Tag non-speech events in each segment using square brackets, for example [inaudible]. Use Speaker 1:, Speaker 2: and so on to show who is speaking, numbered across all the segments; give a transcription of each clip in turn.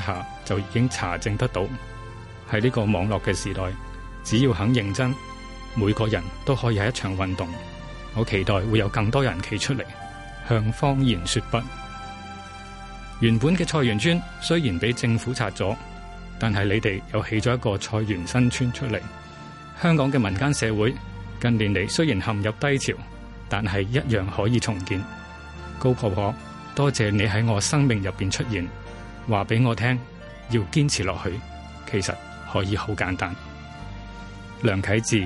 Speaker 1: 下就已經查證得到。喺呢個網絡嘅時代，只要肯認真，每個人都可以係一場運動。我期待會有更多人企出嚟，向謊言說不。原本嘅菜園村雖然俾政府拆咗，但係你哋又起咗一個菜園新村出嚟。香港嘅民間社會近年嚟雖然陷入低潮，但係一樣可以重建。高婆婆，多謝你喺我生命入邊出現，話俾我聽要堅持落去，其實可以好簡單。梁啟智，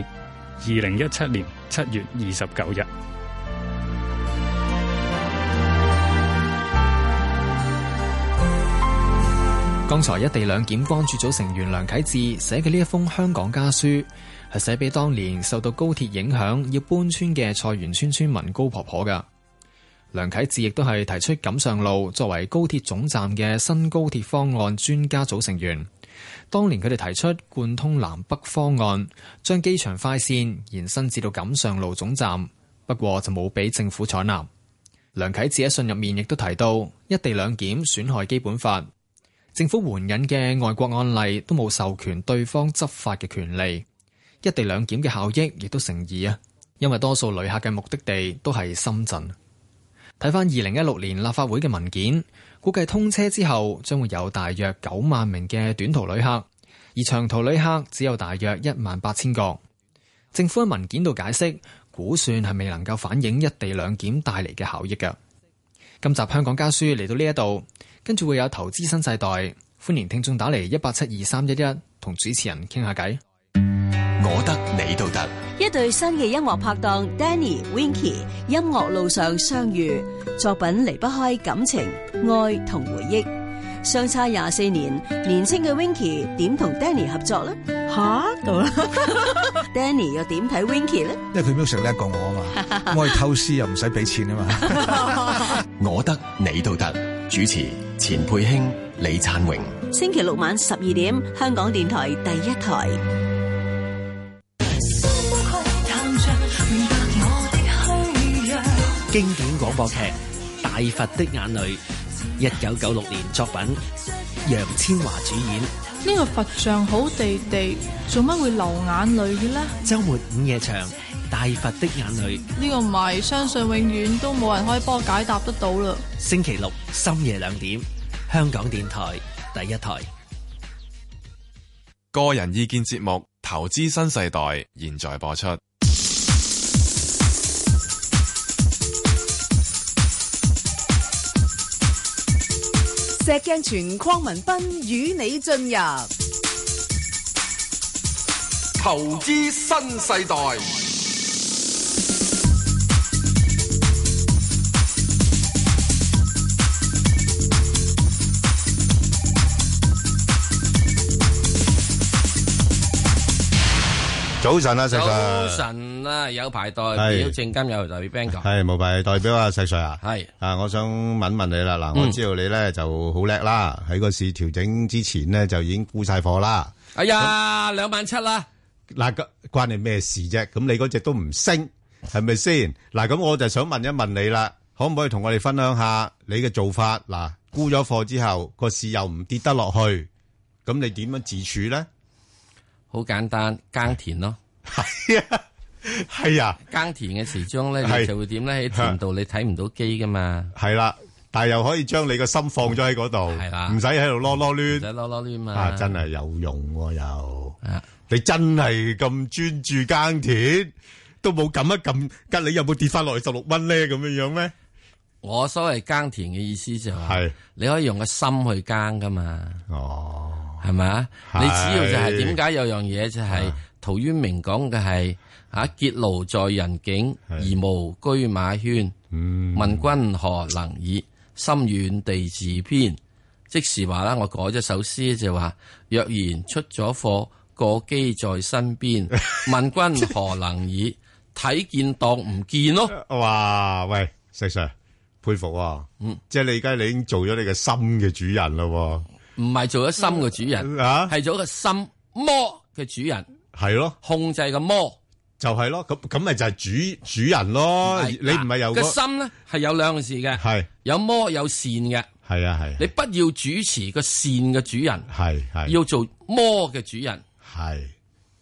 Speaker 1: 二零一七年七月二十九日。
Speaker 2: 剛才一地兩檢關注組成員梁啟智寫嘅呢一封香港家書，係寫俾當年受到高鐵影響要搬村嘅菜園村村民高婆婆㗎。梁啟智亦都係提出錦上路作為高鐵總站嘅新高鐵方案專家組成員。當年佢哋提出貫通南北方案，將機場快線延伸至到錦上路總站，不過就冇俾政府採納。梁啟智喺信入面亦都提到一地兩檢損害基本法。政府援引嘅外國案例都冇授權對方執法嘅權利，一地兩檢嘅效益亦都成疑啊！因為多數旅客嘅目的地都係深圳。睇翻二零一六年立法會嘅文件，估計通車之後將會有大約九萬名嘅短途旅客，而長途旅客只有大約一萬八千個。政府喺文件度解釋，估算係未能夠反映一地兩檢帶嚟嘅效益㗎。今集香港家書嚟到呢一度。跟住會有投資新世代，歡迎聽眾打嚟一八七二三一一，同主持人傾下偈。
Speaker 3: 我得你都得，
Speaker 4: 一對新嘅音樂拍檔 Danny、Winky 音樂路上相遇，作品離不開感情、愛同回憶。相差廿四年，年輕嘅 Winky 點同 Danny 合作呢？
Speaker 5: 吓到啦
Speaker 4: [laughs] Danny 又點睇 Winky 呢？
Speaker 6: 因為佢 music 叻過我啊
Speaker 3: [laughs]
Speaker 6: 嘛，我去偷師又唔使俾錢啊嘛。
Speaker 3: 我得你都得，主持錢佩卿、李燦榮，
Speaker 4: 星期六晚十二點，香港電台第一台。
Speaker 7: 經典廣播劇《大佛的眼淚》，一九九六年作品，楊千嬅主演。
Speaker 5: 呢個佛像好地地，做乜會流眼淚嘅呢？
Speaker 7: 周末午夜場《大佛的眼淚》，
Speaker 5: 呢個謎相信永遠都冇人可以幫我解答得到啦。
Speaker 7: 星期六深夜兩點，香港電台第一台。
Speaker 8: 個人意見節目《投資新世代》現在播出。
Speaker 9: 石鏡泉鄺民彬與你進入
Speaker 10: 投資新世代。
Speaker 11: 早晨啊，石
Speaker 12: 早
Speaker 11: Sir。
Speaker 12: 晨啦，有排代表
Speaker 11: 係
Speaker 12: 證監，有代表 bank
Speaker 11: [laughs] 係無牌代表啊，石 Sir 啊，
Speaker 12: 係
Speaker 11: 啊，我想問問你啦，嗱，
Speaker 12: 嗯
Speaker 11: 我知道你咧就好叻啦，喺個市調整之前咧就已經沽晒貨啦。
Speaker 12: 哎呀，兩萬七啦，
Speaker 11: 嗱，咁關你咩事啫？咁你嗰隻都唔升，係咪先？嗱，咁我就想問一問你啦，可唔可以同我哋分享下你嘅做法？嗱，沽咗貨之後個市又唔跌得落去，咁你點樣自處咧？
Speaker 12: 好簡單，耕田咯。
Speaker 11: 係啊，係啊，
Speaker 12: 耕田嘅時鐘咧，
Speaker 11: 係
Speaker 12: 你就會點咧？喺田度你睇唔到機噶嘛，
Speaker 11: 係啦，但係又可以將你個心放咗喺嗰度，係啦，唔使喺度囉
Speaker 12: 唔
Speaker 11: 囉
Speaker 12: 使
Speaker 11: 攣。
Speaker 12: 攞攞攣嘛
Speaker 11: 啊，。真係有用喎又，你真係咁專注耕田，都冇撳一撳，吉你有冇跌翻落去十六蚊咧？咁樣樣咩？
Speaker 12: 我所謂耕田嘅意思就係
Speaker 11: 係，
Speaker 12: 你可以用個心去耕噶嘛。
Speaker 11: 哦，
Speaker 12: 係咪啊？你只要就係
Speaker 11: 係
Speaker 12: 點解有樣嘢就係陶淵明講嘅係啊，結廬在人境，而無車馬喧。問君何能爾？心遠地自偏。即是話啦，我改咗首詩就話：若然出咗貨，過機在身邊。問君何能爾？睇見當唔見咯。
Speaker 11: 哇！喂，石 Sir，佩服喎！嗯，即係你而家你已經做咗你嘅心嘅主人咯，
Speaker 12: 唔係做咗心嘅主人，係做咗個心魔嘅主人。
Speaker 11: 啊係咯，
Speaker 12: 控制個魔
Speaker 11: 就係咯，咁咁咪就係主主人咯，你唔係由
Speaker 12: 個心咧係有兩件事嘅，
Speaker 11: 係
Speaker 12: 有魔有善嘅，
Speaker 11: 系啊系，
Speaker 12: 你不要主持個善嘅主人，
Speaker 11: 系系
Speaker 12: 要做魔嘅主人，
Speaker 11: 系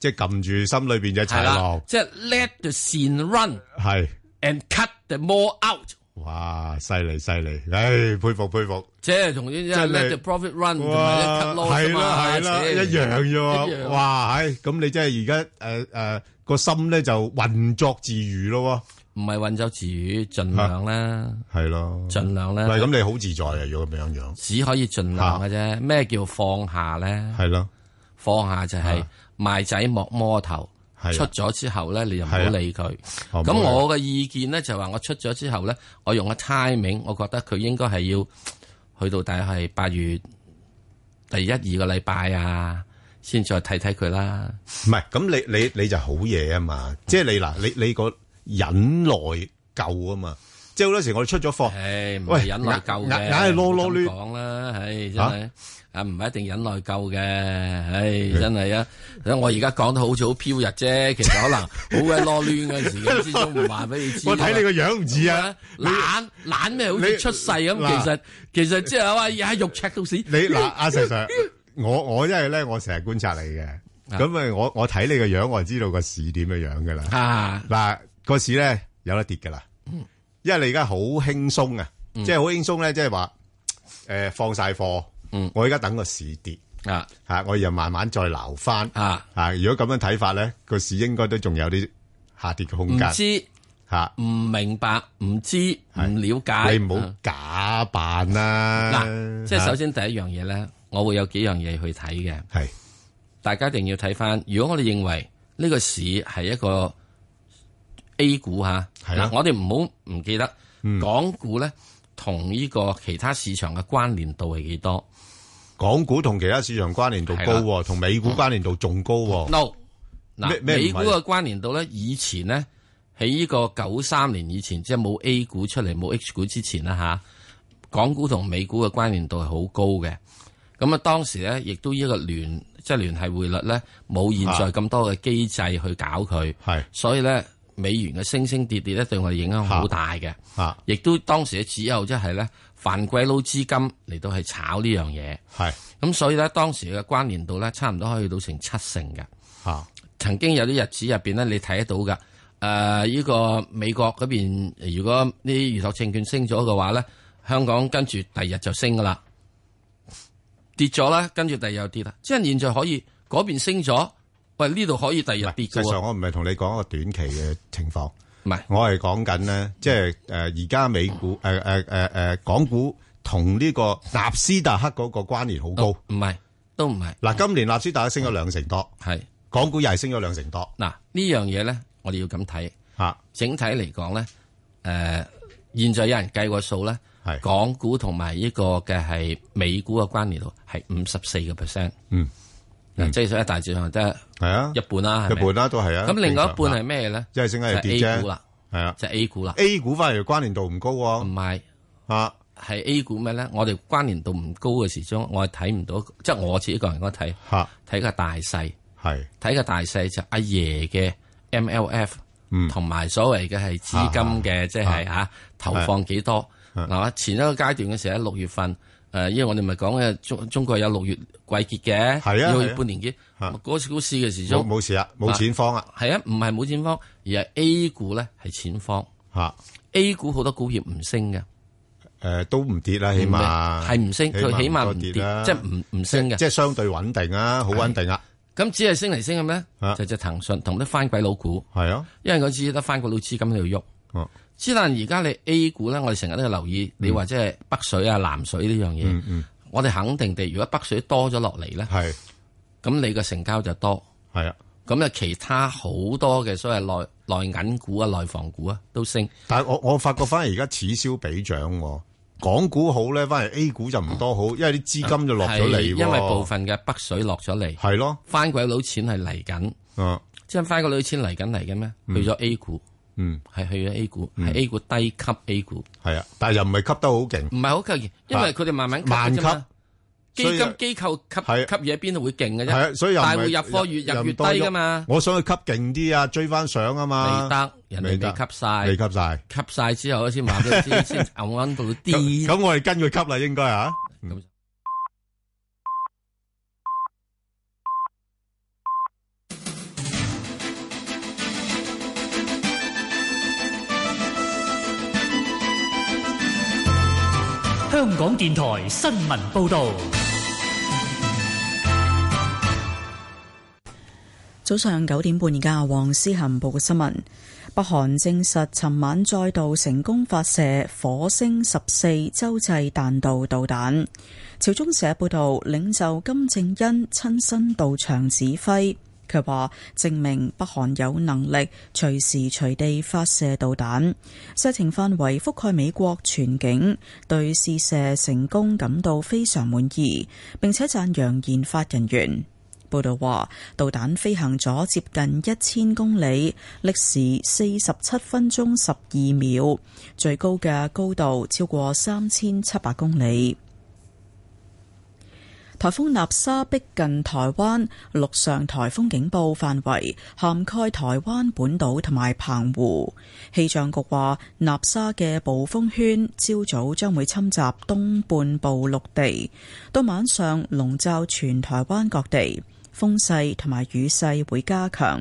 Speaker 11: 即系撳住心裏边嘅
Speaker 12: 係
Speaker 11: 豺
Speaker 12: 啦
Speaker 11: 狼，，
Speaker 12: 即係 let the 善 run
Speaker 11: 係
Speaker 12: and cut the more out，
Speaker 11: 哇，犀利犀利，唉，佩服佩服，
Speaker 12: 即係同啲
Speaker 11: 真係
Speaker 12: let the profit run 同埋咧 cut
Speaker 11: 哇，
Speaker 12: loss 啊
Speaker 11: 係
Speaker 12: 嘛
Speaker 11: 啦係啦，
Speaker 12: 切
Speaker 11: 一樣啫
Speaker 12: 一樣
Speaker 11: 喎，哇，係咁你真係而家诶诶個心咧就運作自如咯
Speaker 12: 喎，唔係運作自如，盡量啦，
Speaker 11: 系咯，
Speaker 12: 盡量啦，
Speaker 11: 喂，咁你好自在啊，如果咁樣樣，
Speaker 12: 只可以盡量嘅啫。咩叫放下咧？
Speaker 11: 係咯，
Speaker 12: 放下就係賣仔莫摸頭。
Speaker 11: 係啊
Speaker 12: 出咗之後咧，你就唔好
Speaker 11: 係啊
Speaker 12: 理佢。
Speaker 11: 哦
Speaker 12: 咁
Speaker 11: 唔好理
Speaker 12: 我嘅意見咧就話，我出咗之後咧，我用個 timing，我覺得佢應該係要去到大概係八月第一二個禮拜啊，先再睇睇佢啦。
Speaker 11: 唔係咁你你你就好嘢啊嘛，即係你嗱你你個忍耐夠啊嘛，即係好多時我哋出咗貨，
Speaker 12: 唔
Speaker 11: 喂
Speaker 12: 係忍耐夠
Speaker 11: 硬
Speaker 12: 嘅，
Speaker 11: 硬係攞攞
Speaker 12: 亂講啦，唉，真係啊，唔係一定忍耐夠嘅，唉，真係啊！我而家講得好似好飄逸啫，其實
Speaker 11: [laughs]
Speaker 12: 可能好鬼攞亂嗰陣時咁之中唔話俾你知。啊
Speaker 11: 我睇你個樣唔似啊，
Speaker 12: 懶懶咩？好似出世咁，其實其實即係話，哎呀肉赤到屎。
Speaker 11: 你嗱，阿石 Sir，我我因為咧，我成日觀察你嘅，咁啊，我我睇你個樣，我就知道個市點嘅樣噶
Speaker 12: 啦。
Speaker 11: 嗱，個市咧有得跌噶啦，
Speaker 12: 嗯
Speaker 11: 因為你而家好輕鬆啊，
Speaker 13: 嗯
Speaker 11: 即係好輕鬆咧，即係話誒放晒貨，我而家等個市跌
Speaker 12: 嗯啊，
Speaker 11: 嚇，我又慢慢再撈翻
Speaker 12: 啊
Speaker 11: 嚇。如果咁樣睇法咧，個市應該都仲有啲下跌嘅空間。
Speaker 12: 唔知
Speaker 11: 嚇，
Speaker 12: 唔明白，唔知，唔了解，
Speaker 11: 你唔好假扮啦。啊
Speaker 12: 嗱，即係
Speaker 11: 嚇
Speaker 12: 首先第一樣嘢咧，我會有幾樣嘢去睇嘅。
Speaker 11: 係，
Speaker 12: 大家一定要睇翻。如果我哋認為呢個市係一個 A 股吓，
Speaker 14: 係啊
Speaker 12: 嗱，我哋唔好唔記得
Speaker 11: 嗯
Speaker 12: 港股咧同呢個其他市場嘅關聯度係幾多
Speaker 11: 港股同其他市場關聯度高喎，同美股關聯度仲高喎。
Speaker 12: 嗯？No，嗱
Speaker 11: 咩，咩唔
Speaker 12: 美
Speaker 11: 係
Speaker 12: 股嘅關聯度咧，以前咧喺呢個九三年以前，即係冇 A 股出嚟，冇 H 股之前啦吓，港股同美股嘅關聯度係好高嘅。咁啊，當時咧亦都呢個聯即係聯繫匯率咧冇現在咁多嘅機制去搞佢，
Speaker 11: 啊係
Speaker 12: 所以咧美元嘅升升跌跌咧對我哋影響好大嘅。
Speaker 11: 啊，
Speaker 12: 亦都當時只有即係咧犯鬼佬資金嚟到係炒呢樣嘢。
Speaker 11: 係
Speaker 12: 咁，所以咧當時嘅關聯度咧，差唔多可以去到成七成嘅。
Speaker 11: 嚇，
Speaker 12: 曾經有啲日子入邊咧，你睇得到噶。誒、呢、個美國嗰邊，如果啲預託證券升咗嘅話咧，香港跟住第二日就升噶啦。跌咗啦，跟住第二日又跌啦。即係現在可以嗰邊升咗，喂呢度可以第二日跌
Speaker 11: 實
Speaker 12: 嘅
Speaker 11: 際上
Speaker 12: 喎。
Speaker 11: 我唔係同你講一個短期嘅情況，
Speaker 12: 唔係，
Speaker 11: 我係講緊咧，即係誒而家美股誒誒誒誒港股同呢個納斯達克嗰個關聯好高，
Speaker 12: 唔係都唔係。
Speaker 11: 嗱，今年納斯達克升咗兩成多，
Speaker 12: 係
Speaker 11: 港股又係升咗兩成多，
Speaker 12: 嗱呢樣嘢咧，我哋要咁睇。
Speaker 11: 嚇，
Speaker 12: 整體嚟講咧，誒、現在有人計過數咧，港股同埋呢個嘅係美股嘅關聯度係五十四個 percent。
Speaker 11: 嗯，
Speaker 12: 嗱，即係大致上得
Speaker 11: 係啊，
Speaker 12: 一半啦，
Speaker 11: 一
Speaker 12: 係咪
Speaker 11: 半啦都係啊。
Speaker 12: 咁另外一半
Speaker 11: 正常
Speaker 12: 係咩咧？
Speaker 11: 即係升係
Speaker 12: 就
Speaker 11: 跌
Speaker 12: A
Speaker 11: 啫，
Speaker 12: 股啦，
Speaker 11: 係啊，
Speaker 12: 就 A 股啦。
Speaker 11: A 股反而關聯度唔高喎，
Speaker 12: 唔係
Speaker 11: 啊，
Speaker 12: 係 A 股咩咧？我哋關聯度唔高嘅時鐘，我係睇唔到，即係我自己個人嗰個睇
Speaker 11: 嚇
Speaker 12: 睇個大勢，
Speaker 11: 係
Speaker 12: 睇個大勢就阿爺嘅 MLF，同
Speaker 11: 嗯
Speaker 12: 埋所謂嘅係資金
Speaker 11: 啊
Speaker 12: 嘅，即係嚇投放幾多嗱？啊前一個階段嘅時候，六月份誒，因為我哋咪講嘅中中國有六月季結嘅，
Speaker 11: 係啊
Speaker 12: 要
Speaker 11: 係啊
Speaker 12: 半年結嗰時股市嘅時鐘
Speaker 11: 冇冇事啊，冇錢方啊，
Speaker 12: 係啊，唔係冇錢方，而係 A 股咧係錢方
Speaker 11: 嚇。
Speaker 12: A 股好多股票唔升嘅，
Speaker 11: 誒都唔跌啦，起碼
Speaker 12: 係唔升，佢起碼
Speaker 11: 多
Speaker 12: 唔跌，即
Speaker 11: 啦
Speaker 12: 係唔唔升嘅，
Speaker 11: 即係相對穩定啊，好穩定啊。
Speaker 12: 咁只係升嚟升嘅咩？就只騰訊同啲翻鬼佬股。
Speaker 11: 係啊，
Speaker 12: 因為嗰次得翻鬼佬資金喺度喐。
Speaker 11: 哦，
Speaker 12: 之但而家你 A 股咧，我哋成日都要留意，你話即係北水啊、南水呢樣嘢。
Speaker 11: 嗯嗯
Speaker 12: 我哋肯定地，如果北水多咗落嚟咧，
Speaker 11: 係
Speaker 12: 咁你嘅成交就多。
Speaker 11: 係啊，
Speaker 12: 咁啊，其他好多嘅所謂內內銀股啊、內房股啊都升。
Speaker 11: 但係我我發覺反而而家此消彼長喎，港股好咧，反而 A 股就唔多好，因為啲資金就落咗嚟
Speaker 12: 係
Speaker 11: 喎。
Speaker 12: 因為部分嘅北水落咗嚟。
Speaker 11: 係咯，
Speaker 12: 翻鬼佬錢係嚟緊。
Speaker 11: 嗯，
Speaker 12: 即係翻鬼佬錢嚟緊嚟嘅咩？
Speaker 11: 嗯
Speaker 12: 去咗 A 股，
Speaker 11: 嗯，
Speaker 12: 係去咗 A 股，
Speaker 11: 嗯
Speaker 12: 係 A 股低級 A 股。
Speaker 11: 係啊，但係又唔係吸得好勁，
Speaker 12: 唔係好吸引，因為佢哋慢慢
Speaker 11: 慢
Speaker 12: 吸啫嘛
Speaker 11: 吸
Speaker 12: 基
Speaker 11: 所以啊
Speaker 12: 金機構吸吸嘢邊度會勁嘅啫？
Speaker 11: 係啊，所以又唔
Speaker 12: 但係
Speaker 11: 係
Speaker 12: 會入貨越
Speaker 11: 又
Speaker 12: 入
Speaker 11: 唔
Speaker 12: 越低
Speaker 11: 多喐
Speaker 12: 㗎嘛。
Speaker 11: 我想去吸勁啲啊，追翻上啊嘛。
Speaker 12: 未得人哋未吸晒
Speaker 11: 未吸晒，
Speaker 12: 吸晒之後先話俾你
Speaker 11: [laughs]
Speaker 12: 知，先牛温到啲。
Speaker 11: 咁我哋跟佢吸啦，應該啊。
Speaker 13: 香港電台新聞報道，
Speaker 15: 早上九點半，而家黃思恒報嘅新聞：北韓證實尋晚再度成功發射火星十四洲際彈道導彈。朝中社報道，領袖金正恩親身到場指揮。佢話證明北韓有能力隨時隨地發射導彈，射程範圍覆蓋美國全境，對試射成功感到非常滿意，並且讚揚研發人員。報道話，導彈飛行咗接近一千公里，歷時四十七分鐘十二秒，最高嘅高度超過三千七百公里。颱風納沙逼近台灣，陸上颱風警報範圍涵蓋台灣本島同埋澎湖。氣象局話，納沙嘅暴風圈朝早將會侵襲東半部陸地，到晚上籠罩全台灣各地，風勢同埋雨勢會加強。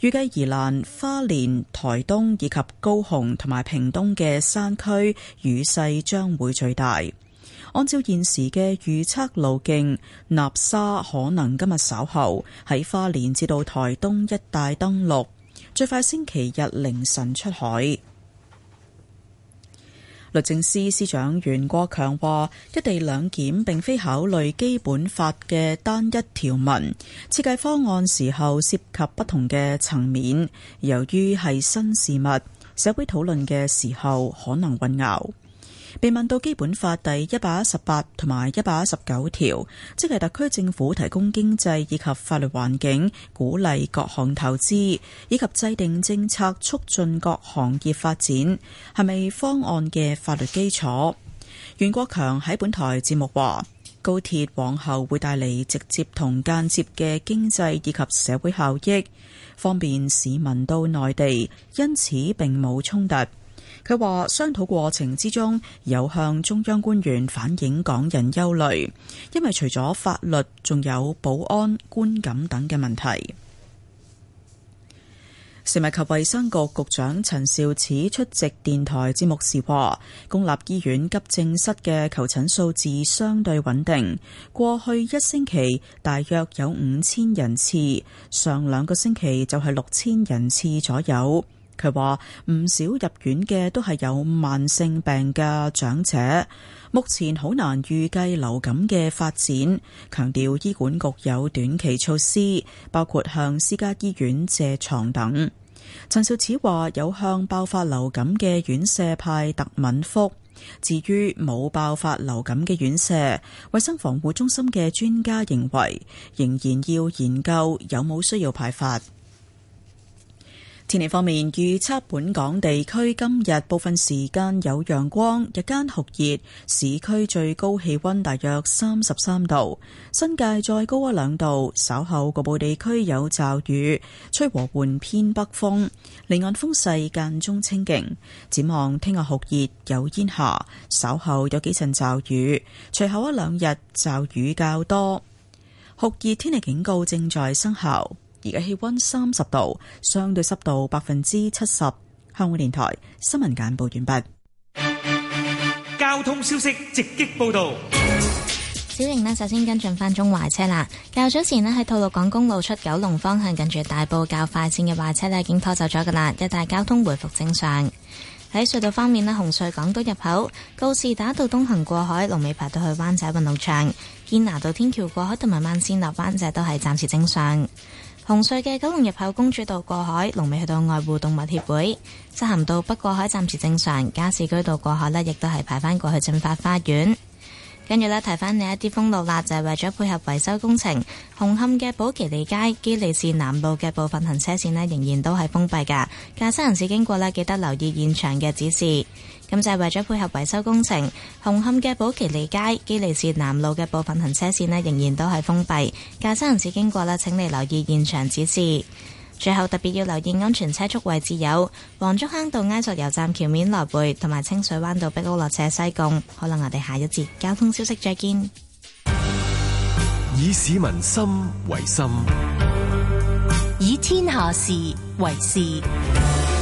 Speaker 15: 預計宜蘭、花蓮、台東以及高雄同埋屏東嘅山區雨勢將會最大。按照現時嘅預測路徑，納沙可能今日稍後喺花蓮至到台東一帶登陸，最快星期日凌晨出海。律政司司長袁國強話：一地兩檢並非考慮基本法嘅單一條文，設計方案時候涉及不同嘅層面，由於係新事物，社會討論嘅時候可能混淆。被問到《基本法》第一百一十八同埋一百一十九條，即係特區政府提供經濟以及法律環境，鼓勵各項投資，以及制定政策促進各行業發展，係咪方案嘅法律基礎？袁國強喺本台節目話：高鐵往後會帶嚟直接同間接嘅經濟以及社會效益，方便市民到內地，因此並冇衝突。佢話商討過程之中有向中央官員反映港人憂慮，因為除咗法律，仲有保安、觀感等嘅問題。食物及衛生局局長陳肇始出席電台節目時話，公立醫院急症室嘅求診數字相對穩定，過去一星期大約有五千人次，上兩個星期就係六千人次左右。佢話唔少入院嘅都係有慢性病嘅長者，目前好難預計流感嘅發展。強調醫管局有短期措施，包括向私家醫院借床等。陳肇始話有向爆發流感嘅院舍派特敏福。至於冇爆發流感嘅院舍，衛生防護中心嘅專家認為，仍然要研究有冇需要派發。天氣方面，預測本港地區今日部分時間有陽光，日間酷熱，市區最高氣溫大約三十三度，新界再高一兩度。稍後局部地區有驟雨，吹和緩偏北風，離岸風勢間中清勁。展望聽日酷熱有煙霞，稍後有幾陣驟雨，隨後一兩日驟雨較多。酷熱天氣警告正在生效，而家氣溫三十度，相對濕度百分之七十。香港電台新聞簡報完畢。
Speaker 16: 交通消息直擊報道。
Speaker 17: 小瑩呢，首先跟進返中環車啦。較早前呢，喺吐露港公路出九龍方向，近住大埔較快線嘅壞車呢，已經拖走咗㗎啦，一帶交通回復正常。喺隧道方面呢，紅隧港島入口告士打道東行過海，龍尾排到去灣仔運動場；堅拿道天橋過海同埋慢線落灣仔都係暫時正常。紅隧嘅九龍入口公主道過海，龍尾去到愛護動物協會；漆咸道北過海暫時正常，加士居道過海呢亦都係排返過去進發花園。跟住呢，提翻你一啲封路啦，就係、為咗配合維修工程，紅磡嘅寶奇利街、基利士南路嘅部分行車線呢，仍然都係封閉㗎。駕駛人士經過呢，記得留意現場嘅指示。咁就係為咗配合維修工程，紅磡嘅寶奇利街、基利士南路嘅部分行車線呢，仍然都係封閉。駕駛人士經過呢，請你留意現場指示。最後特別要留意安全車速位置有黃竹坑道埃索油站橋面來回，同埋清水灣道壁屋落斜西貢。可能我哋下一節交通消息再見。
Speaker 3: 以市民心為心，
Speaker 18: 以天下事為事。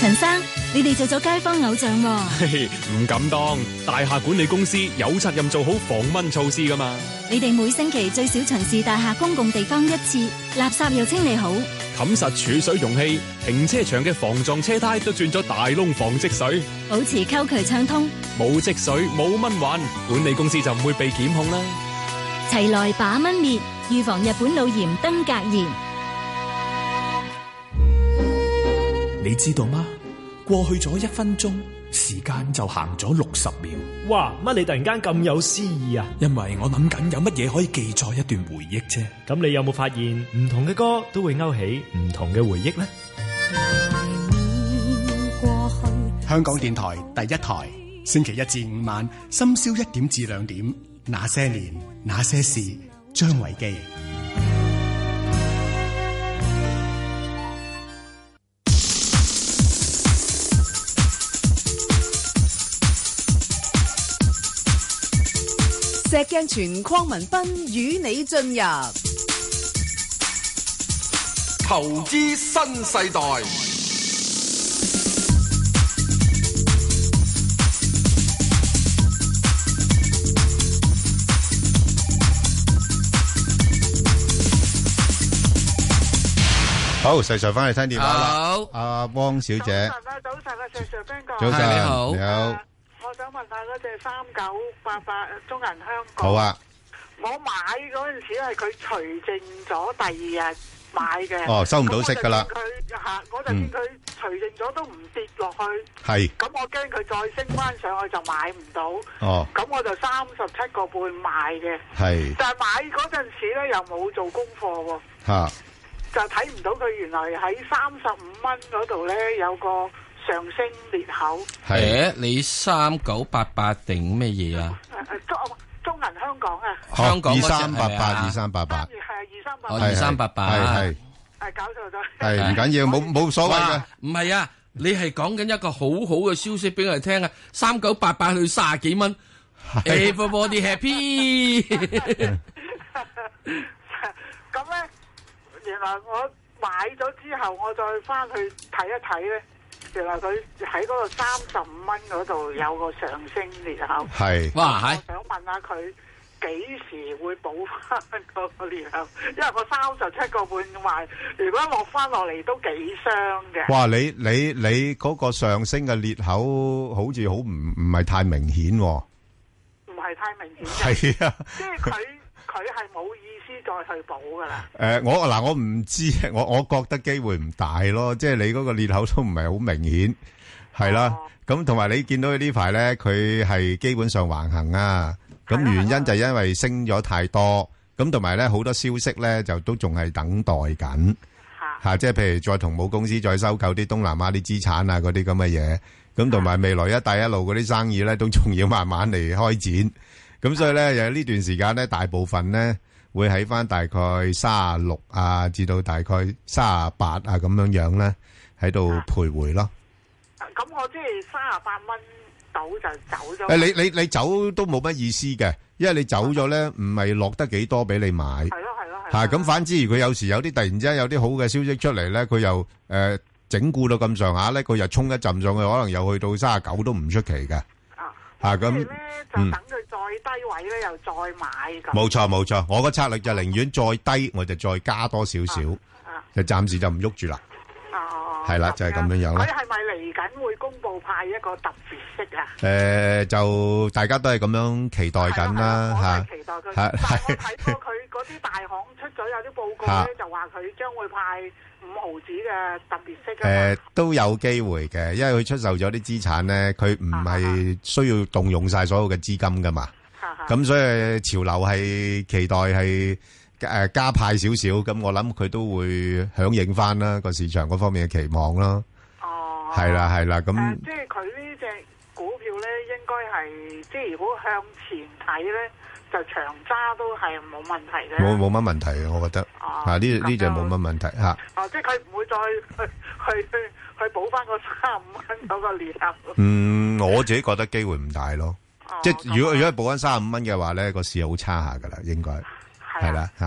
Speaker 18: 陳生，你哋做咗街坊偶像喎、
Speaker 19: 唔敢當，大廈管理公司有責任做好防蚊措施噶嘛。
Speaker 18: 你哋每星期最少巡視大廈公共地方一次，垃圾又清理好。
Speaker 19: 冚實儲水容器，停車場嘅防撞車胎都轉咗大窿防積水，
Speaker 18: 保持溝渠暢通，
Speaker 19: 冇積水冇蚊患，管理公司就唔會被檢控啦。
Speaker 18: 齊來把蚊滅，預防日本腦炎、登革炎。
Speaker 20: 你知道嗎？過去咗一分鐘，時間就行咗六十秒。
Speaker 13: 哇！乜你突然間咁有詩意啊？
Speaker 20: 因為我諗緊有乜嘢可以記載一段回憶啫。
Speaker 13: 咁你有冇發現唔同嘅歌都會勾起唔同嘅回憶呢？
Speaker 21: 香港電台第一台，星期一至五晚深宵一點至兩點，那些年那些事，張維基。
Speaker 9: 石鏡泉鄺民彬與你進入
Speaker 10: 投資新世代，
Speaker 11: 好，細 Sir 翻嚟聽電話啦
Speaker 12: 好。
Speaker 11: 阿汪小姐，
Speaker 22: 早晨啊，石 Sir 邊個？
Speaker 11: 早晨，
Speaker 12: 你好
Speaker 11: 你好，
Speaker 22: 我想問下嗰只三九八八中銀香港，
Speaker 11: 好啊。
Speaker 22: 我買嗰陣時係佢除淨咗第二日買嘅。
Speaker 11: 哦收唔到息㗎啦
Speaker 22: 咁我就見佢嚇，我就見佢除淨咗都唔跌落去。
Speaker 11: 係
Speaker 22: 咁我驚佢再升翻上去就買唔到。
Speaker 11: 哦
Speaker 22: 咁我就三十七個半買嘅。
Speaker 11: 係
Speaker 22: 但係買嗰陣時咧又冇做功課喎。
Speaker 11: 吓，
Speaker 22: 就睇唔到佢原來喺三十五蚊嗰度咧有個上升裂口。
Speaker 12: 誒，你三九八八定咩嘢啊？
Speaker 22: 誒誒中中銀香港啊，
Speaker 12: 香港
Speaker 11: 二
Speaker 12: 嗰隻
Speaker 11: 三八
Speaker 12: 係咪
Speaker 11: 八，二
Speaker 12: 啊
Speaker 11: 三八八，
Speaker 22: 係二三百
Speaker 12: 哦，二三八八，
Speaker 11: 係係
Speaker 22: 誒搞錯咗。
Speaker 11: 係唔緊要，冇冇所謂嘅
Speaker 12: 哇。。唔係啊，你係講緊一個好好嘅消息俾我哋聽啊！三九八八去三十幾蚊，everybody
Speaker 11: 啊
Speaker 12: happy。 [laughs]
Speaker 22: 咁咧，原來我買咗之後，我再翻去睇一睇咧，原來佢喺嗰個三十五蚊嗰度有個上升裂口。
Speaker 11: 係
Speaker 12: 哇係
Speaker 22: 我想問下佢。幾時會補翻嗰個裂口？因為我三十七個半買，如果落翻落嚟都幾傷嘅。
Speaker 11: 哇！你你你嗰個上升嘅裂口好似好唔唔係太明顯喎。
Speaker 22: 唔係太明顯嘅，
Speaker 11: 係啊，
Speaker 22: 即係佢佢係冇意思再去補噶啦。
Speaker 11: 誒我嗱我唔知，我我覺得機會唔大咯，即係你嗰個裂口都唔係好明顯，係啦。咁同埋你見到佢呢排咧，佢係基本上橫行啊。咁原因就係因為升咗太多，咁同埋咧好多消息咧就都仲係等待緊。嚇、即係譬如再同母公司再收購啲東南亞啲資產啊，嗰啲咁嘅嘢，咁同埋未來一帶一路嗰啲生意咧，都仲要慢慢嚟開展。咁所以咧，有呢段時間咧，大部分咧會喺翻大概三十六啊，至到大概三十八啊咁樣樣咧，喺度徘徊咯。
Speaker 22: 咁我即係三十八蚊到就走咗。
Speaker 11: 誒，你你你走都冇乜意思嘅，因為你走咗咧，唔係落得幾多俾你買。係
Speaker 22: 咯係咯
Speaker 11: 係。咁反之，如果有時有啲突然之間有啲好嘅消息出嚟咧，佢又誒整固到咁上下咧，佢又衝一陣上去，可能又去到三十九都唔出奇嘅。啊，咁
Speaker 22: 就等
Speaker 11: 嗯，
Speaker 22: 佢再低位咧，又再買咁。
Speaker 11: 冇錯冇錯，我個策略就寧願再低，我就再加多少少，就暫時就唔喐住啦。
Speaker 22: 啊。
Speaker 11: 係啦就係咁樣樣啦
Speaker 22: 佢係咪嚟緊會公佈派一個特別息啊？
Speaker 11: 诶、就大家都係咁樣期待緊啦
Speaker 22: 期待佢，
Speaker 11: 吓，
Speaker 22: 但係我
Speaker 11: 係
Speaker 22: 睇過佢嗰啲大行出咗有啲報告
Speaker 11: 嚇
Speaker 22: 咧，就話佢將會派五毫子嘅特別息啊嘛
Speaker 11: 诶、都有機會嘅，因為佢出售咗啲資產咧，佢唔係需要動用晒所有嘅資金噶嘛。咁所以潮流係期待係诶加派少少，咁我諗佢都會響應翻啦個市場嗰方面嘅期望啦。哦，係啦係啦，咁
Speaker 22: 誒即係佢呢只股票咧，應該係即係如果向前睇咧，就長揸都係冇問題嘅。
Speaker 11: 冇冇乜問題嘅，我覺得啊呢呢隻冇乜問題吓。
Speaker 22: 哦，即係佢唔會再去去去去補翻個三五蚊嗰個年頭。
Speaker 11: 嗯，我自己覺得機會唔大咯。即係如果如果係保緊三十五蚊嘅話咧，個市好差下噶啦，應該係啦吓，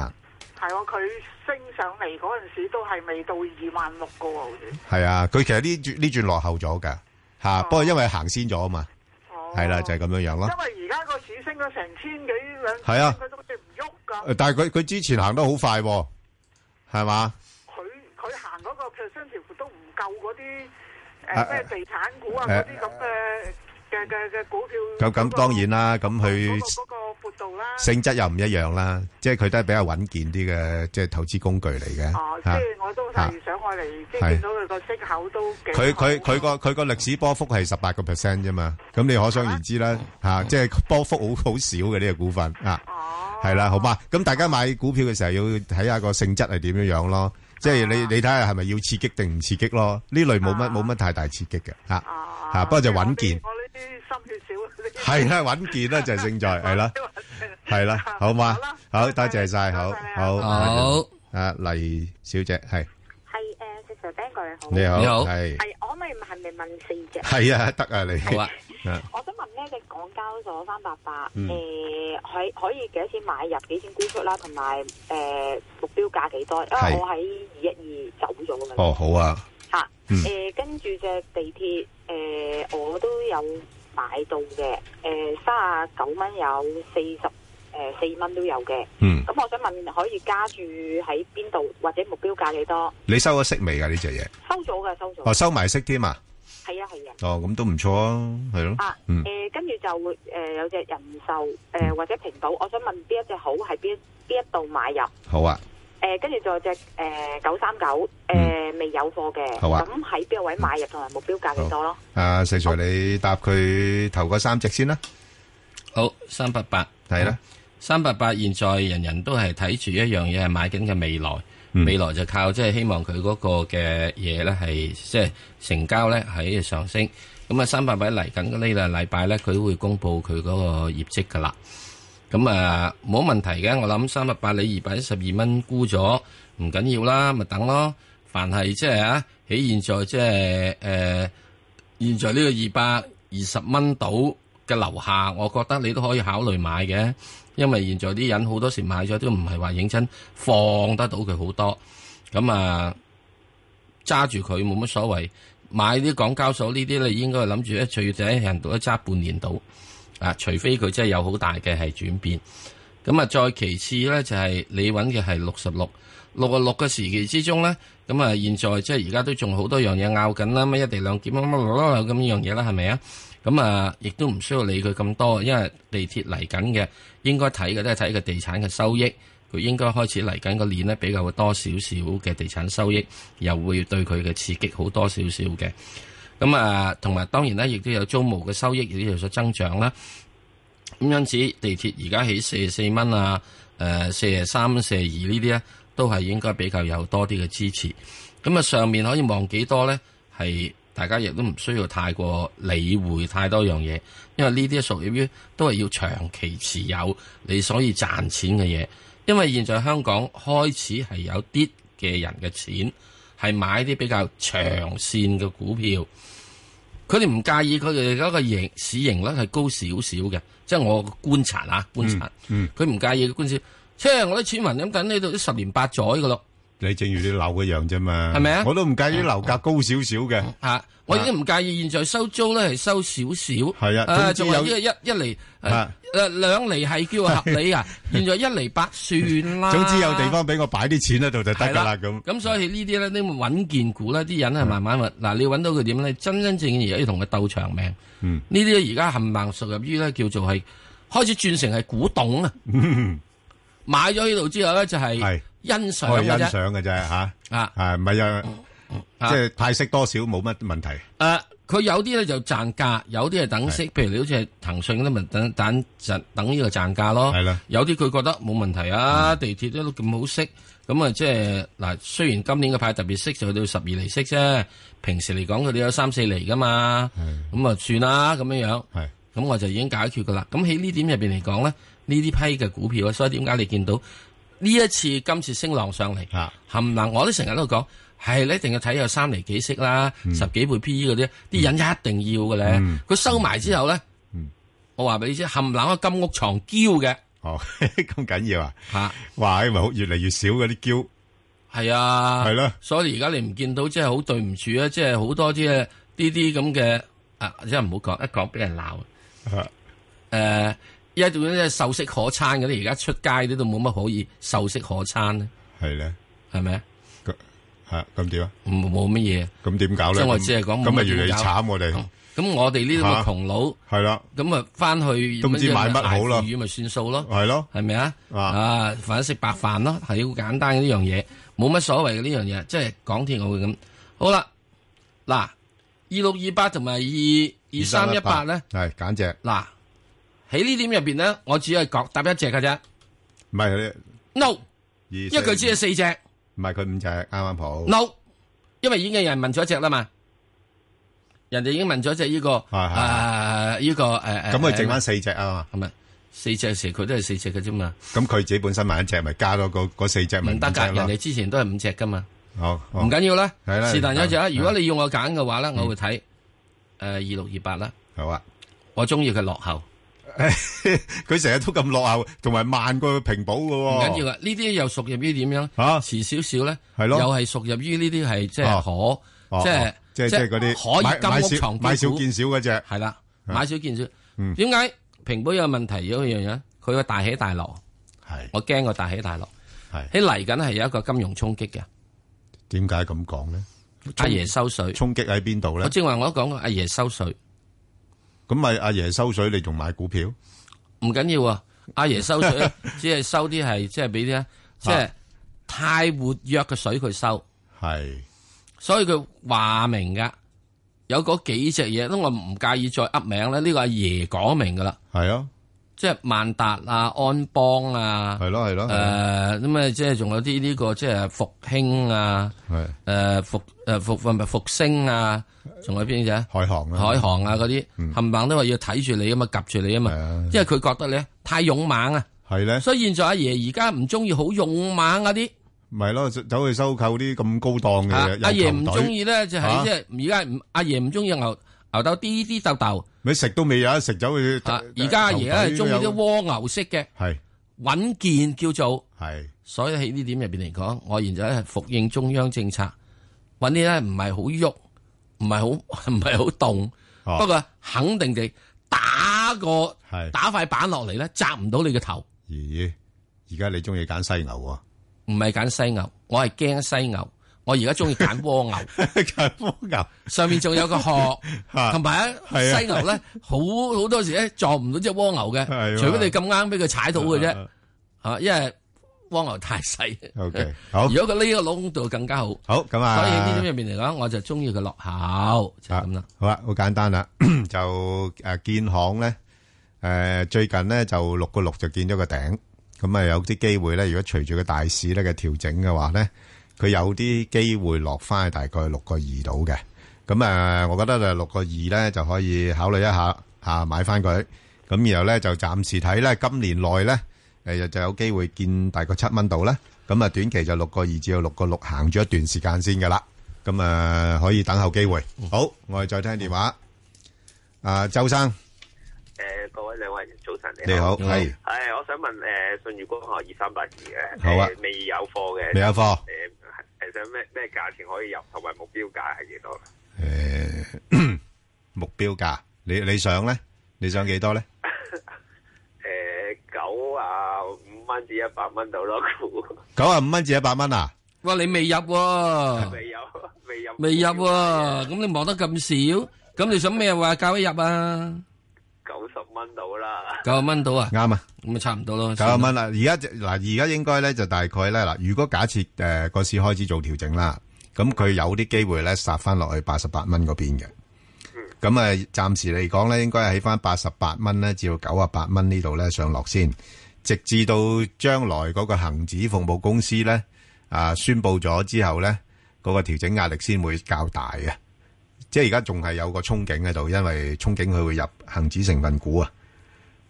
Speaker 22: 係喎，佢升上嚟嗰陣時都係未到二萬六個喎，好似。
Speaker 11: 係啊，佢其實呢轉呢轉落後咗噶吓，不過因為行先咗啊嘛，係啦就係咁樣樣咯。
Speaker 22: 因為而家個市升咗成千幾兩，
Speaker 11: 係啊
Speaker 22: 佢都好似唔喐
Speaker 11: 誒
Speaker 22: 㗎。
Speaker 11: 但係佢佢之前行得好快喎，係嘛？
Speaker 22: 佢佢行嗰個 percent 條都唔夠嗰啲
Speaker 11: 啊
Speaker 22: 誒咩地產股啊
Speaker 11: 誒
Speaker 22: 嗰啲咁嘅嘅嘅嘅股票。
Speaker 11: 咁咁當然啦，咁佢性質又唔一樣啦，即係佢都係比較穩健啲嘅，即係投資工具嚟嘅。
Speaker 22: 哦，即
Speaker 11: 嚇
Speaker 22: 係我都
Speaker 11: 啊
Speaker 22: 係想我嚟，即
Speaker 11: 係
Speaker 22: 係見到佢個息口都幾
Speaker 11: 佢
Speaker 22: 好
Speaker 11: 佢佢個佢個歷史波幅係十八個 percent 啫嘛，咁你可想而知啦嚇、即係波幅好好少嘅呢個股份啊，係啦、好嘛？咁大家買股票嘅時候要睇下個性質係點樣樣咯，即係你你睇下係咪要刺激定唔刺激咯？呢類冇乜冇乜太大刺激嘅嚇嚇，不過就穩健，係啦穩健啦就係勝在係 [laughs] 啦係啦，好嘛？好多謝晒，好好
Speaker 12: 好
Speaker 11: 啊，黎小姐係
Speaker 23: 係誒，石 Sir Ben 哥你好，
Speaker 11: 你好你好係
Speaker 23: 係我可唔可以係咪問四隻？
Speaker 11: 係啊，得啊你
Speaker 23: 好啊。
Speaker 11: 啊
Speaker 23: 我想問呢隻港交所三八八，
Speaker 11: 嗯
Speaker 23: 誒喺可以幾多錢買入，幾錢沽出啦，同埋誒目標價幾多？因為
Speaker 11: 係
Speaker 23: 我喺二一二走咗㗎嘛。
Speaker 11: 哦，好啊。
Speaker 23: 嚇
Speaker 11: 嗯
Speaker 23: 誒，跟住隻地鐵誒，我都有買到嘅，誒三啊九蚊有，四十誒四蚊都有嘅。
Speaker 11: 嗯
Speaker 23: 咁我想問可以加注喺邊度，或者目標價幾多？
Speaker 11: 你收咗息未噶呢只嘢？
Speaker 23: 收咗嘅，收咗。
Speaker 11: 哦，收埋息添啊！
Speaker 23: 係啊，係啊。
Speaker 11: 哦，咁都唔錯啊，係咯。
Speaker 23: 啊，
Speaker 11: 嗯，
Speaker 23: 誒，跟住就會誒有隻人壽誒或者平保，我想問邊一隻好，係邊邊一度買入？
Speaker 11: 好啊。
Speaker 23: 誒，跟住仲有隻誒九三九誒未有貨嘅，
Speaker 11: 嗯好啊
Speaker 23: 咁喺邊個位買入同埋目標價幾多咯？
Speaker 11: 啊，石 Sir，你答佢頭嗰三隻先啦。
Speaker 12: 好，三八八
Speaker 11: 係啦，
Speaker 12: 三八八現在人人都係睇住一樣嘢係買緊嘅未來，
Speaker 11: 嗯
Speaker 12: 未來就靠即係希望佢嗰個嘅嘢咧係即係成交咧喺上升。咁啊，三八八嚟緊呢個禮拜咧，佢會公布佢嗰個業績噶啦。咁啊，冇問題嘅，我諗三百八你二百一十二蚊沽咗，唔緊要啦，咪等咯。凡係即係啊，喺現在即係誒。呃現在呢個二百二十蚊到嘅樓下，我覺得你都可以考慮買嘅，因為現在啲人好多時買咗都唔係話認真放得到佢好多，咁啊揸住佢冇乜所謂。買啲港交所呢啲你應該係諗住一最底人度一揸半年到，啊，除非佢真係有好大嘅係轉變。咁啊，再其次咧就係、你揾嘅係六十六，六啊六嘅時期之中咧，咁啊現在即係而家都仲好多樣嘢拗緊啦，乜一地兩檢乜乜乜乜咁樣嘢啦，係咪啊？咁啊，亦都唔需要理佢咁多，因為地鐵嚟緊嘅應該睇嘅都係睇佢地產嘅收益，佢應該開始嚟緊個年咧比較會多少少嘅地產收益，又會對佢嘅刺激好多少少嘅。咁啊，同埋當然啦，亦都有租務嘅收益，亦都有所增長啦。咁因此地鐵而家起四十四蚊啊，誒四十三、四十二呢啲咧，都係應該比較有多啲嘅支持。咁啊，上面可以望幾多咧？係大家亦都唔需要太過理會太多樣嘢，因為呢啲屬於都係要長期持有，你所以賺錢嘅嘢。因為現在香港開始係有啲嘅人嘅錢係買啲比較長線嘅股票。佢哋唔介意佢哋嗰個盈市盈率係高少少嘅，即係我觀察
Speaker 11: 嗯
Speaker 12: 啊，觀察，佢唔、介意嘅觀察，即係我啲錢民咁緊呢度都十年八載嘅咯，
Speaker 11: 你正如你樓一樣啫嘛，
Speaker 12: 係咪啊
Speaker 11: 我都唔介意樓價高少少嘅，
Speaker 12: 啊，我已經唔介意現在收租咧係收少少，
Speaker 11: 係啊
Speaker 12: 啊，
Speaker 11: 總
Speaker 12: 仲
Speaker 11: 之有
Speaker 12: 有一一厘，誒
Speaker 11: 啊
Speaker 12: 兩厘係叫合理
Speaker 11: [laughs]
Speaker 12: 啊，現在一厘八算啦。
Speaker 11: 總之有地方俾我擺啲錢喺度就得
Speaker 12: 係
Speaker 11: 㗎啦咁。
Speaker 12: 咁所以呢啲咧，呢啲穩健股咧，啲人係慢慢揾嗱，你揾到佢點咧？真真正正而家要同佢鬥長命。
Speaker 11: 嗯，
Speaker 12: 呢啲而家冚唪唥屬入於咧叫做係開始轉成係古董
Speaker 11: [laughs]
Speaker 12: 啊！買咗呢度之後咧就係欣賞
Speaker 11: 我係
Speaker 12: 嘅
Speaker 11: 哦欣
Speaker 12: 啫。
Speaker 11: 賞嘅啫吓，
Speaker 12: 啊，
Speaker 11: 唔係啊，即係派息多少冇乜問題。
Speaker 12: 誒，呃佢有啲咧就賺價，有啲係等息。譬如你好似係騰訊嗰啲，咪等等等等呢個賺價咯。係啦，有啲佢覺得冇問題啊，地鐵都咁好息，咁啊即係嗱，雖然今年嘅派特別息就去到十二厘息啫，平時嚟講佢哋有三四厘噶嘛，咁啊算啦咁樣樣。
Speaker 11: 係，
Speaker 12: 咁我就已經解決噶啦。咁喺呢點入邊嚟講咧，呢啲批嘅股票啊，所以點解你見到呢一次今次升浪上嚟，
Speaker 11: 啊
Speaker 12: 冚唪唥我都成日都講，係你一定要睇有三厘幾息啦，
Speaker 11: 嗯
Speaker 12: 十幾倍 P E 嗰啲，啲人一定要嘅咧。佢收埋之後咧，
Speaker 11: 嗯
Speaker 12: 我話俾你知，冚唪唥個金屋藏嬌嘅。
Speaker 11: 哦， [laughs] 咁緊要啊！
Speaker 12: 嚇，
Speaker 11: 哇，因為好越嚟越少嗰啲嬌。
Speaker 12: 係啊，
Speaker 11: 係咯，
Speaker 12: 所以而家你唔見到，即係好對唔住啊！即係好多啲呢啲咁嘅啊，即係唔好講，一講俾人鬧。啊
Speaker 11: 誒、
Speaker 12: 呃一種即係秀色可餐嗰啲，而家出街啲都冇乜可以秀色可餐咧。
Speaker 11: 係咧，
Speaker 12: 係咪啊？
Speaker 11: 吓咁點啊？
Speaker 12: 冇冇乜嘢。
Speaker 11: 咁點搞咧？
Speaker 12: 即係我只係講
Speaker 11: 咁
Speaker 12: 冇
Speaker 11: 咪
Speaker 12: 乜
Speaker 11: 越嚟越
Speaker 12: 點搞
Speaker 11: 慘我哋。
Speaker 12: 咁我哋呢啲咁嘅
Speaker 11: 嚇
Speaker 12: 窮佬，
Speaker 11: 係啦，
Speaker 12: 咁啊翻去
Speaker 11: 都唔知買乜好啦
Speaker 12: 捱腐乳咪算數咯。
Speaker 11: 係咯，
Speaker 12: 係咪啊？啊，反正食白飯咯，係好簡單嘅呢樣嘢，冇乜所謂嘅呢樣嘢。即係港鐵我會咁。好啦，嗱，二六二八同埋二二三一八咧，
Speaker 11: 係揀隻
Speaker 12: 嗱喺呢點入邊咧，我只係講搭一隻嘅啫。
Speaker 11: 唔係
Speaker 12: no，
Speaker 11: 你
Speaker 12: 因為佢只係四隻。
Speaker 11: 唔係佢五隻啱啱好。
Speaker 12: no，因為已經有人問咗一隻啦嘛，人哋已經問咗一隻呢個誒呢個誒誒，
Speaker 11: 咁佢剩翻四隻啊
Speaker 12: 嘛，係咪？四隻時佢都係四隻嘅啫嘛，
Speaker 11: 咁佢自己本身買一隻，咪加多嗰嗰四隻咪
Speaker 12: 唔得
Speaker 11: 五隻
Speaker 12: 㗎，
Speaker 11: 咯
Speaker 12: 人哋之前都係五隻㗎嘛，
Speaker 11: 好
Speaker 12: 唔緊要啦，
Speaker 11: 係啦
Speaker 12: 是但有一隻啊。
Speaker 11: 係
Speaker 12: 如果你要我揀嘅話咧，我會睇誒二六二八啦。
Speaker 11: 好啊，
Speaker 12: 我中意佢落後，
Speaker 11: [laughs] 佢成日都咁落後，同埋慢過平保嘅
Speaker 12: 唔
Speaker 11: 喎。
Speaker 12: 緊要啊。呢啲又屬入於點樣？
Speaker 11: 嚇
Speaker 12: 遲少少咧，
Speaker 11: 係咯
Speaker 12: 又係屬入於呢啲係即係
Speaker 11: 哦
Speaker 12: 可
Speaker 11: 哦
Speaker 12: 即係
Speaker 11: 哦即係即係嗰啲買
Speaker 12: 可以
Speaker 11: 買
Speaker 12: 金
Speaker 11: 少
Speaker 12: 屋藏
Speaker 11: 買
Speaker 12: 嬌
Speaker 11: 少
Speaker 12: 股
Speaker 11: 見少嗰只
Speaker 12: 係啦，買少見少
Speaker 11: 嗯。
Speaker 12: 點解平保有問題？有一樣嘢，佢個大起大落。
Speaker 11: 係
Speaker 12: 我驚個大起大落。
Speaker 11: 係
Speaker 12: 喺嚟緊係有一個金融衝擊嘅。
Speaker 11: 點解咁講咧？
Speaker 12: 阿爺收水，
Speaker 11: 衝擊喺邊度咧
Speaker 12: 我？正話我都講過，阿爺收水
Speaker 11: 咁咪阿爺收水，你仲買股票？
Speaker 12: 唔緊要啊。阿爺
Speaker 11: [laughs]
Speaker 12: 收水只係收啲係即係俾啲啊即係太活躍嘅水佢收。
Speaker 11: 係，
Speaker 12: 所以佢話明噶。有嗰幾隻嘢，都我唔介意再噏名咧。呢、個阿爺講明噶啦，
Speaker 11: 係啊，
Speaker 12: 即係萬達啊、安邦啊，
Speaker 11: 係咯係咯，
Speaker 12: 誒咁啊，即係仲有啲呢個即係復興啊，
Speaker 11: 係
Speaker 12: 誒復誒復唔係復星啊，仲有邊隻啊？
Speaker 11: 海航
Speaker 12: 啊，海航
Speaker 11: 嗯
Speaker 12: 啊嗰啲冚唪唥都話要睇住你啊嘛，夾住你啊嘛，因為佢覺得你咧太勇猛啊，
Speaker 11: 係咧，
Speaker 12: 所以現在阿爺而家唔中意好勇猛啊嗰啲，
Speaker 11: 咪咯，走走去收購啲咁高檔嘅
Speaker 12: 啊
Speaker 11: 有
Speaker 12: 阿
Speaker 11: 球
Speaker 12: 爺唔
Speaker 11: 隊
Speaker 12: 中意咧就係
Speaker 11: 啊
Speaker 12: 即係而家唔阿爺唔中意牛牛豆啲啲豆豆，
Speaker 11: 你食都未有得食，走去
Speaker 12: 啊而家阿爺咧係中意啲
Speaker 11: 窩
Speaker 12: 蝸牛式嘅。
Speaker 11: 係
Speaker 12: 穩健叫做
Speaker 11: 係，
Speaker 12: 所以喺呢點入邊嚟講，我現在係服應中央政策，揾啲咧唔係好喐，唔係好 [laughs] 唔係好動，
Speaker 11: 哦
Speaker 12: 不過肯定地打個
Speaker 11: 係
Speaker 12: 打塊板落嚟咧，砸唔到你嘅頭。
Speaker 11: 咦？而家你中意揀犀牛喎？
Speaker 12: 唔係揀犀牛，我係驚犀牛。我而家中意揀蝸牛，
Speaker 11: [laughs] 揀蝸牛
Speaker 12: 上面仲有個殼，
Speaker 11: 嚇
Speaker 12: 同埋
Speaker 11: 係
Speaker 12: 咧
Speaker 11: [laughs] 啊
Speaker 12: 犀牛咧，好好多時咧撞唔到只蝸牛嘅，
Speaker 11: 係喎啊
Speaker 12: 除非你咁啱俾佢踩到嘅啫。嚇，因為蝸牛太細。 [laughs]
Speaker 11: OK，好
Speaker 12: 如果佢呢個窿度更加好。
Speaker 11: 好咁啊
Speaker 12: 所以呢啲入面嚟講，我就中意佢落口就係咁啦。
Speaker 11: 好啊啦，好簡單啦， [coughs] 就诶建行咧，诶、呃最近咧就六個六就見咗個頂，咁啊有啲機會咧，如果隨住個大市咧嘅調整嘅話咧，佢有啲機會落翻去大概六個二度嘅，咁啊、我覺得就六個二咧就可以考慮一下啊買翻佢，咁然後咧就暫時睇咧今年內咧誒就有機會見大概七蚊度啦，咁啊短期就六個二至到六個六行咗一段時間先噶啦。咁啊，可以等候機會。好，我哋再聽電話。啊，周生，
Speaker 2: 诶、各位位兩位早晨，
Speaker 11: 你好係
Speaker 2: 係，我想問誒舜宇光學二三八二嘅，
Speaker 11: 好啊
Speaker 2: 誒未有貨嘅，
Speaker 11: 未有貨
Speaker 2: 誒係想咩咩價錢可以入，同埋目標價係幾多？
Speaker 11: 呃目標價，你你想咧？你想幾多咧？
Speaker 2: 誒九啊五蚊至一百蚊到咯，估
Speaker 11: 九啊五蚊至一百蚊啊？
Speaker 12: 哇，你未入喎，
Speaker 2: 未有未有
Speaker 12: 未入喎，咁你望得咁少，咁你想咩話教一入啊？
Speaker 2: 九十蚊到啦，
Speaker 12: 九啊蚊到啊？
Speaker 11: 啱啊，
Speaker 12: 咁咪差唔多咯。
Speaker 11: 九啊蚊啦，而家就嗱，而家應該咧就大概咧嗱，如果假設誒個市開始做調整啦，咁佢有啲機會咧殺翻落去八十八蚊嗰邊嘅。咁啊，暫時嚟講咧，應該係喺翻八十八蚊咧，至到九啊八蚊呢度咧上落先，直至到將來嗰個恒指服務公司咧啊宣布咗之後咧，嗰、個調整壓力先會較大嘅。即係而家仲係有個憧憬喺度，因為憧憬佢會入恒指成分股啊，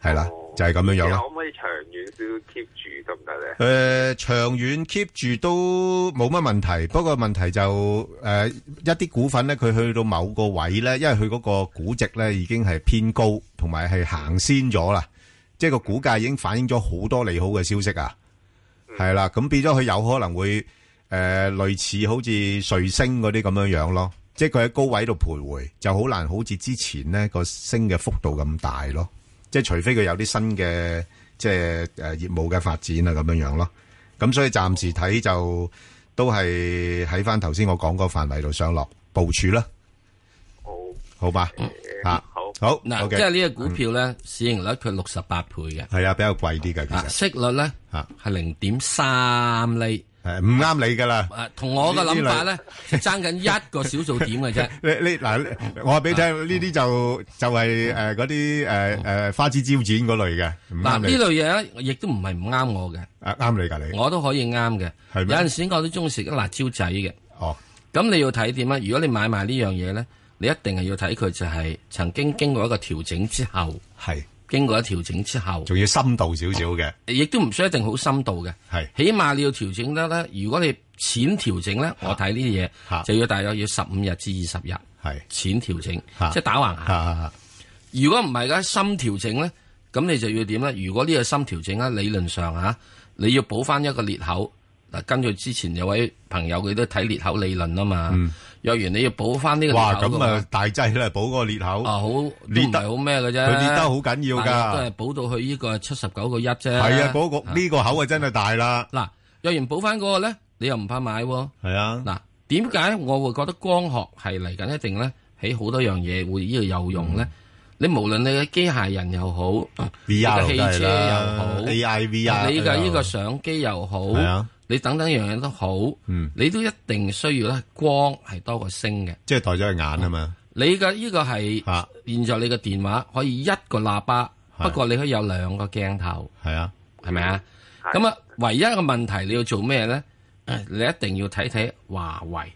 Speaker 11: 係啦，就係咁樣樣
Speaker 2: 其實
Speaker 11: 啦
Speaker 2: 可。唔可以長遠少少 keep 住得唔得咧？
Speaker 11: 誒、長遠 keep 住都冇乜問題，不過問題就誒、一啲股份咧，佢去到某個位咧，因為佢嗰個估值咧已經係偏高，同埋係行先咗啦，即係個股價已經反映咗好多利好嘅消息啊，係啦、咁變咗佢有可能會誒、呃類似好似瑞星嗰啲咁樣樣咯，即係佢喺高位度徘徊，就好難好似之前呢個升嘅幅度咁大咯。即係除非佢有啲新嘅即係誒業務嘅發展啊咁樣樣咯。咁所以暫時睇就都係喺翻頭先我講個範圍度上落部署啦。好，好吧，嚇，好，好，
Speaker 12: 嗯嗱，即
Speaker 11: OK
Speaker 12: 係呢個股票咧，市盈率佢六十八倍嘅，
Speaker 11: 係啊，比較貴啲嘅其
Speaker 12: 啊
Speaker 11: 實
Speaker 12: 息率咧係零點三厘，啊
Speaker 11: 係唔啱你噶啦。
Speaker 12: 同我嘅諗法
Speaker 11: 呢
Speaker 12: 咧就爭緊一個小數點
Speaker 11: [laughs]
Speaker 12: 嘅啫。
Speaker 11: 你你嗱，我話俾你
Speaker 12: 啊
Speaker 11: 聽，呢啲就就係誒嗰啲誒誒花枝招展嗰類嘅，唔
Speaker 12: 嗯嗱
Speaker 11: 啱
Speaker 12: 呢
Speaker 11: 你。
Speaker 12: 類嘢咧，亦都唔係唔啱我嘅。
Speaker 11: 啊啱你㗎你，
Speaker 12: 我都可以啱嘅。有陣時我都中意食啲辣椒仔嘅。
Speaker 11: 哦，
Speaker 12: 咁你要睇點啊？如果你買埋呢樣嘢咧，你一定係要睇佢就係曾經經過一個調整之後，
Speaker 11: 嗯係
Speaker 12: 經過一調整之後，
Speaker 11: 仲要深度少少嘅，
Speaker 12: 亦都唔需要一定好深度嘅。
Speaker 11: 係，
Speaker 12: 起碼你要調整得咧。如果你淺調整咧，我睇呢啲嘢就要大約要十五日至二十日，
Speaker 11: 係
Speaker 12: 淺調整
Speaker 11: 嚇，
Speaker 12: 即係打橫
Speaker 11: 行。
Speaker 12: 如果唔係嘅深調整咧，咁你就要點咧？如果呢個深調整啊咧，理論上嚇、你要補翻一個裂口。嗱，根據之前有位朋友佢都睇裂口理論啊嘛。若然你要補翻呢個裂
Speaker 11: 嗯哇，
Speaker 12: 口嘅
Speaker 11: 咁
Speaker 12: 話
Speaker 11: 啊大劑啦，補個裂口
Speaker 12: 啊，好
Speaker 11: 裂
Speaker 12: 都唔係好咩嘅啫，
Speaker 11: 佢裂得好緊要㗎
Speaker 12: 大約都係補到去呢個七十九個一啫。
Speaker 11: 係啊嗰個呢個口啊真係大啦。
Speaker 12: 嗱，若然補翻嗰個咧，你又唔怕買喎。
Speaker 11: 係啊，
Speaker 12: 嗱，點解我會覺得光學係嚟緊一定咧喺好多樣嘢會呢度有用
Speaker 11: 嗯
Speaker 12: 咧？你無論你嘅機械人又好，你
Speaker 11: VR
Speaker 12: 嘅汽車又
Speaker 11: 都
Speaker 12: 好
Speaker 11: 係啦，AI VR
Speaker 12: 你嘅呢個相機又好
Speaker 11: 係啊，嗯
Speaker 12: 你等等樣嘢都好，你都一定需要咧光係多過聲嘅。
Speaker 11: 即係代咗佢眼啊嘛。啊
Speaker 12: 你嘅呢個係現在你嘅電話可以一個喇叭，不過你可以有兩個鏡頭。
Speaker 11: 係啊，
Speaker 12: 係咪啊？咁啊，唯一一個問題你要做咩咧？
Speaker 11: 嗯
Speaker 12: 誒你一定要睇睇華為，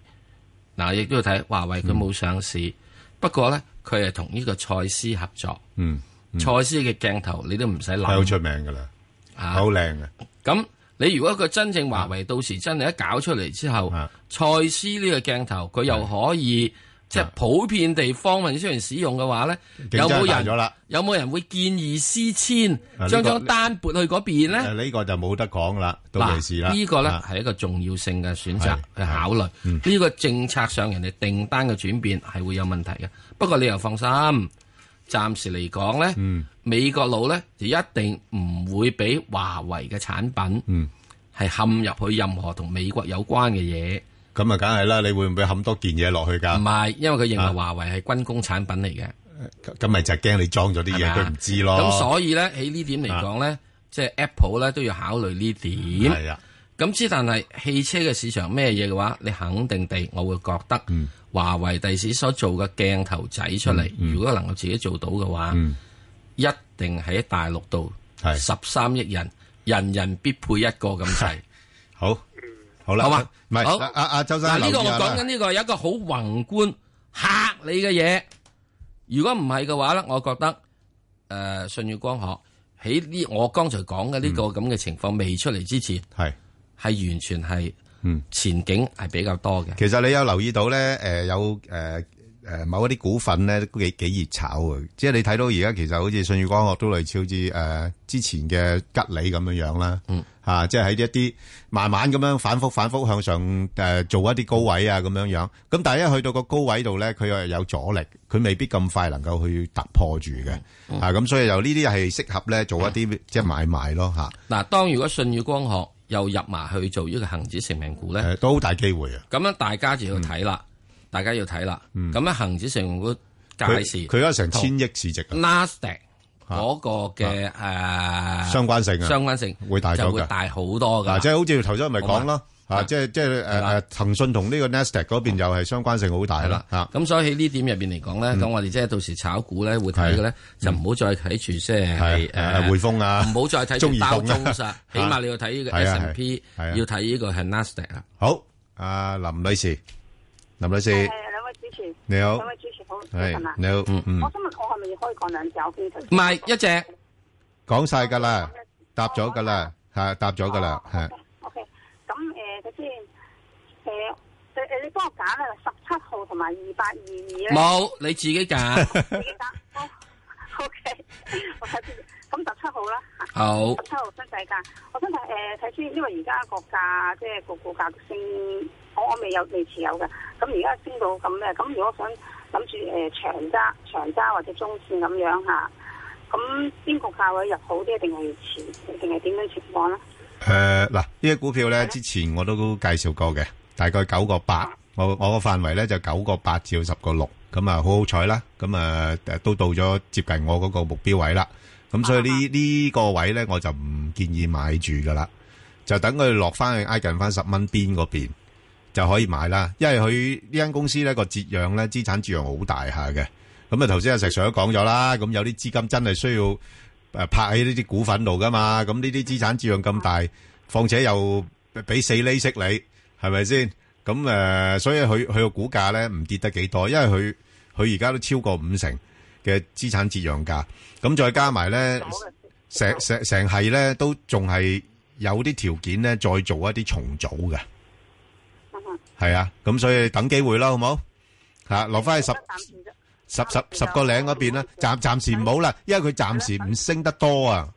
Speaker 12: 嗱，亦都要睇華為佢
Speaker 11: 嗯
Speaker 12: 冇上市，不過咧佢係同呢個賽斯合作，
Speaker 11: 嗯，
Speaker 12: 賽斯嘅鏡頭你都唔使諗，
Speaker 11: 係好出名㗎啦，
Speaker 12: 啊
Speaker 11: 好靚嘅。
Speaker 12: 咁你如果佢真正華為到時真係一搞出嚟之後，
Speaker 11: 啊
Speaker 12: 賽斯呢個鏡頭佢又可以即係普遍地方運雖然使用嘅話咧，
Speaker 11: 啊競
Speaker 12: 有
Speaker 11: 爭
Speaker 12: 冇
Speaker 11: 大咗
Speaker 12: 人
Speaker 11: 啦
Speaker 12: 有冇人會見異思遷
Speaker 11: 啊呢個，啊
Speaker 12: 將張單撥去嗰邊咧？
Speaker 11: 誒呢個就冇得講啦，到期時啦。
Speaker 12: 嗱呢個咧
Speaker 11: 啊
Speaker 12: 係一個重要性嘅選擇
Speaker 11: 係嗯
Speaker 12: 去考慮。呢個政策上人哋訂單嘅轉變係會有問題嘅。不過你又放心，暫時嚟講咧，
Speaker 11: 嗯
Speaker 12: 美國佬咧就一定唔會俾華為嘅產品
Speaker 11: 嗯
Speaker 12: 係陷入去任何同美國有關嘅嘢。
Speaker 11: 咁啊，梗係啦，你會唔會冚多件嘢落去㗎？啊
Speaker 12: 唔係，因為佢認為華為係軍工產品嚟嘅。
Speaker 11: 咁咪就係驚你裝咗啲嘢，
Speaker 12: 係咪
Speaker 11: 佢
Speaker 12: 啊
Speaker 11: 唔知咯。啊
Speaker 12: 咁所以咧喺呢點嚟講咧，即係 Apple 咧都要考慮呢點。
Speaker 11: 係啊。
Speaker 12: 咁之但係汽車嘅市場咩嘢嘅話，你肯定地，我會覺得
Speaker 11: 嗯
Speaker 12: 華為第時所做嘅鏡頭仔出嚟，
Speaker 11: 嗯
Speaker 12: 如果能夠自己做到嘅話，一定喺大陸度十三億人，人人必配一個咁滯。
Speaker 11: 好，好啦，
Speaker 12: 好嘛，
Speaker 11: 唔係
Speaker 12: 好
Speaker 11: 阿阿啊周生
Speaker 12: 嗱呢個
Speaker 11: 留
Speaker 12: 我
Speaker 11: 意下啦
Speaker 12: 講緊呢個有一個好宏觀嚇你嘅嘢。如果唔係嘅話咧，我覺得誒舜宇光學喺呢我剛才講嘅呢個咁嘅情況未出嚟之前，
Speaker 11: 嗯係
Speaker 12: 係完全係
Speaker 11: 嗯
Speaker 12: 前景係比較多嘅。
Speaker 11: 其實你有留意到咧，誒、有誒誒、诶某一啲股份咧都幾幾熱炒嘅，即係你睇到而家其實好似信宇光學都類似好似诶之前嘅吉利咁樣樣啦，
Speaker 12: 嗯
Speaker 11: 啊即係喺一啲慢慢咁樣反覆反覆向上诶、呃做一啲高位啊咁樣樣，咁但係一去到個高位度咧，佢又有阻力，佢未必咁快能夠去突破住嘅，
Speaker 12: 嗯
Speaker 11: 啊咁所以就呢啲係適合咧做一啲即係買賣咯吓。
Speaker 12: 嗱，當如果信宇光學又入埋去做呢個恒指成分股咧，
Speaker 11: 都好大機會啊！嗯
Speaker 12: 咁樣大家就要睇啦，大家要睇啦。咁樣恒指成分股
Speaker 11: 佢
Speaker 12: 界市，
Speaker 11: 佢而家成千億市值啊
Speaker 12: n a s d a 嗰個嘅誒
Speaker 11: 相關性啊
Speaker 12: 相關性
Speaker 11: 會大咗㗎
Speaker 12: 就會大好多㗎。
Speaker 11: 嗱，啊即係好似頭先咪講咯，
Speaker 12: 好嘛
Speaker 11: 啊，即係即係
Speaker 12: 係
Speaker 11: 誒
Speaker 12: 啦
Speaker 11: 誒，騰訊同呢個 Nasdaq 嗰邊又係相關性好大
Speaker 12: 係
Speaker 11: 啦
Speaker 12: 啦，
Speaker 11: 啊，
Speaker 12: 咁所以喺呢點入邊嚟講咧，咁我哋即係到時炒股咧會睇嘅咧，就唔好再睇住即係
Speaker 11: 係誒匯豐啊
Speaker 12: 唔好再睇
Speaker 11: 中
Speaker 12: 住
Speaker 11: 移
Speaker 12: 包
Speaker 11: 動啊
Speaker 12: 中實，起碼你要睇呢個
Speaker 11: 係
Speaker 12: S
Speaker 11: 啊
Speaker 12: n P，
Speaker 11: 係啊
Speaker 12: 要睇呢個係 Nasdaq 啦。
Speaker 11: 好，阿林女士，林女士，
Speaker 24: 係兩位主持，
Speaker 11: 你好
Speaker 24: 兩位主持好，早
Speaker 11: 係
Speaker 24: 晨啊，
Speaker 11: 你好嗯嗯
Speaker 24: 我今日我係咪可以講兩隻？我經常
Speaker 12: 唔係一隻
Speaker 11: 講晒㗎啦，答咗㗎啦，係答咗㗎啦，係
Speaker 24: OK，咁誒佢先誒誒誒，你幫我揀啦，十七號同埋二八二二咧，
Speaker 12: 冇你自己
Speaker 11: [laughs]
Speaker 12: 揀，
Speaker 24: 自己揀。哦 OK，我睇先，咁十七號啦，
Speaker 12: 好
Speaker 24: 十七號新世界，我想睇誒睇先，因為而家個價即係個股價升，我我未有未持有嘅，咁而家升到咁咧，咁如果想諗住誒長揸長揸或者中線咁樣嚇，咁邊個價位入好啲，定係持定係點樣情況咧？
Speaker 11: 誒嗱，呢只股票咧之前我都介紹過嘅，大概九個八，我我個範圍咧就九個八至到十個六，咁啊好好彩啦，咁啊誒都到咗接近我嗰個目標位啦，咁所以呢呢個位咧我就唔建議買住噶啦，就等佢落翻去挨近翻十蚊邊嗰邊就可以買啦，因為佢呢間公司咧個折讓咧資產折讓好大下嘅，咁啊頭先阿石 Sir 都講咗啦，咁有啲資金真係需要。誒拍喺呢啲股份度噶嘛，咁呢啲資產折讓咁大，況且又呃俾四厘息你，係咪先？咁誒、呃所以佢佢個股價咧唔跌得幾多，因為佢佢而家都超過五成嘅資產折讓價，咁再加埋咧，成成成係咧都仲係有啲條件咧，再做一啲重組嘅，係啊，咁所以等機會啦，好冇？嚇、落翻去十。十十十个零嗰邊啦，暫暫時唔好啦，因為佢暫時唔升得多啊。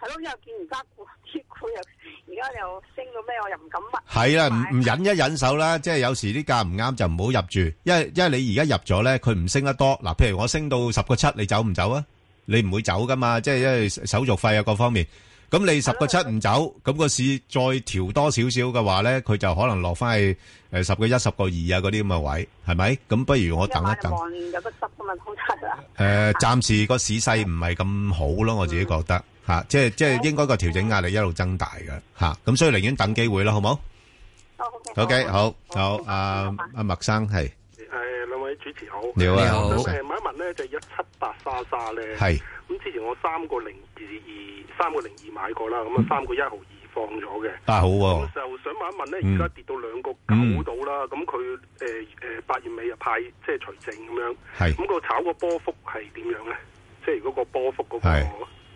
Speaker 24: 係咯，因為見而家股啲股又而家又升到咩，我又唔敢乜。
Speaker 11: 係啦，唔唔忍一忍手啦，即係有時啲價唔啱就唔好入住，因為因為你而家入咗咧，佢唔升得多。嗱，譬如我升到十個七，你走唔走啊？你唔會走噶嘛，即係因為手續費啊各方面。咁你十個七唔走，咁個市再調多少少嘅話咧，佢就可能落翻去誒十個一、十個二啊嗰啲咁嘅位，係咪？咁不如我等一等。
Speaker 24: 望有得執噶嘛，好得啊！
Speaker 11: 诶，暂时个市勢唔係咁好咯，我自己覺得吓，嚇即係即系应该个调整壓力一路增大嘅吓，嚇咁所以寧願等機會啦，好冇？OK，好，哦好，阿阿麦生係
Speaker 25: 誒兩位主持好，
Speaker 11: 你好啊你好
Speaker 25: 我想誒問一問咧，就一七八莎莎咧，
Speaker 11: 係
Speaker 25: 咁之前我三個零二二三個零二買過啦，咁啊三個一毫二放咗嘅。
Speaker 11: 嗯啊好喎
Speaker 25: 咁就想問一問
Speaker 11: 嗯
Speaker 25: 咧，而家跌到兩個九到啦，咁佢誒誒八月尾又派即係除淨咁樣，
Speaker 11: 係
Speaker 25: 咁個炒個波幅係點樣咧？即係嗰個波幅嗰
Speaker 11: 係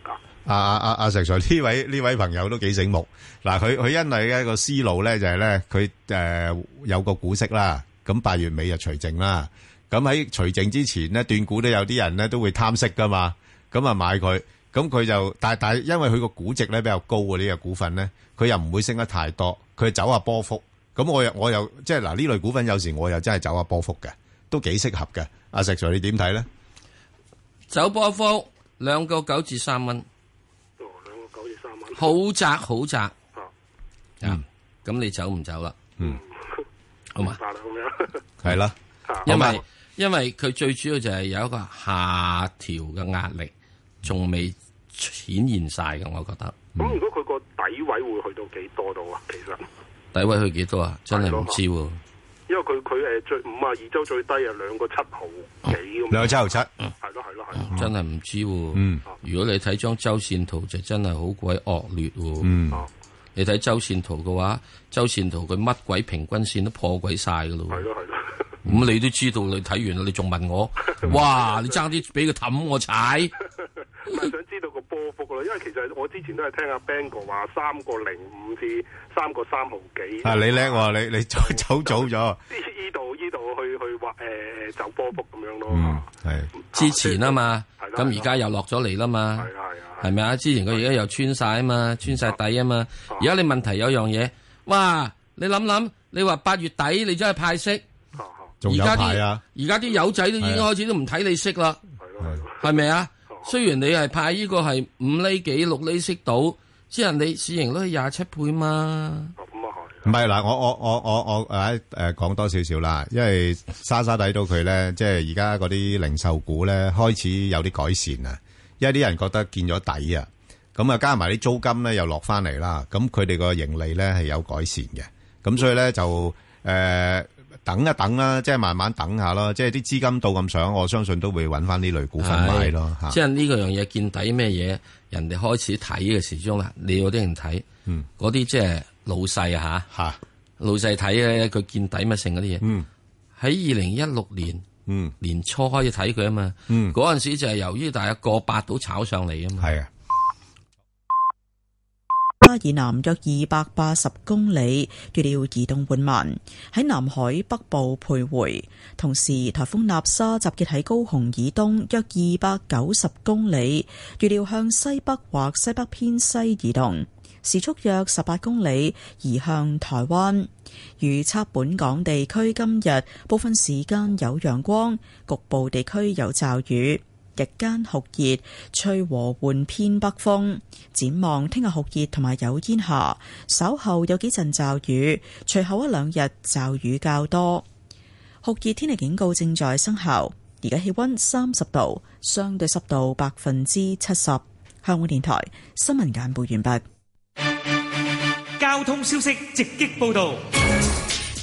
Speaker 25: 個。
Speaker 11: 阿阿阿阿石 Sir 呢位呢位朋友都幾醒目。嗱，佢佢因為咧個思路咧就係咧佢誒有個股息啦，咁八月尾就除淨啦。咁喺除淨之前咧，斷股都有啲人咧都會貪息噶嘛，咁啊買佢。咁佢就但但係因為佢個估值咧比較高嘅呢個股份咧，佢又唔會升得太多，佢走下波幅。咁我又我又即係嗱呢類股份有時我又真係走下波幅嘅，都幾適合嘅。阿石 Sir 你點睇咧？
Speaker 12: 走波幅兩個九至三蚊，好窄好窄，啊，咁你走唔走啦？
Speaker 11: 嗯，
Speaker 12: 好嘛，
Speaker 11: 係啦，
Speaker 12: 因為因為佢最主要就係有一個下調嘅壓力，仲未顯現晒嘅，我覺得。
Speaker 11: 嗯
Speaker 25: 咁如果佢個底位會去到幾多度啊？其實？
Speaker 12: 底位去幾多啊？真係唔知喎。
Speaker 25: 因為佢佢誒最五啊二周最低啊兩個七毫幾咁，
Speaker 11: 哦兩個七毫嗯七
Speaker 25: 係咯係咯係咯，
Speaker 12: 嗯真係唔知喎。如果你睇張周線圖就真係好鬼惡劣喎。
Speaker 25: 嗯
Speaker 12: 你睇周線圖嘅話，周線圖佢乜鬼平均線都破鬼晒噶咯。係
Speaker 25: 咯係咯。
Speaker 12: 咁
Speaker 25: [laughs]
Speaker 12: 你都知道，你睇完啦，你仲問我？哇！你爭啲俾佢氹我踩，
Speaker 25: 但係啊想知道個波幅咯，因為其實我之前都係聽阿 Bang 哥話三個零五至三個三毫幾。
Speaker 11: 啊，你叻喎，你你走走早咗，
Speaker 25: 呢度呢度去去畫誒走波幅咁樣咯。
Speaker 12: 之前啊嘛，咁而家又落咗嚟啦嘛，係咪啊？之前佢而家又穿晒啊嘛，穿晒底啊嘛。而家你問題有樣嘢，哇！你諗諗，你話八月底你真係派息，
Speaker 11: 仲有排啊！
Speaker 12: 而家啲友仔都已經開始都唔睇你息啦，係咪啊？雖然你係派呢個係五厘幾六厘息到，之人你市盈率係廿七倍嘛，
Speaker 11: 唔係嗱，我我我我我誒誒講多少少啦，因為沙沙睇到佢咧，即係而家嗰啲零售股咧開始有啲改善啊，因為啲人覺得見咗底啊，咁啊加埋啲租金咧又落翻嚟啦，咁佢哋個盈利咧係有改善嘅，咁所以咧就誒、呃等一等啦，即係慢慢等下咯，即係啲資金到咁上，我相信都會揾翻呢類股份買咯嚇。
Speaker 12: 即係呢個樣嘢見底咩嘢？人哋開始睇嘅時鐘啦，你有啲人睇，
Speaker 11: 嗯
Speaker 12: 嗰啲即係老細啊
Speaker 11: 吓，
Speaker 12: 老細睇咧，佢見底乜剩嗰
Speaker 11: 嗯
Speaker 12: 啲嘢。喺二零一六年年初開始睇佢啊嘛，嗰陣時就係由於大約個八度炒上嚟啊嘛。
Speaker 11: 嗯係啊，
Speaker 15: 巴以南約二百八十公里，預料移動緩慢，喺南海北部徘徊。同時，颱風納沙集結喺高雄以東約二百九十公里，預料向西北或西北偏西移動，時速約十八公里，移向台灣。預測本港地區今日部分時間有陽光，局部地區有驟雨。日間酷熱，吹和緩偏北風。展望聽日酷熱同埋有煙霞，稍後有幾陣驟雨，隨後一兩日驟雨較多。酷熱天氣警告正在生效。而家氣溫三十度，相對濕度百分之七十。香港電台新聞簡報完畢。
Speaker 16: 交通消息直擊報道。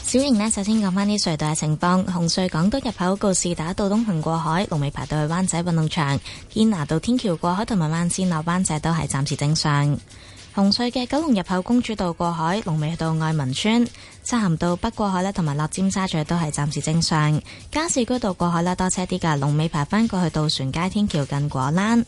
Speaker 17: 小瑩呢，首先講返啲隧道嘅啊情況。紅隧港島入口告士打道東行過海，龍尾排到去灣仔運動場；堅拿道天橋過海同埋慢線落灣仔都係暫時正常。紅隧嘅九龍入口公主道過海，龍尾去到愛民村；漆咸道北過海咧，同埋落尖沙咀都係暫時正常。加士居道過海咧多車啲㗎，龍尾排返過去渡船街天橋近果欄。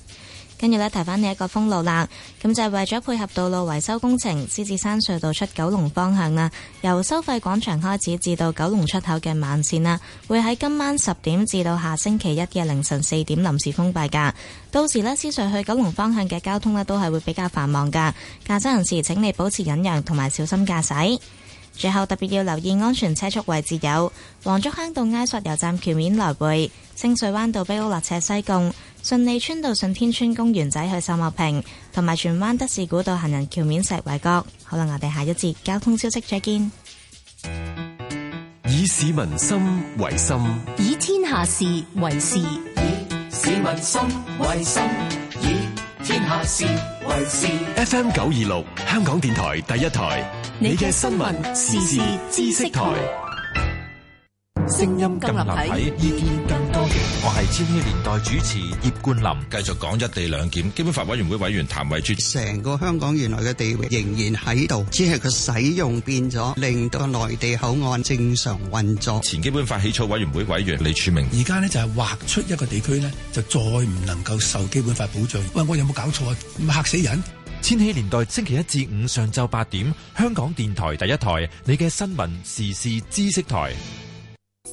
Speaker 17: 跟住呢，提翻你一個封路啦。咁就係為咗配合道路維修工程，獅子山隧道出九龍方向啦，由收費廣場開始至到九龍出口嘅慢線啦，會喺今晚十點至到下星期一嘅凌晨四點臨時封閉㗎。到時呢，獅隧去九龍方向嘅交通呢，都係會比較繁忙㗎。駕駛人士請你保持忍讓同埋小心駕駛。最後特別要留意安全車速位置有黃竹坑道埃索油站橋面來回、清水灣道卑屋落斜西貢。順利村道順天村公園仔去秀茂坪，同埋荃灣德士古道行人橋面石圍角。好啦，我哋下一節交通消息再見。
Speaker 3: 以市民心為心，
Speaker 4: 以天下事為事，以
Speaker 26: 市民心為心，以天下事為事。
Speaker 3: FM 九二六，香港電台第一台，你嘅新聞時事知識台。
Speaker 27: 聲音更立體，意見更多元。
Speaker 28: 我係千禧年代主持葉冠霖，繼續講一地兩檢。基本法委員會委員譚惠珠，
Speaker 29: 成個香港原來嘅地域仍然喺度，只係佢使用變咗，令到內地口岸正常運作。
Speaker 28: 前基本法起草委員會委員李柱銘，
Speaker 8: 而家呢就係劃出一個地區呢，就再唔能夠受基本法保障。喂，我有冇搞錯啊？嚇死人！
Speaker 27: 千禧年代星期一至五上晝八點，香港電台第一台，你嘅新聞時事知識台。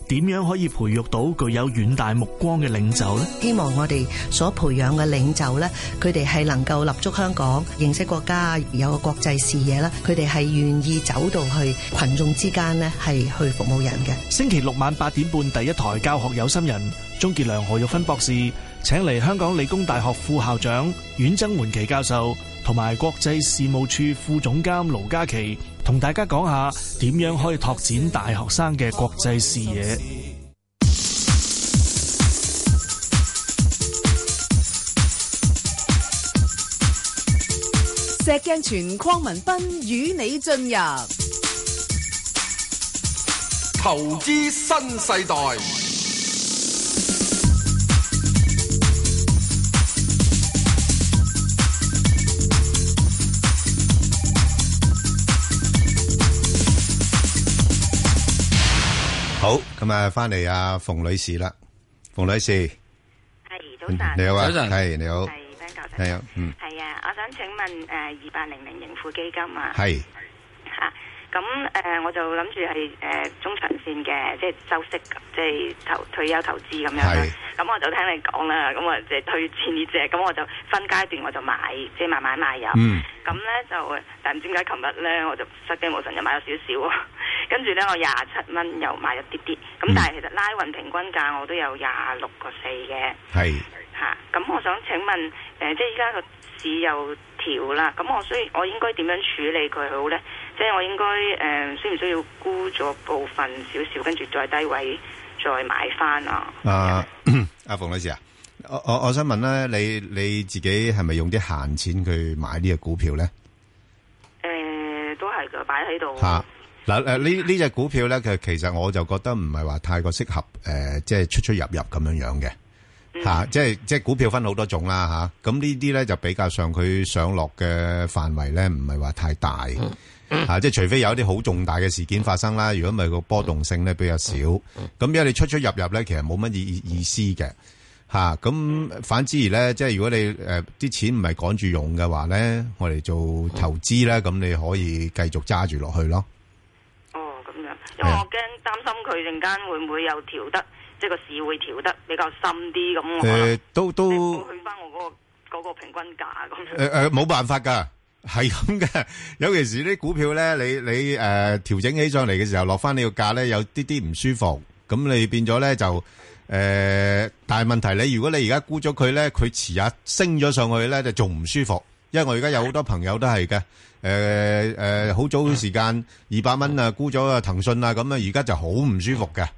Speaker 30: 點樣可以培育到具有遠大目光嘅領袖呢？
Speaker 31: 希望我哋所培養嘅領袖呢，佢哋係能夠立足香港，認識國家，有個國際視野啦。佢哋係願意走到去群眾之間呢，係去服務人嘅。
Speaker 30: 星期六晚八點半，第一台教學有心人，鍾傑良、何玉芬博士請嚟香港理工大學副校長阮曾煥琪教授同埋國際事務處副總監盧嘉琪。同大家講下點樣可以拓展大學生嘅國際視野。
Speaker 9: 石鏡泉鄺民彬與你進入
Speaker 10: 投資新世代。
Speaker 11: 好，咁啊，翻嚟阿馮女士啦，馮女士，
Speaker 32: 係早晨，
Speaker 11: 你好啊，
Speaker 32: 早晨
Speaker 11: 係你好，
Speaker 32: 係 Ben 哥，
Speaker 11: 係啊，嗯，
Speaker 14: 系啊，我想請問诶二八零零盈富基金啊，
Speaker 11: 係
Speaker 14: 吓咁诶我就諗住係诶中長線嘅，即係收息，即係投退休投資咁樣啦
Speaker 11: 係。
Speaker 14: 咁我就聽你講啦，咁我就推薦呢只，咁我就分階段我就買，即係慢慢買入。
Speaker 11: 嗯
Speaker 14: 咁咧就，但唔知點解琴日咧我就失驚無神就買咗少少喎， [laughs] 跟住咧我廿七蚊又買咗啲啲，咁但係其實拉運平均價我都有廿六個四嘅。
Speaker 11: 係
Speaker 14: 吓，咁我想請問，誒、即係依家個市又調啦，咁我需我應該點樣處理佢好呢？即係我應該誒、需唔需要沽咗部分少少，跟住再低位再買翻啊？
Speaker 11: 啊， [clears throat] 阿馮女士啊，我我我想問咧，你你自己係咪用啲閒錢去買呢只股票咧？
Speaker 14: 誒、都係嘅，擺喺度。
Speaker 11: 吓嗱诶呢呢只股票咧，佢其實我就覺得唔係話太過適合诶、呃即係出出入入咁樣樣嘅吓、嚇即係即系股票分好多種啦吓，咁呢啲咧就比較上佢上落嘅範圍咧，唔係話太大吓、嚇即係除非有一啲好重大嘅事件發生啦，如果唔係個波動性咧比較少，咁因為你出出入入咧，其實冇乜意意思嘅。吓咁、反之而咧，即係如果你诶啲、錢唔係趕住用嘅話咧，我哋做投資咧，咁你可以繼續揸住落去咯。
Speaker 14: 哦，咁樣，因為我驚擔心佢陣間會唔會又調得，即係個市會調得比較深啲，咁我可能
Speaker 11: 诶、呃都都
Speaker 14: 去翻我嗰、個嗰個平均價咁樣。
Speaker 11: 诶诶，冇、辦法㗎，係咁嘅。 [laughs] 尤其是啲股票咧，你你诶调、調整起上嚟嘅時候，落翻呢個價咧，有啲啲唔舒服。咁你變咗咧就诶、但係問題你如果你而家沽咗佢咧，佢遲下升咗上去咧，就仲唔舒服。因為我而家有好多朋友都係嘅，诶、诶，好、早時間二百蚊啊沽咗啊騰訊啊，咁啊而家就好唔舒服嘅，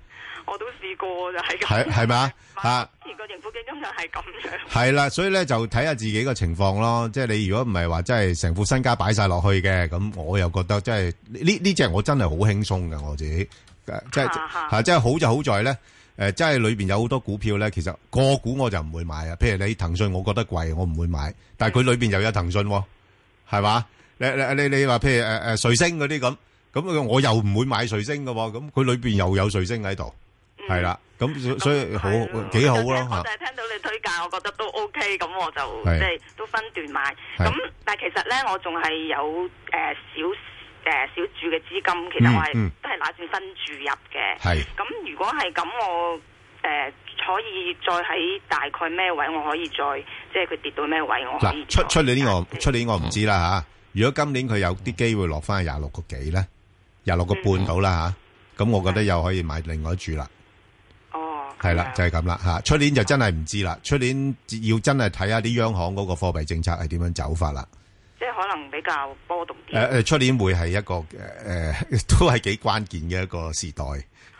Speaker 14: 我都試過就係咁。
Speaker 11: 係係
Speaker 14: [laughs]
Speaker 11: 咪啊？啊
Speaker 14: 之前個盈富基金就係咁樣。
Speaker 11: 系啦，所以咧就睇下自己個情況咯。即係你如果唔係話真係成副身家擺晒落去嘅，咁我又覺得真係呢呢只我真係好輕鬆嘅我自己，誒即係
Speaker 33: 啊
Speaker 11: 吓，即係好就好在咧，诶、即係裏边有好多股票咧，其實個股我就唔會買啊。譬如你騰訊，我覺得貴，我唔會買，但係佢裏边又有騰訊喎，係嘛？你你你你話譬如诶诶瑞星嗰啲咁，咁我又唔會買瑞星嘅喎，咁佢裏边又有瑞星喺度，係啦、咁所所以好幾好咯吓
Speaker 14: 我就。係聽到你推介，我覺得都 OK，咁我就
Speaker 11: 啊係
Speaker 14: 即係都分段買。
Speaker 11: 係
Speaker 14: 咁但係其實咧，我仲係有呃誒少誒少注嘅資金，其實我係、
Speaker 33: 嗯嗯
Speaker 14: 都係打算新注入嘅。
Speaker 33: 係
Speaker 14: 咁如果係咁，我誒、呃可以再喺大概咩位，我可以再即係佢跌到咩位，我可以
Speaker 11: 嗱，出出年呢個出年我唔知啦吓。如果今年佢有啲機會落翻去廿六個幾咧，廿六個半到啦吓，咁我覺得又可以買另外一注啦。哦，係啦，就係咁啦吓。出年就真係唔知啦，出年要真係睇下啲央行嗰個貨幣政策係點樣走法啦。
Speaker 14: 即係可能比較波動啲。
Speaker 11: 诶诶，出年會係一個诶、呃 [laughs] 都係幾關鍵嘅一個時代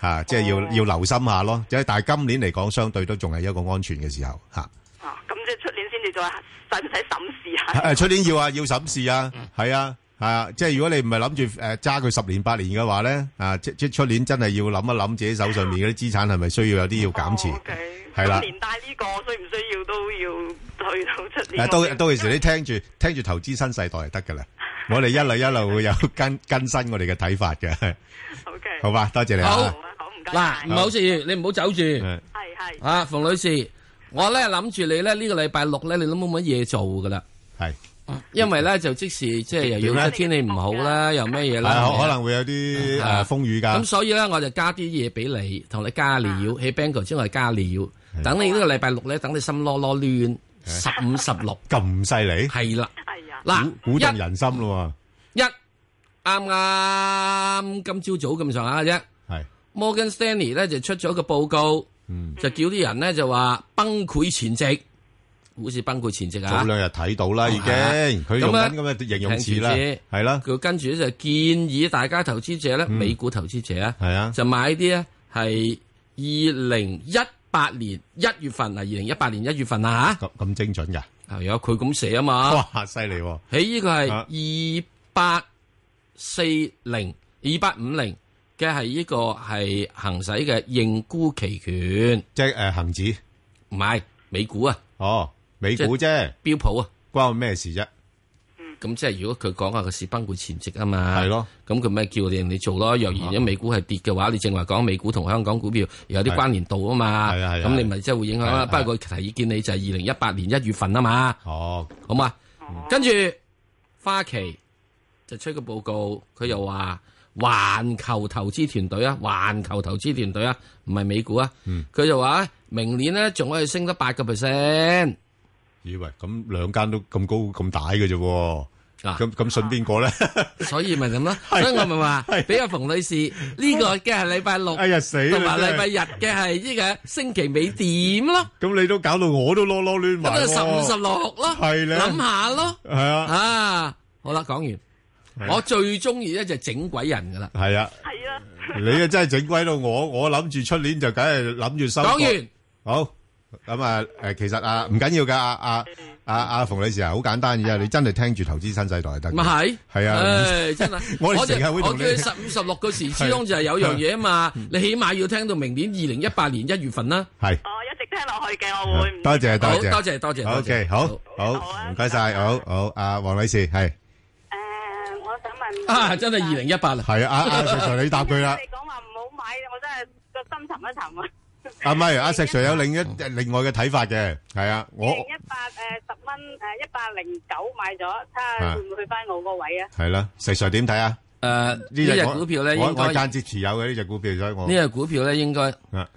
Speaker 11: 吓、啊即係要、要留心下咯。即係但係今年嚟講，相對都仲係一個安全嘅時候吓。
Speaker 14: 啊，咁即係出年先至再使唔使審視 [laughs] 下？
Speaker 11: 诶，出年要啊，要審視啊，係啊，系啊，即係如果你唔係諗住诶揸佢十年八年嘅話咧，啊，即即出年真係要諗一諗自己手上面嗰啲資產係咪需要有啲要減持，係啦
Speaker 14: 咁。連帶呢個需唔需要都要去到出
Speaker 11: 诶，
Speaker 14: 年？
Speaker 11: 到到其時你聽住聽住投資新世代就得㗎啦，我哋一路一路會有 [laughs] 跟更新我哋嘅睇法嘅，好吧，多謝你啊
Speaker 12: 好，嗱，唔好住，你唔好走住，系
Speaker 11: 嗯
Speaker 14: 系
Speaker 12: 啊，冯女士，我咧諗住你咧呢個禮拜六咧，你都冇乜嘢做噶啦，
Speaker 11: 系，
Speaker 12: 因為咧就即時即係又要天氣唔好啦，又咩嘢啦，
Speaker 11: 啊係可可能會有啲
Speaker 12: 啊
Speaker 11: 诶風雨㗎。啊
Speaker 12: 咁所以咧，我就加啲嘢俾你，同你加料喺 Bangor 之外加料。等你呢個禮拜六咧，等你心囉囉攣，
Speaker 11: 啊
Speaker 12: 十五十六
Speaker 11: 咁犀利，
Speaker 12: 係啦，嗱
Speaker 11: 嗱，鼓動人心咯
Speaker 12: 一啱啱今朝早咁上下嘅啫。
Speaker 11: 係
Speaker 12: Morgan Stanley 咧就出咗個報告，
Speaker 11: 嗯
Speaker 12: 就叫啲人咧就話崩潰前夕，股市崩潰前夕
Speaker 11: 喎，
Speaker 12: 啊。
Speaker 11: 早兩日睇到啦已經，佢用緊咁嘅形容詞啦，係啦。
Speaker 12: 佢跟住咧就建議大家投資者咧，
Speaker 11: 嗯
Speaker 12: 美股投資者啊，
Speaker 11: 係啊，
Speaker 12: 就買啲咧係二零一八年一月份啊，二零一八年一月份啊
Speaker 11: 嚇，咁精準㗎，
Speaker 12: 係啊，佢咁寫啊嘛，
Speaker 11: 哇，犀利喎！
Speaker 12: 喺呢個係二八四零、二八五零嘅係呢個係行使嘅認沽期權，
Speaker 11: 即係誒恒指，
Speaker 12: 唔係美股啊，
Speaker 11: 哦，美股啫，
Speaker 12: 標普啊，
Speaker 11: 關我咩事啫？
Speaker 12: 咁即係如果佢講下個市崩潰前夕啊嘛，
Speaker 11: 係咯，啊
Speaker 12: 咁佢咪叫你你做咯。若然一美股係跌嘅話，你正話講美股同香港股票有啲關聯度啊嘛，
Speaker 11: 係啊係啊
Speaker 12: 咁你咪即係會影響
Speaker 11: 係
Speaker 12: 啦。
Speaker 11: 啊
Speaker 12: 不過佢提意見你就係二零一八年一月份啊嘛，
Speaker 11: 哦，
Speaker 12: 好嘛，跟住花旗就出個報告，佢又話環球投資團隊啊，環球投資團隊啊，唔係美股啊，佢就話明年咧仲可以升得八個 percent。
Speaker 11: 咦，喂，咁兩間都咁高咁大嘅啫喎。咁-咁信邊個呢？
Speaker 12: 所以咪咁
Speaker 11: [laughs]
Speaker 12: 咯，所以我咪話俾阿馮女士呢個嘅係禮拜六，
Speaker 11: 哎呀死啦
Speaker 12: 同埋
Speaker 11: 真係
Speaker 12: 禮拜日嘅係呢個星期尾點咯，
Speaker 11: 咁你都搞到我都囉囉攣埋喎。
Speaker 12: 咁啊十五十六咯，
Speaker 11: 係咧。
Speaker 12: 諗下咯，
Speaker 11: 係啊。
Speaker 12: 啊，好啦，講完，
Speaker 11: 係
Speaker 12: 我最中意咧就整鬼人噶啦，
Speaker 11: 係啊。你啊真係整鬼到我，我諗住出年就梗係諗住收割。
Speaker 12: 講完。
Speaker 11: 好，咁啊，誒，其實啊，唔緊要㗎，啊，啊，啊，阿馮女士啊，好簡單嘅啫，你真係聽住投資新世代就得㗎。
Speaker 12: 咪係，
Speaker 11: 係啊，，
Speaker 12: 唉真係
Speaker 11: [laughs] 我哋成日
Speaker 12: 我
Speaker 11: 會同
Speaker 12: 叫
Speaker 11: 你
Speaker 12: 你十五十六個時之中就係有樣嘢啊嘛，你起碼要聽到明年二零一八年一月份啦，
Speaker 11: 係。多謝，
Speaker 12: 好
Speaker 11: 多謝。
Speaker 12: 多謝多謝多謝
Speaker 11: OK，好，好，唔該晒，好，好，啊，黃女士，係。
Speaker 24: 我想問
Speaker 12: 啊，真係二零一八啦，
Speaker 11: 係啊，啊，
Speaker 24: [laughs]
Speaker 11: 啊，石 Sir，你答佢啦。
Speaker 24: 講話唔好買，我真係個心沉一沉啊！
Speaker 11: 阿咪，
Speaker 24: [laughs]
Speaker 11: 阿石 Sir 有另一另外嘅睇法嘅，係啊，
Speaker 24: 二
Speaker 11: 我
Speaker 24: 零一八诶十蚊诶一百零九買咗，睇
Speaker 11: 啊
Speaker 24: 下會唔會去翻我個位啊？
Speaker 11: 係啦，石 Sir 點睇啊？
Speaker 12: 誒，呢
Speaker 11: 隻
Speaker 12: 隻
Speaker 11: 我
Speaker 12: 股票咧
Speaker 11: 我
Speaker 12: 應該
Speaker 11: 我係間接持有嘅呢隻股票，所以我
Speaker 12: 呢隻股票咧應該。
Speaker 11: 啊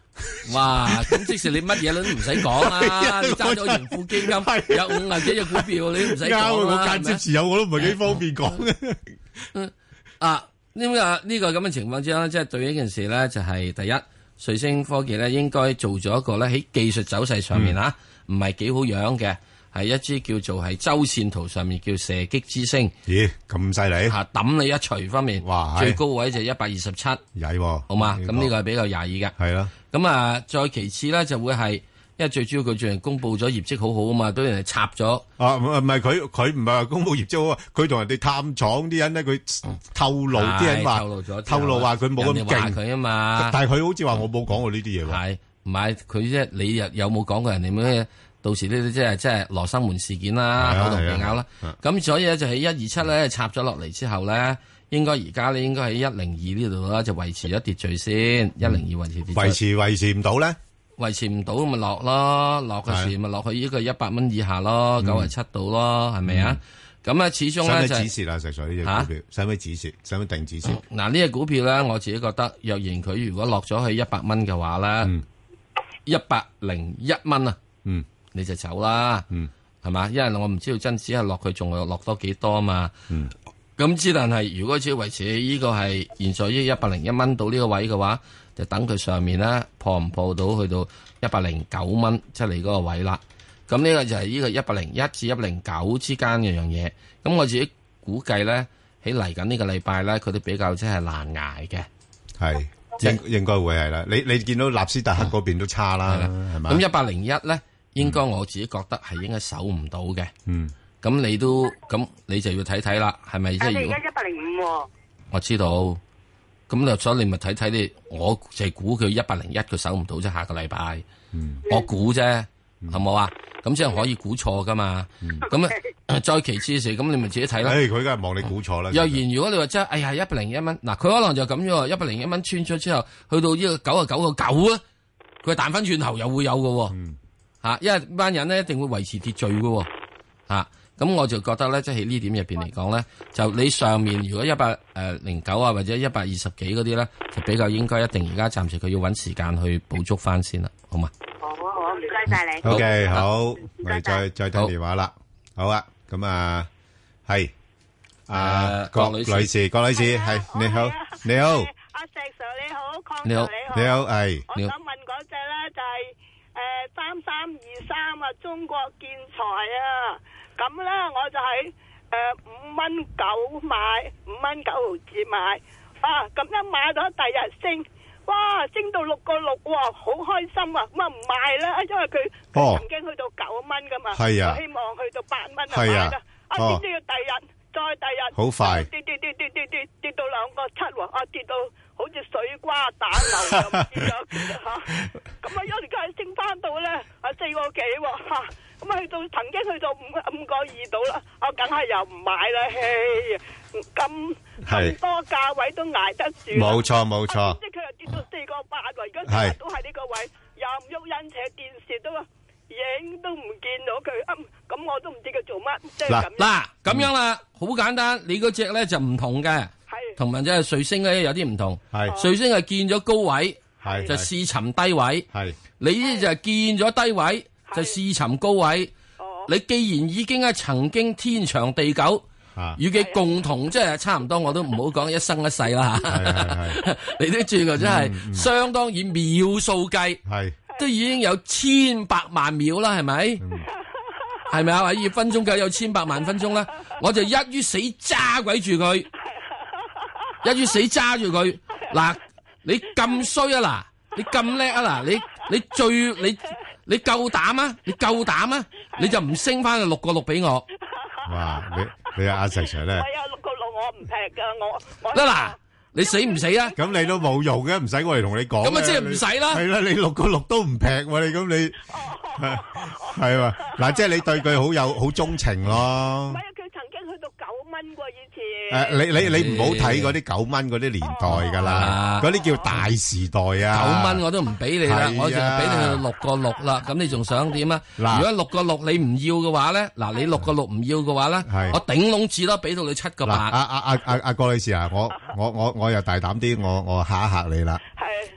Speaker 12: 哇！咁即使你乜嘢都唔使
Speaker 11: [laughs]
Speaker 12: 講啦，你揸咗盈富基金有五啊幾隻股票，你都唔使
Speaker 11: 啱啊！
Speaker 12: 講
Speaker 11: 我
Speaker 12: 啦。
Speaker 11: 間
Speaker 12: 係
Speaker 11: 接
Speaker 12: 咪
Speaker 11: 持有我都唔係幾方便講嘅，
Speaker 12: 啊，呢個呢個咁嘅情況之下咧，即係對呢件事咧，就係第一，瑞星科技咧應該做咗一個咧喺技術走勢上面啊，
Speaker 11: 嗯
Speaker 12: 唔係幾好樣嘅，係一支叫做係周線圖上面叫射擊之星。
Speaker 11: 咦，咁犀利
Speaker 12: 嚇抌你一錘方面，
Speaker 11: 哇
Speaker 12: 最高位就一百二十七，
Speaker 11: 曳喎，
Speaker 12: 好嘛？咁呢個係比較廿二嘅。
Speaker 11: 係啦，
Speaker 12: 咁啊，再其次咧就會係，因為最主要佢最近公布咗業績好好啊嘛，都有人插咗。
Speaker 11: 啊唔唔係佢佢唔係話公佈業績好啊，佢同人哋探廠啲人咧，佢透露啲人話
Speaker 12: 唉透露咗之後
Speaker 11: 透露話佢冇咁
Speaker 12: 人哋話
Speaker 11: 勁
Speaker 12: 佢啊嘛
Speaker 11: 但係佢好似話我冇講過呢啲嘢喎，
Speaker 12: 係唔係佢即係你又有冇講過人哋咩？到時呢啲即係即係羅生門事件啦，
Speaker 11: 係啊
Speaker 12: 口同鼻咬啦
Speaker 11: 係啊。
Speaker 12: 咁所以咧就喺一二七咧插咗落嚟之後咧，應該而家咧應該喺一零二呢度啦，就維持咗秩序先，一零二維持秩序。
Speaker 11: 嗯維持維持唔到咧，
Speaker 12: 維持唔到咪落咯，落嘅時咪落去呢個一百蚊以下咯，九十七度咯，係咪啊？咁啊，始
Speaker 11: 使
Speaker 12: 終
Speaker 11: 唔
Speaker 12: 咧
Speaker 11: 嗯使
Speaker 12: 就係
Speaker 11: 指示啊？石 Sir 呢隻股票使唔使指示？使唔使定指示？
Speaker 12: 哦嗱呢只股票咧，我自己覺得，若然佢如果落咗去一百蚊嘅話咧，一百零一蚊啊，
Speaker 11: 嗯，
Speaker 12: 你就走啦，
Speaker 11: 嗯，
Speaker 12: 係嘛？因為我唔知道真只係落佢仲有落多幾多嘛，嗯。咁之但係，如果只維持呢個係現在呢一百零一蚊到呢個位嘅話，就等佢上面咧破唔破到去到一百零九蚊，即係你嗰個位啦。咁呢個就係呢個一百零一至一百零九之間嘅樣嘢。咁我自己估計咧，喺嚟緊呢個禮拜咧，佢都比較即係難捱嘅。
Speaker 11: 係應應該會係啦。你你見到納斯達克嗰邊都差啦，係嘛？
Speaker 12: 咁一百零一咧，應該我自己覺得係應該守唔到嘅。
Speaker 11: 嗯，
Speaker 12: 咁你都咁你就要睇睇啦，係咪即
Speaker 24: 但
Speaker 12: 係如
Speaker 24: 你
Speaker 12: 果
Speaker 24: 啊而家一百零五喎，
Speaker 12: 我知道，咁你所以你咪睇睇你，我就係估佢一百零一佢守唔到啫，下個禮拜，
Speaker 11: 嗯
Speaker 12: 我估啫，係冇啊？咁即係可以估錯噶嘛？咁啊， [coughs] 再其次嘅時，咁你咪自己睇啦。
Speaker 11: 嗯誒，佢梗係望你估錯啦。
Speaker 12: 若然如果你話真係，哎呀一百零一蚊，嗱佢可能就咁樣，一百零一蚊穿咗之後，去到呢個九啊九個九啊，佢彈翻轉頭又會有嘅喎、
Speaker 11: 嗯
Speaker 12: 嚇因為班人咧一定會維持秩序嘅喎、嚇啊咁我就覺得咧，即係喺呢點入邊嚟
Speaker 24: 哦
Speaker 12: 講咧，就你上面如果一百誒零九啊或者一百二十幾嗰啲咧，就比較應該一定而家暫時佢要揾時間去補足翻先啦，好嘛？
Speaker 24: 好啊好啊，唔該晒你。
Speaker 11: OK，好，
Speaker 24: 唔該晒。
Speaker 11: 我哋再-再聽電話啦。好啊，咁啊，係，啊，郭
Speaker 12: 女士。
Speaker 11: 女士，郭女士，係，你好，你好，
Speaker 23: 阿石 Sir 你好，邝 Sir
Speaker 11: 你好
Speaker 23: 你好，
Speaker 11: 你好係
Speaker 23: 我想问嗰只咧就系诶三三二三啊，中国建材啊，咁咧我就喺诶五蚊九买，五蚊九毫子买，啊咁一买咗第日升。哇，升到六個六喎，好開心啊！咁啊唔賣啦，因為佢
Speaker 11: 哦
Speaker 23: 佢曾經去到九蚊噶嘛，
Speaker 11: 係啊
Speaker 23: 我希望去到八蚊啊
Speaker 11: 係啊
Speaker 23: 買啦，啊
Speaker 11: 哦
Speaker 23: 點知要第日再第日，
Speaker 11: 好快
Speaker 23: 跌跌跌跌跌跌跌到兩個七喎，啊跌到好似水瓜打牛咁跌咗嚇，咁啊一而家升翻到咧啊四個幾喎嚇咁去到曾經去到五五個二度啦，我梗係又唔買啦，嘿，咁咁多價位都捱得住啦。
Speaker 11: 冇錯冇錯
Speaker 23: 我即係佢又跌到四個八喎，而家成日都係呢個位，又唔喐因且電視都影都唔見到佢，啊咁我都唔知佢做乜，即係
Speaker 12: 嗱
Speaker 23: 咁。
Speaker 12: 嗱咁樣啦，好簡單，你嗰只咧就唔同嘅，同埋即係瑞星咧有啲唔同，瑞星係見咗高位，就試尋低位，你呢就係見咗低位就試尋高位，你既然已經係曾經天長地久。與佢共同啊即係差唔多，我都唔好講一生一世啦嚇。 [laughs] 你都轉個真係相當以秒數計，都已經有千百萬秒啦，係咪？係咪啊？以分鐘計有千百萬分鐘啦，我就一於死揸鬼住佢，一於死揸住佢。嗱，你咁衰啊嗱，你咁叻啊嗱，你你最你你夠膽啊？你夠膽啊？你就唔升翻六個六俾我。
Speaker 11: 哇！你你阿石 Sir 咧，
Speaker 23: 有六個六我唔劈㗎，我我
Speaker 12: 得嗱，你死唔死啊？
Speaker 11: 咁你都冇用嘅，唔使我哋同你講嘅。
Speaker 12: 咁啊即係唔使啦
Speaker 11: 你係啦，你六個六都唔劈喎，你咁你係嘛？嗱，即係你對佢好有好鍾情咯。
Speaker 23: 佢曾經去到九蚊喎，以前。
Speaker 11: 誒，你你你唔好睇嗰啲九蚊嗰啲年代噶啦，嗰啲叫大時代啊。
Speaker 12: 九蚊我都唔俾你啦，
Speaker 11: 係啊
Speaker 12: 我淨係俾你去六個六啦。咁你仲想點啊？如
Speaker 11: 嗱
Speaker 12: 果六個六你唔要嘅話咧，嗱你六個六唔要嘅話咧，我頂籠至多俾到你七個
Speaker 11: 嗱，阿
Speaker 12: 八。
Speaker 11: 阿阿阿阿郭女士啊，我我我我又大膽啲，我我嚇一嚇你啦。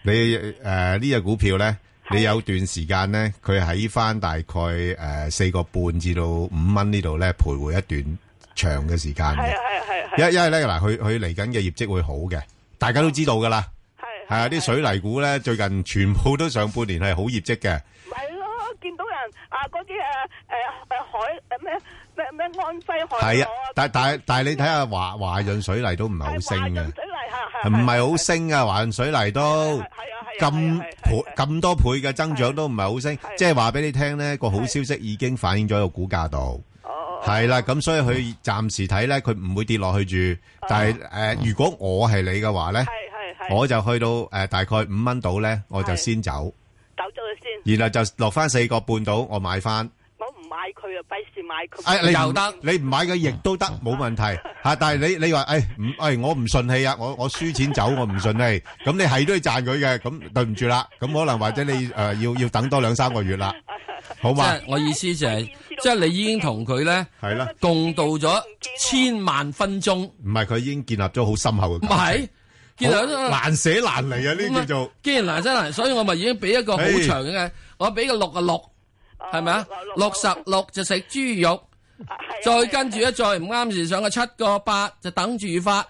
Speaker 11: 你誒呢只股票咧，你有段時間咧，佢喺翻大概誒四個半至到五蚊呢度咧徘徊一段長嘅時間嘅。因因為咧嗱，佢佢嚟緊嘅業績會好嘅，大家都知道噶啦。係啊，啲水泥股咧最近全部都上半年係好業績嘅。
Speaker 23: 係咯，見到人啊嗰啲誒誒誒海誒咩咩咩安徽海
Speaker 11: 係啊，但但但係你睇下華華潤水泥都唔係好升嘅，唔係好升啊！華潤水泥都咁倍咁多倍嘅增長都唔係好升，即係話俾你聽呢個好消息已經反映咗喺個股價度。係啦，咁所以佢暫時睇呢，佢唔會跌落去住。但係誒，如果我係你嘅話呢，我就去到誒大概五蚊度呢，我就先走，
Speaker 23: 走咗佢先，
Speaker 11: 然後就落翻四個半度，我買翻。
Speaker 23: 我唔買佢啊，費事買佢。
Speaker 11: 哎，你唔-你唔買嘅亦都得，冇問題。嚇，但係你-你話，哎，唔-哎，我唔順氣啊，我-我輸錢走，我唔順氣。咁你係都要賺佢嘅，咁對唔住啦。咁可能或者你，呃，要-
Speaker 12: 即
Speaker 11: 要等多兩三個月啦。好嘛？
Speaker 12: 係我意思就係，即係你已經同佢咧，
Speaker 11: 係啦，
Speaker 12: 共度咗千萬分鐘。唔
Speaker 11: 唔係，佢已經建立咗好深厚嘅感情。
Speaker 12: 係，見到
Speaker 11: 好難捨難離啊，呢叫做。
Speaker 12: 既然難真難，所以我咪已經俾一個好
Speaker 11: 唉哦
Speaker 12: 長嘅，我俾個六啊六，係咪啊？六十六就食豬肉，
Speaker 11: 啊
Speaker 12: 再跟住咧再唔啱時上個七個八就等住發，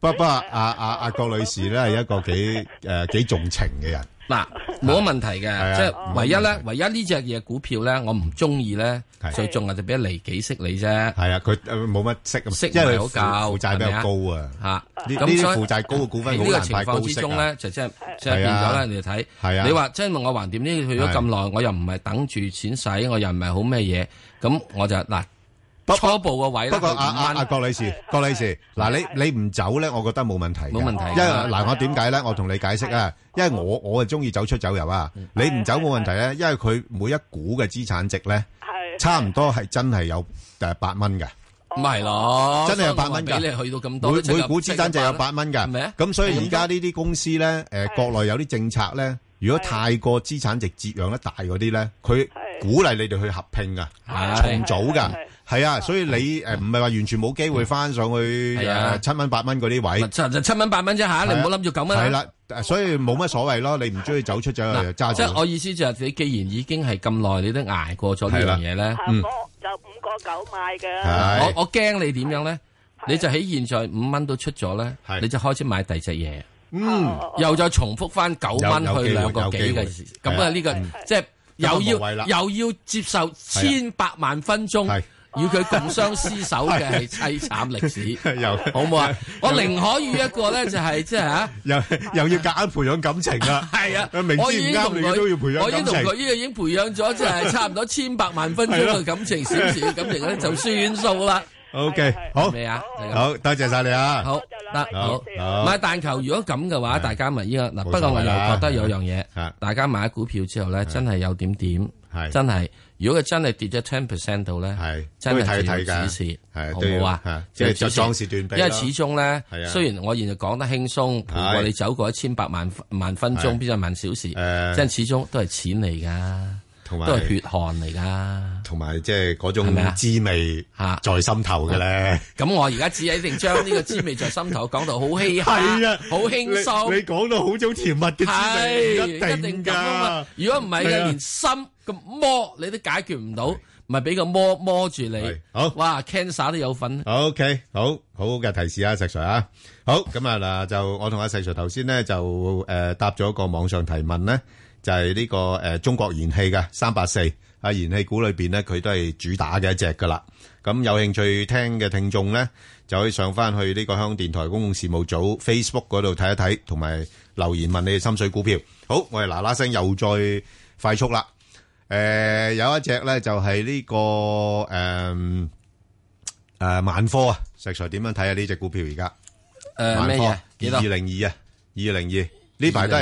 Speaker 11: 不-不過，啊-啊-啊，郭女士呢，係一個幾-呃，幾重情嘅人。
Speaker 12: 嗱冇乜問題嘅，
Speaker 11: 啊
Speaker 12: 即係唯一咧，唯一呢只嘢股票咧，我唔中意咧，最重係就俾利幾息你啫。
Speaker 11: 係啊，佢冇乜息，
Speaker 12: 息唔
Speaker 11: 因為
Speaker 12: 係好夠，
Speaker 11: 負債比
Speaker 12: 係
Speaker 11: 較
Speaker 12: 咪
Speaker 11: 高啊
Speaker 12: 嚇，
Speaker 11: 呢
Speaker 12: 咁
Speaker 11: 呢啲
Speaker 12: 所以
Speaker 11: 負債高嘅股份
Speaker 12: 喺
Speaker 11: 好
Speaker 12: 呢個
Speaker 11: 難
Speaker 12: 情
Speaker 11: 派高
Speaker 12: 況之
Speaker 11: 息
Speaker 12: 中
Speaker 11: 啊
Speaker 12: 咧，就即係即係
Speaker 11: 係
Speaker 12: 變
Speaker 11: 啊
Speaker 12: 咗咧，你就睇。
Speaker 11: 係啊
Speaker 12: 你話即係我橫掂呢？去咗咁耐，我又唔係等住錢使，我又唔係好咩嘢，咁我就嗱初步個位
Speaker 11: 不
Speaker 12: 咧，
Speaker 11: 過
Speaker 12: 佢
Speaker 11: 阿阿
Speaker 12: 五
Speaker 11: 阿
Speaker 12: 蚊。
Speaker 11: 郭女士，郭女士，嗱你你唔走咧，我覺得冇問題嘅，
Speaker 12: 冇問題
Speaker 11: 因為嗱，我點解咧？我同你解釋啊，因為我我係中意走出走入啊，你唔走冇問題啊咧，因為佢每一股嘅資產值咧，差唔多係真係有誒八蚊嘅。
Speaker 12: 唔係咯，
Speaker 11: 真係有八蚊㗎
Speaker 12: 所以我話俾你去到咁多，
Speaker 11: 每
Speaker 12: 即係
Speaker 11: 每股資產就有八蚊㗎，咁所以而家呢啲公司咧，誒國內有啲政策咧，如果太過資產值折讓得大嗰啲咧，佢鼓勵你哋去合併㗎，重組㗎，係啊，所以你誒唔係話完全冇機會翻上去
Speaker 12: 係啊
Speaker 11: 誒七蚊八蚊嗰啲位，
Speaker 12: 就就七蚊八蚊啫嚇，你唔好諗住九蚊啊。
Speaker 11: 係啦，誒所以冇乜所謂咯，你唔中意走出走入就揸
Speaker 12: 嗱，即
Speaker 11: 住
Speaker 12: 係。我意思就係你既然已經係咁耐，你都捱過咗呢樣嘢咧，
Speaker 23: 就五個九買嘅。
Speaker 12: 我我驚你點樣咧？你就喺現在五蚊都出咗咧，你就開始買第二隻嘢，
Speaker 11: 嗯，
Speaker 12: 又再重複翻九蚊
Speaker 11: 有有
Speaker 12: 去
Speaker 11: 機會
Speaker 12: 兩個幾
Speaker 11: 有機會
Speaker 12: 嘅時，咁
Speaker 11: 係
Speaker 12: 啊
Speaker 11: 啊
Speaker 12: 呢個
Speaker 11: 嗯
Speaker 12: 即係又
Speaker 11: 無謂啦
Speaker 12: 要又要接受千百萬分鐘。與佢共相廝守嘅係
Speaker 11: 係
Speaker 12: 凄慘歷史，
Speaker 11: [laughs] 又
Speaker 12: 好唔好啊？我寧可遇一個咧，就係即係嚇。
Speaker 11: 又又要夾硬培養感情
Speaker 12: [laughs]
Speaker 11: 啦，
Speaker 12: 係啊，
Speaker 11: 明知唔
Speaker 12: 我已經
Speaker 11: 啱
Speaker 12: 同
Speaker 11: 你
Speaker 12: 佢
Speaker 11: 都要培
Speaker 12: 我
Speaker 11: 養
Speaker 12: 已經
Speaker 11: 感
Speaker 12: 同佢
Speaker 11: 情。
Speaker 12: 呢個已經培養咗，即係差唔多千百萬分鐘嘅感情，小時嘅感情咧就算數啦。
Speaker 11: OK，好，
Speaker 12: 咩啊？
Speaker 11: 好多謝晒你啊，
Speaker 12: 好，得好買但求，如果咁嘅話，大家咪依家嗱。不過我又
Speaker 11: 啊
Speaker 12: 覺得有樣嘢，大家買股票之後咧，真係有點點，真係如果佢真係跌咗 ten percent 度咧，真係
Speaker 11: 都要睇睇㗎
Speaker 12: 要指示，
Speaker 11: 係
Speaker 12: 好
Speaker 11: 都
Speaker 12: 唔
Speaker 11: 要
Speaker 12: 好啊
Speaker 11: 嚇？
Speaker 12: 即係
Speaker 11: 即係
Speaker 12: 指示
Speaker 11: 壯士斷臂啦
Speaker 12: 因為始終
Speaker 11: 係
Speaker 12: 咧，
Speaker 11: 啊
Speaker 12: 雖然我現在講得輕鬆，陪過你走過一千百萬萬分鐘，
Speaker 11: 係
Speaker 12: 邊有萬小時？真係始終都係錢嚟㗎，
Speaker 11: 埋
Speaker 12: 都係血汗嚟㗎。
Speaker 11: 同埋即係嗰
Speaker 12: 係咪啊
Speaker 11: 種滋味在心頭嘅咧。
Speaker 12: 咁我而家只係一定將呢個滋味在心頭講到好稀罕，
Speaker 11: [laughs] 係啊，
Speaker 12: 好輕鬆。
Speaker 11: 你你講到好種甜蜜嘅滋味，
Speaker 12: 係
Speaker 11: 唔一定
Speaker 12: 咁啊
Speaker 11: 㗎
Speaker 12: 嘛。。如果唔係嘅，
Speaker 11: 係啊
Speaker 12: 連心個魔你都解決唔到，咪俾個魔魔住你。
Speaker 11: 好，
Speaker 12: 哇，cancer 都有份。
Speaker 11: OK，好好嘅提示啊，石 Sir 啊，好咁啊嗱，就我同阿石 Sir 頭先咧就誒答咗一個網上提問咧，就係呢個誒中國燃氣嘅三八四啊，燃氣股裏邊咧佢都係主打嘅一隻噶啦。咁有興趣聽嘅聽眾咧，就可以上翻去呢個香港電台公共事務組 Facebook 嗰度睇一睇，同埋留言問你哋心水股票。好，我哋嗱嗱聲又再快速啦。誒有一隻咧就係呢個誒。诶，萬科啊，石 Sir 點樣睇啊？呢只股票而家
Speaker 12: 誒
Speaker 11: 萬
Speaker 12: 咩
Speaker 11: 科
Speaker 12: 嘢幾多
Speaker 11: 二零二啊，二零二呢排都係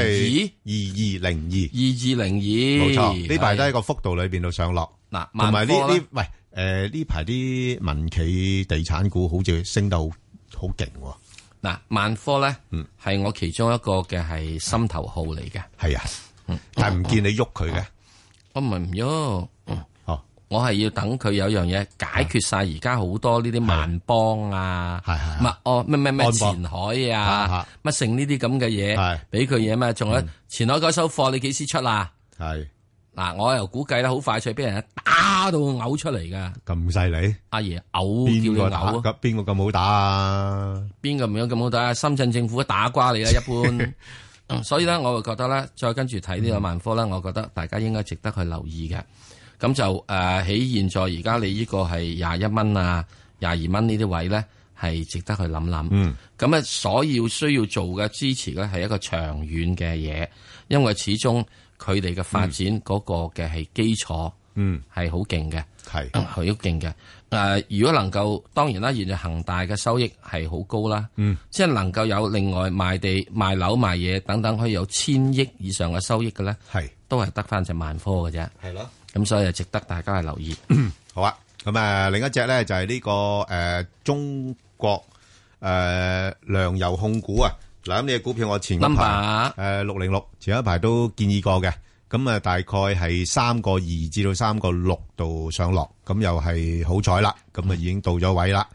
Speaker 11: 二二零
Speaker 12: 二，二二零
Speaker 11: 冇
Speaker 12: 二，
Speaker 11: 錯，呢排都喺個幅度裏边度上落。
Speaker 12: 嗱
Speaker 11: 同埋呢
Speaker 12: 萬科啦
Speaker 11: 呢喂诶呢排啲民企地產股好似升到好勁喎。
Speaker 12: 嗱，萬科咧，係我其中一個嘅係心頭好嚟嘅。嗯
Speaker 11: 係啊，但係唔見你喐佢嘅。
Speaker 12: 我唔係唔喐，哦，我係要等佢有樣嘢解決晒而家好多呢啲萬邦啊，係係乜哦咩咩咩
Speaker 2: 安
Speaker 12: 前
Speaker 2: 邦
Speaker 12: 海啊，乜剩呢啲咁嘅嘢，俾佢嘢嘛，仲有前海嗰手貨你幾時出啊？
Speaker 11: 嗯係
Speaker 12: 嗱，我又估計咧，好快脆俾人打到嘔出嚟㗎。
Speaker 11: 咁犀利，
Speaker 12: 阿爺嘔叫
Speaker 11: 邊
Speaker 12: 你
Speaker 11: 個打
Speaker 12: 嘔啊！
Speaker 11: 咁邊個咁好打啊？
Speaker 12: 邊個唔樣咁好打啊？深圳政府都打瓜你啦，一般。嗯所以咧，我會覺得咧，再跟住睇呢個萬科咧，我覺得大家應該值得去留意嘅。咁就誒喺、現在而家你呢個係廿一蚊啊、廿二蚊呢啲位咧，係值得去諗諗。
Speaker 2: 嗯
Speaker 12: 咁啊，所要需要做嘅支持咧，係一個長遠嘅嘢，因為始終佢哋嘅發展嗰個嘅係基礎，
Speaker 11: 嗯，
Speaker 12: 係好勁嘅，啊
Speaker 11: 係
Speaker 12: 係好勁嘅。誒、啊如果能夠，當然啦，現在恒大嘅收益係好高啦，
Speaker 11: 嗯，
Speaker 12: 即係能夠有另外賣地、賣樓、賣嘢等等，可以有千億以上嘅收益嘅咧，
Speaker 11: 係
Speaker 12: 都係得翻隻萬科嘅啫，
Speaker 11: 係咯。
Speaker 12: 咁所以就值得大家去留意。
Speaker 11: [coughs] 好啊，咁啊，另一隻咧就係呢、個呃中國诶粮油控股啊，嗱咁呢只股票我前嗰排诶呃六零六前一排都建議過嘅，咁啊大概係三個二至到三個六度上落，咁又係好彩啦，咁啊已經到咗位啦，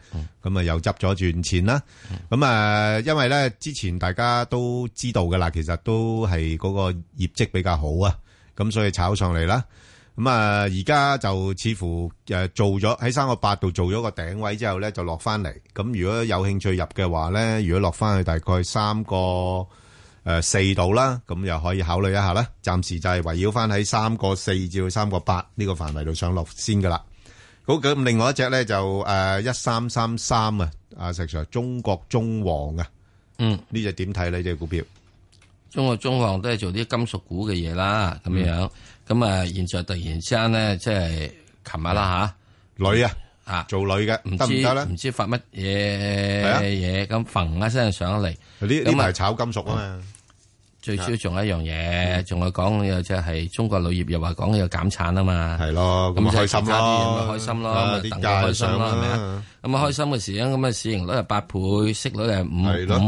Speaker 11: 咁啊又執咗轉錢啦，咁啊因為咧之前大家都知道噶啦，其實都係嗰個業績比較好啊，咁所以炒上嚟啦。咁啊，而家就似乎誒做咗喺三個八度做咗個頂位之後咧，就落翻嚟。咁如果有興趣入嘅話咧，如果落翻去大概三個誒呃四度啦，咁又可以考慮一下啦。暫時就係圍繞翻喺三個四至到三個八呢個範圍度上落先噶啦。好咁，另外一隻咧就誒一三三三啊，阿石 Sir，中國中黃啊，
Speaker 12: 嗯，
Speaker 11: 呢只點睇呢？只股票
Speaker 12: 中國中行都係做啲金屬股嘅嘢啦，咁
Speaker 11: 嗯
Speaker 12: 樣咁啊，現在突然之間咧，即係琴日啦
Speaker 11: 吓，女啊
Speaker 12: 啊
Speaker 11: 做女嘅
Speaker 12: 唔
Speaker 11: 得唔
Speaker 12: 知
Speaker 11: 得咧
Speaker 12: 唔知發乜
Speaker 11: 係
Speaker 12: 嘢
Speaker 11: 啊
Speaker 12: 嘢咁，揈一聲上咗嚟。
Speaker 11: 呢
Speaker 12: 咁
Speaker 11: 呢
Speaker 12: 啊
Speaker 11: 排炒金屬啊嘛，啊嗯
Speaker 12: 最主要仲有一樣嘢，仲有講有即係中國鋁業又話講有減產啊嘛，
Speaker 11: 係咯咁咪
Speaker 12: 就
Speaker 11: 開心
Speaker 12: 其他啲嘢咪
Speaker 11: 咯
Speaker 12: 開心咯，
Speaker 11: 啊
Speaker 12: 咪
Speaker 11: 啲
Speaker 12: 等
Speaker 11: 價
Speaker 12: 佢
Speaker 11: 又
Speaker 12: 開心
Speaker 11: 上
Speaker 12: 咯，
Speaker 11: 啦
Speaker 12: 係咪啊？咁啊開心嘅時間，咁啊市盈率係八倍，息率係五五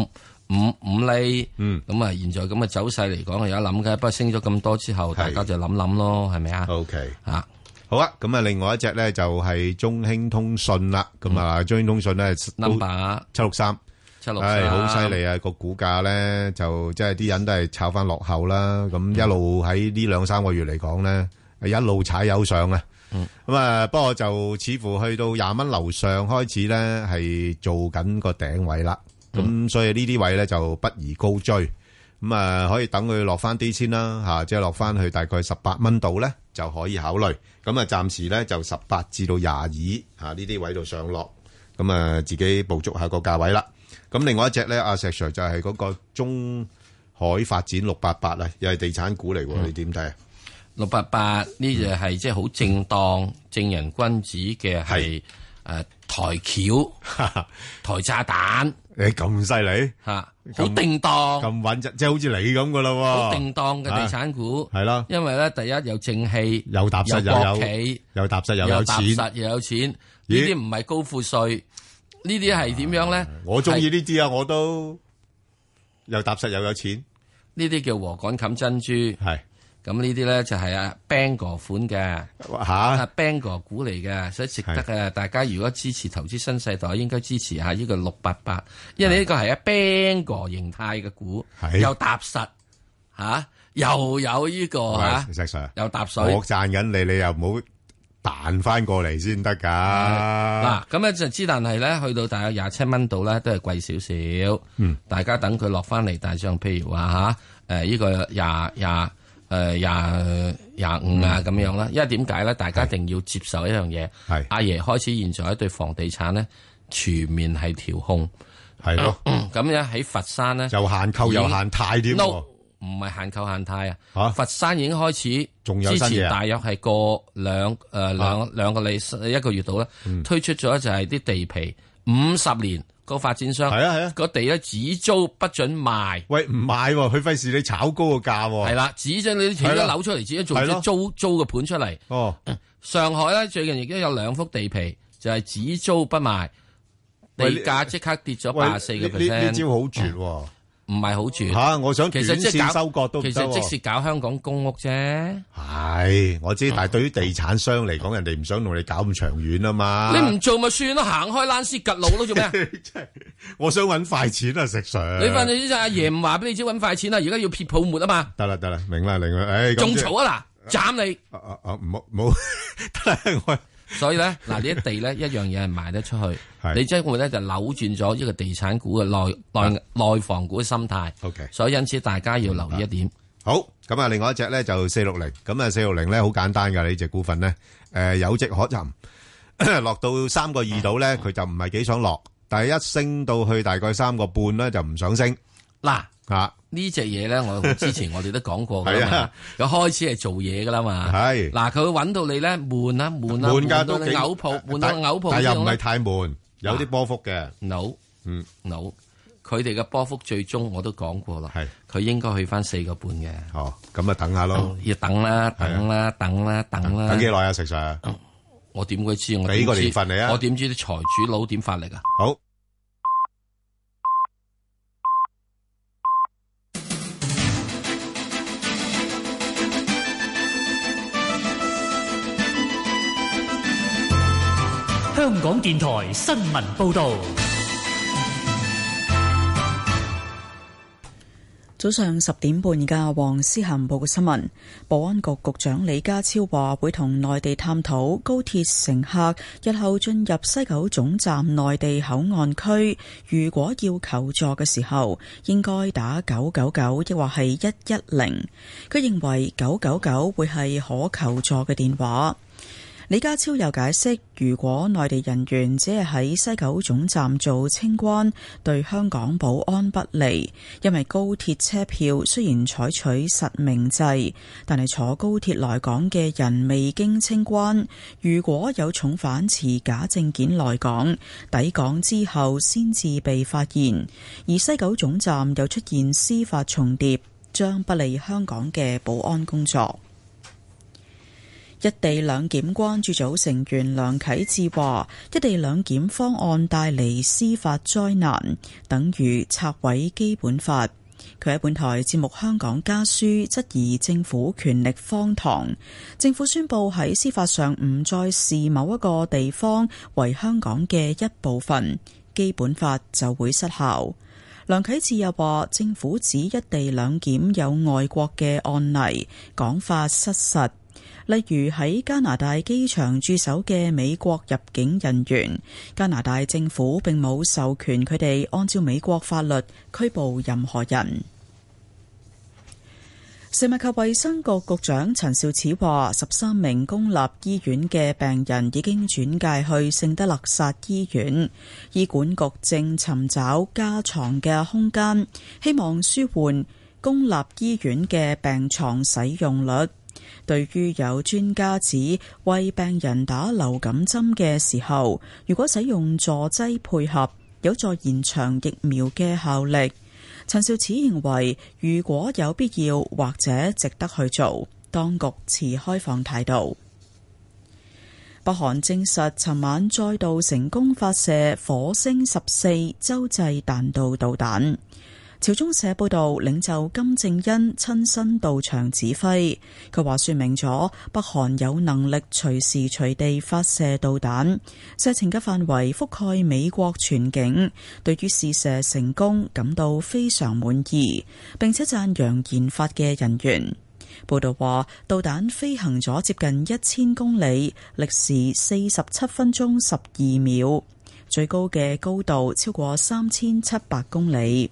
Speaker 12: 五五厘，
Speaker 11: 嗯
Speaker 12: 咁啊現在咁嘅走勢嚟講係有得諗嘅，不過升咗咁多之後，大家就諗諗咯，係咪啊
Speaker 11: ？OK
Speaker 12: 啊，
Speaker 11: 好啊，咁啊，另外一隻咧就係中興通訊啦，咁啊，中興通訊咧
Speaker 12: 嗯 number
Speaker 11: 七六三，
Speaker 12: 763
Speaker 11: 唉好犀利啊！個股價咧就即係啲人都係炒翻落後啦，咁一路喺呢兩三個月嚟講咧，係一路踩油上啊！咁啊，不過就似乎去到廿蚊樓上開始咧，係做緊個頂位啦。咁、所以呢啲位咧就不宜高追。咁啊，可以等佢落翻啲先啦，吓、即係落翻去大概十八蚊度咧，就可以考慮。咁啊，暫時咧就十八至到廿二吓呢啲位度上落，咁啊自己捕捉下個價位啦。咁另外一隻咧，阿石 Sir 就係嗰個中海發展六八八啊，又係地產股嚟喎，你點睇啊？
Speaker 12: 嗯六
Speaker 11: 嗯
Speaker 12: 八八呢就係即係好正當正人君子嘅係誒抬
Speaker 11: [laughs]
Speaker 12: 轎、抬炸彈，
Speaker 11: 你咁犀利啊
Speaker 12: 吓，好定當，
Speaker 11: 咁穩陣，即係好似你咁噶啦喎，
Speaker 12: 好定當嘅地產股
Speaker 11: 係啦，
Speaker 12: 因為咧第一又正氣，
Speaker 11: 又踏實又
Speaker 12: 國
Speaker 11: 有
Speaker 12: 企，，
Speaker 11: 又踏實又有
Speaker 12: 踏
Speaker 11: 錢，
Speaker 12: 實又有錢，呢啲唔係高富帥，呢啲係點樣咧？
Speaker 11: 我中意呢啲啊，我都又踏實又有錢，
Speaker 12: 呢啲叫禾稈冚珍珠，係咁呢啲咧就係啊 Bang 哥款嘅
Speaker 11: 嚇
Speaker 12: 啊 Bang 哥股嚟嘅，所以值得嘅。大家如果支持投資新世代，應該支持下呢個六八八，因為呢個係啊 Bang 哥形態嘅股，又踏實嚇，又有呢個嚇
Speaker 11: 喂，石 Sir，
Speaker 12: 又踏水。
Speaker 11: 我讚緊你，你又唔好彈翻過嚟先得㗎。
Speaker 12: 嗱，咁咧就知，但係咧去到大約廿七蚊度咧，都係貴少少。
Speaker 11: 嗯，
Speaker 12: 大家等佢落翻嚟，大上譬如話吓，誒呢個廿廿誒廿廿五
Speaker 11: 嗯
Speaker 12: 啊咁樣啦。因為點解咧？大家一定要接受一樣嘢，
Speaker 11: 係
Speaker 12: 阿爺開始現在對房地產咧全面係調控，
Speaker 11: 係咯。
Speaker 12: 咁咧喺佛山咧
Speaker 11: 又限購又限貸添喎
Speaker 12: No，唔係限購限貸啊！佛山已經開始，
Speaker 11: 仲有
Speaker 12: 之
Speaker 11: 新嘢
Speaker 12: 前
Speaker 11: 啊
Speaker 12: 大約係過兩誒兩兩個禮一個月度啦，
Speaker 11: 嗯
Speaker 12: 推出咗就係啲地皮五十年個發展商
Speaker 11: 係啊係啊，
Speaker 12: 個地咧只租不准賣。
Speaker 11: 喂，唔買喎，佢費事你炒高個價喎。
Speaker 12: 係啦，只將你啲
Speaker 11: 係
Speaker 12: 錢
Speaker 11: 啦
Speaker 12: 都扭出嚟，只做
Speaker 11: 係咯
Speaker 12: 啲租租嘅盤出嚟。
Speaker 11: 哦，
Speaker 12: [coughs] 上海咧最近亦都有兩幅地皮就係只租不賣，地
Speaker 11: 喂呢
Speaker 12: 價即刻跌咗
Speaker 11: 喂
Speaker 12: 八十四
Speaker 11: 呢
Speaker 12: 個
Speaker 11: 呢呢
Speaker 12: percent。
Speaker 11: 招好絕喎。
Speaker 12: 唔係好住
Speaker 11: 嚇我想
Speaker 12: 其實即係
Speaker 11: 短線
Speaker 12: 搞
Speaker 11: 收割都唔得
Speaker 12: 其
Speaker 11: 喎
Speaker 12: 實即是搞香港公屋啫。
Speaker 11: 係，我知，但係對於地產商嚟講，人哋唔想同你搞咁長遠啊嘛。
Speaker 12: 你唔做咪算咯，行開躝屍趌路咯，做
Speaker 11: [laughs]
Speaker 12: 咩啊？
Speaker 11: 我想揾快錢啊，石 Sir。
Speaker 12: 你份你就阿爺唔話俾你知揾快錢啦，而家要撇泡沫啊嘛，
Speaker 11: 得啦得啦，明啦明啦，唉，咁
Speaker 12: 仲
Speaker 11: 即係
Speaker 12: 嘈啊嗱，斬你！
Speaker 11: 啊啊啊！唔好唔好， [laughs]
Speaker 12: 所以咧，嗱，你啲地咧一樣嘢係賣得出去，你將會咧就扭轉咗呢個地產股嘅內
Speaker 11: 啊
Speaker 12: 內內房股嘅心態。
Speaker 11: OK，
Speaker 12: 所以因此大家要留意一點。
Speaker 11: 好，咁啊，另外一隻咧就四六零，咁啊四六零咧好簡單噶，呢只股份咧，誒、有跡可尋， [coughs] 落到三個二度咧，佢就唔係幾想落，但係一升到去大概三個半咧就唔想升。
Speaker 12: 嗱
Speaker 11: 啊，
Speaker 12: 呢只嘢咧，我之前我哋都講過
Speaker 11: 係
Speaker 12: 㗎嘛
Speaker 11: 啊，
Speaker 12: 佢開始係做嘢噶啦嘛。
Speaker 11: 係
Speaker 12: 嗱，佢會揾到你咧悶啊悶啊，
Speaker 11: 悶㗎
Speaker 12: 到
Speaker 11: 都
Speaker 12: 你
Speaker 11: 幾
Speaker 12: 嘔泡，悶到
Speaker 11: 但
Speaker 12: 你嘔泡
Speaker 11: 但
Speaker 12: 之
Speaker 11: 又
Speaker 12: 後
Speaker 11: 唔
Speaker 12: 咧
Speaker 11: 係太悶，有啲波幅嘅。
Speaker 12: no，
Speaker 11: 嗯
Speaker 12: ，no，佢哋嘅波幅最終我都講過啦，
Speaker 11: 係
Speaker 12: 佢應該去翻四個半嘅。
Speaker 11: 哦，咁啊等下咯，
Speaker 12: 要等啦，等啦，等啦，等啦。
Speaker 11: 等幾耐啊？石 Sir，
Speaker 12: 嗯我點會知？我
Speaker 11: 俾
Speaker 12: 點
Speaker 11: 個
Speaker 12: 知
Speaker 11: 年份你啊
Speaker 12: 我點知啲財主佬點發力啊？
Speaker 11: 好。
Speaker 16: 香港電台新聞報導，
Speaker 15: 早上十點半嘅黃思涵報嘅新聞，保安局局長李家超話會同內地探討高鐵乘客日後進入西九總站內地口岸區，如果要求助嘅時候，應該打九九九，抑或係一一零。佢認為九九九會係可求助嘅電話。李家超又解釋，如果內地人員只係喺西九總站做清關，對香港保安不利，因為高鐵車票雖然採取實名制，但係坐高鐵來港嘅人未經清關，如果有重犯持假證件來港，抵港之後先至被發現，而西九總站又出現司法重疊，將不利香港嘅保安工作。一地兩檢關注組成員梁啟智話：一地兩檢方案帶嚟司法災難，等於拆毀基本法。佢喺本台節目《香港家書》質疑政府權力荒唐，政府宣布喺司法上唔再視某一個地方為香港嘅一部分，基本法就會失效。梁啟智又話：政府指一地兩檢有外國嘅案例，講法失實。例如喺加拿大機場駐守嘅美國入境人員，加拿大政府並冇授權佢哋按照美國法律拘捕任何人。食物及衛生局局長陳肇始話：十三名公立醫院嘅病人已經轉介去聖德肋撒醫院，醫管局正尋找加床嘅空間，希望舒緩公立醫院嘅病床使用率。對於有專家指為病人打流感針嘅時候，如果使用助劑配合，有助延長疫苗嘅效力。陳肇始認為，如果有必要或者值得去做，當局持開放態度。北韓證實，尋晚再度成功發射火星十四洲際彈道導彈。朝中社報道，領袖金正恩親身到場指揮。佢話說明咗北韓有能力隨時隨地發射導彈，射程嘅範圍覆蓋美國全境。對於試射成功感到非常滿意，並且讚揚研發嘅人員。報道話，導彈飛行咗接近一千公里，歷時四十七分鐘十二秒，最高嘅高度超過三千七百公里。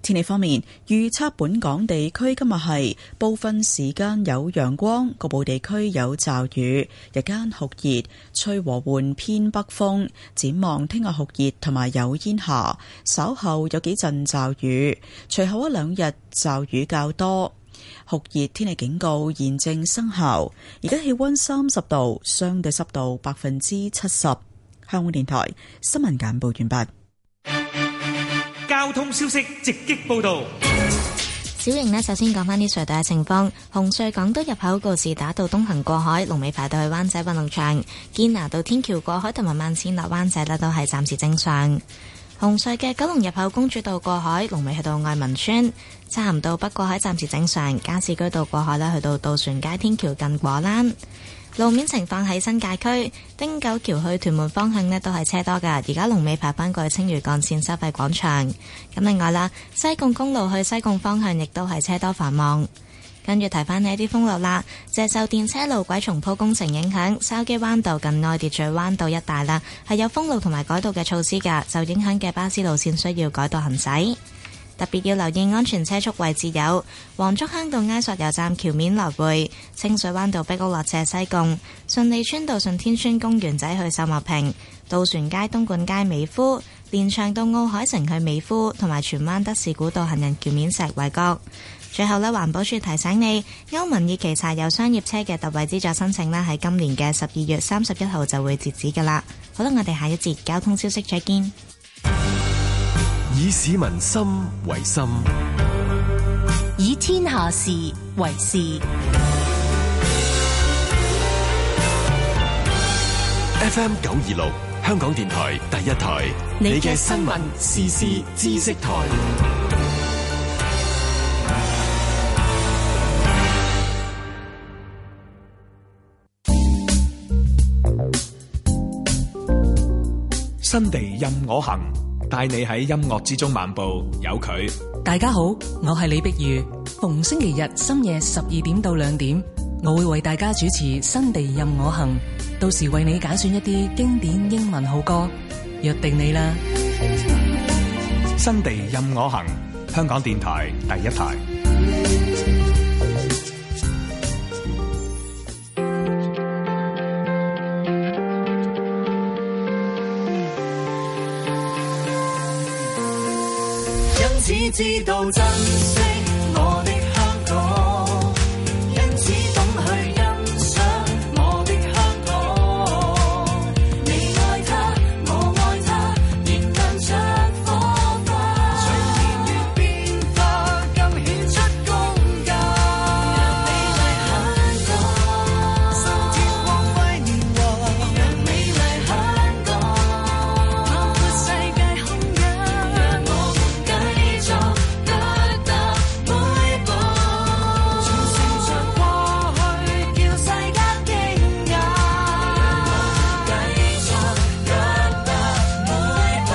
Speaker 15: 天氣方面，預測本港地區今日係部分時間有陽光，局部地區有驟雨，日間酷熱，吹和緩偏北風。展望聽日酷熱同埋有煙霞，稍後有幾陣驟雨，隨後一兩日驟雨較多。酷熱天氣警告現正生效。而家氣溫三十度，相對濕度百分之七十。香港電台新聞簡報完畢。
Speaker 16: 交通消息直擊報道。
Speaker 17: 小瑩呢，首先講翻啲隧道嘅情況。紅隧港島入口告士打道東行過海，龍尾排到去灣仔運動場；堅拿道天橋過海同埋慢線落灣仔呢，都係暫時正常。紅隧嘅九龍入口公主道過海，龍尾去到愛民村；漆咸道北過海暫時正常。加士居道過海呢，去到渡船街天橋近果欄。路面情況喺新界區汀九橋去屯門方向呢都係車多㗎，而家龍尾排返過去青嶼幹線收費廣場。咁另外啦，西貢公路去西貢方向亦都係車多繁忙。跟住提翻呢一啲封路啦，借受電車路軌重鋪工程影響，筲箕灣道近愛秩序灣道一帶啦，係有封路同埋改道嘅措施㗎，受影響嘅巴士路線需要改道行駛。特別要留意安全車速位置有黃竹坑道埃索油站橋面來回、清水灣道壁屋落斜西貢、順利村道順天村公園仔去秀茂坪、渡船街東莞街美孚、連翔道奧海城去美孚，同埋荃灣德士古道行人橋面石圍角。最後呢，環保署提醒你，歐盟二期柴油商業車嘅特惠資助申請呢，喺今年嘅十二月三十一號就會截止㗎啦。好啦，我哋下一節交通消息再見。
Speaker 3: 以市民心為心，
Speaker 4: 以天下事為事。
Speaker 3: FM 九二六，香港電台第一台，你嘅新聞、時事、知識台。
Speaker 2: 新地任我行。帶你喺音樂之中漫步，有佢。
Speaker 33: 大家好，我係李碧如。逢星期日深夜十二點到兩點，我會為大家主持《新地任我行》，到時為你揀選一啲經典英文好歌，約定你啦。
Speaker 2: 新地任我行，香港電台第一台。
Speaker 13: 只知道珍惜我的香港，因此懂去欣賞我的香港。你愛它，我愛它，燃亮着火花。隨年月變化，更顯出公價。讓美麗香港，心跳光輝年華。讓美麗香港，擴闊世界空間。讓我們繼繼續腳踏每步，從成長過去叫世間驚訝。繼續腳踏每步，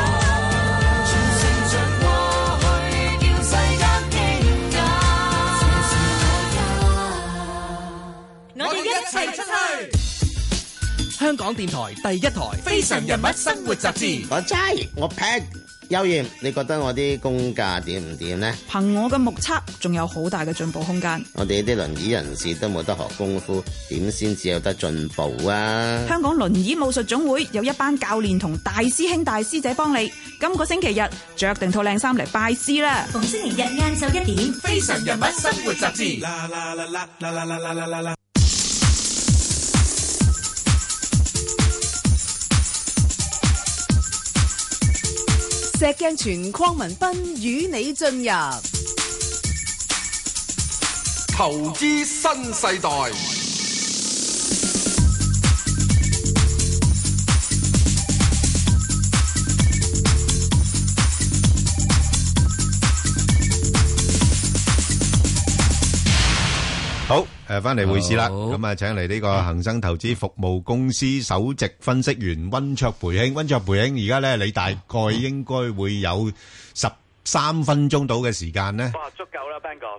Speaker 13: 從成長過去叫世間驚訝。我哋一齊出去。
Speaker 18: 香港電台第一台《非常人物生活雜誌》。
Speaker 19: 我齋，我 pat。
Speaker 26: 邱燕，你覺得我啲工價掂唔掂呢？
Speaker 18: 憑我嘅目測，仲有好大嘅進步空間。
Speaker 26: 我哋啲輪椅人士都冇得學功夫，點先至有得進步啊？
Speaker 18: 香港輪椅武術總會有一班教練同大師兄大師姐幫你。今個星期日着定套靚衫嚟拜師啦！
Speaker 4: 逢星期日晏晝一點，非常人物生活雜誌。
Speaker 16: 啦啦啦啦啦啦啦啦啦啦啦！
Speaker 9: 石鏡泉邝文斌與你進入
Speaker 10: 投資新世代，
Speaker 11: 好，誒，返嚟匯市啦。咁啊，請嚟呢個恒生投資服務公司首席分析員溫卓培兄。溫卓培兄，而家呢，你大概應該會有13分鐘到嘅時間呢。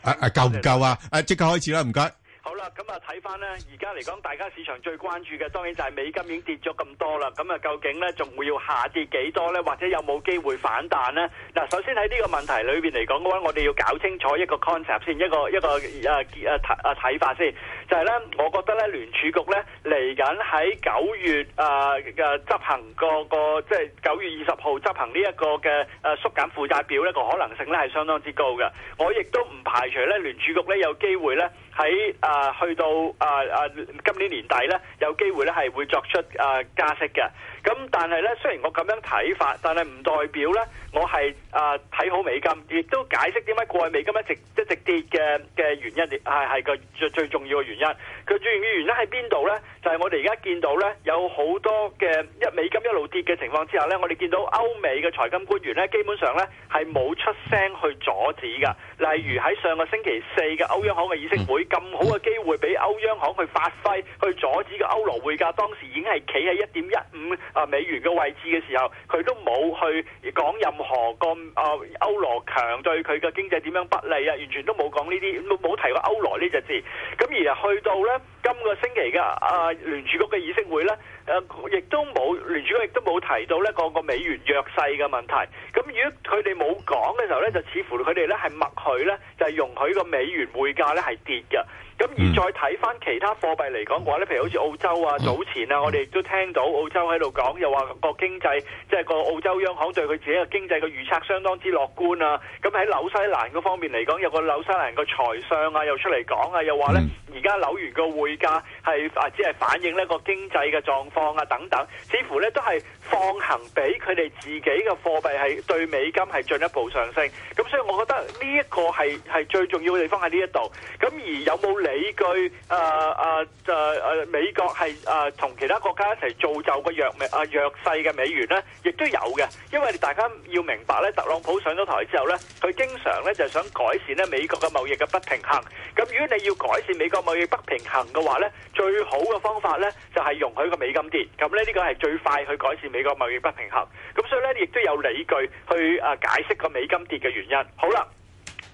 Speaker 11: 啊，啊，夠唔夠啊？啊，即刻開始啦，唔該。
Speaker 19: 好啦，咁啊睇翻咧，而家嚟講，大家市場最關注嘅當然就係美金已經跌咗咁多啦。咁啊，究竟咧仲會要下跌幾多咧？或者有冇機會反彈咧？嗱，首先喺呢個問題裏邊嚟講嘅話，我哋要搞清楚一個 concept 先，一個一個誒誒睇啊睇法先。就係咧，我覺得咧聯儲局咧嚟緊喺九月啊嘅執行個個即係九月二十號執行呢一個嘅誒縮減負債表呢個可能性咧係相當之高嘅。我亦都唔排除咧聯儲局咧有機會咧。喺啊、去到啊啊今年年底咧，有機會咧係會作出啊、加息嘅。咁但係咧，雖然我咁樣睇法，但係唔代表咧我係啊睇好美金，亦都解釋點解過去美金一直一直跌嘅嘅原因，係係個最最重要嘅原因。佢最重要嘅原因喺邊度咧？就係、我哋而家見到咧有好多嘅一美金一路跌嘅情況之下咧，我哋見到歐美嘅財金官員咧，基本上咧係冇出聲去阻止㗎。例如喺上個星期四嘅歐央行嘅議息會。咁好嘅機會俾歐央行去發揮，去阻止個歐羅匯價當時已經係企喺一點一五啊美元嘅位置嘅時候，佢都冇去講任何個啊歐羅強對佢嘅經濟點樣不利啊，完全都冇講呢啲，冇冇提過歐羅呢隻字。咁而去到呢今個星期嘅啊聯儲局嘅議息會呢，呃誒亦都冇聯儲局亦都冇提到呢個個美元弱勢嘅問題。咁如果佢哋冇講嘅時候呢，就似乎佢哋呢係默許呢，就係容許個美元匯價呢係跌嘅。咁而再睇翻其他貨幣嚟講嘅話咧，譬如好似澳洲啊，早前啊，我哋亦都聽到澳洲喺度講，又話個經濟即係個澳洲央行對佢自己嘅經濟嘅預測相當之樂觀啊。咁喺紐西蘭嗰方面嚟講，有個紐西蘭個財相啊，又出嚟講啊，又話咧而家紐元個匯價係啊，只係反映呢個經濟嘅狀況啊等等，似乎咧都係放行俾佢哋自己嘅貨幣係對美金係進一步上升。咁所以我覺得呢一個係係最重要嘅地方喺呢一度。咁而有冇理據呃誒誒誒誒呃美國係誒同其他國家一齊造就個弱美啊弱勢嘅美元咧，亦都有嘅，因為大家要明白咧，特朗普上咗台之後咧，佢經常咧就係想改善咧美國嘅貿易嘅不平衡。咁如果你要改善美國貿易不平衡嘅話咧，最好嘅方法咧就係容許個美金跌。咁咧呢個係最快去改善美國貿易不平衡。咁所以咧亦都有理據去誒解釋個美金跌嘅原因。好啦。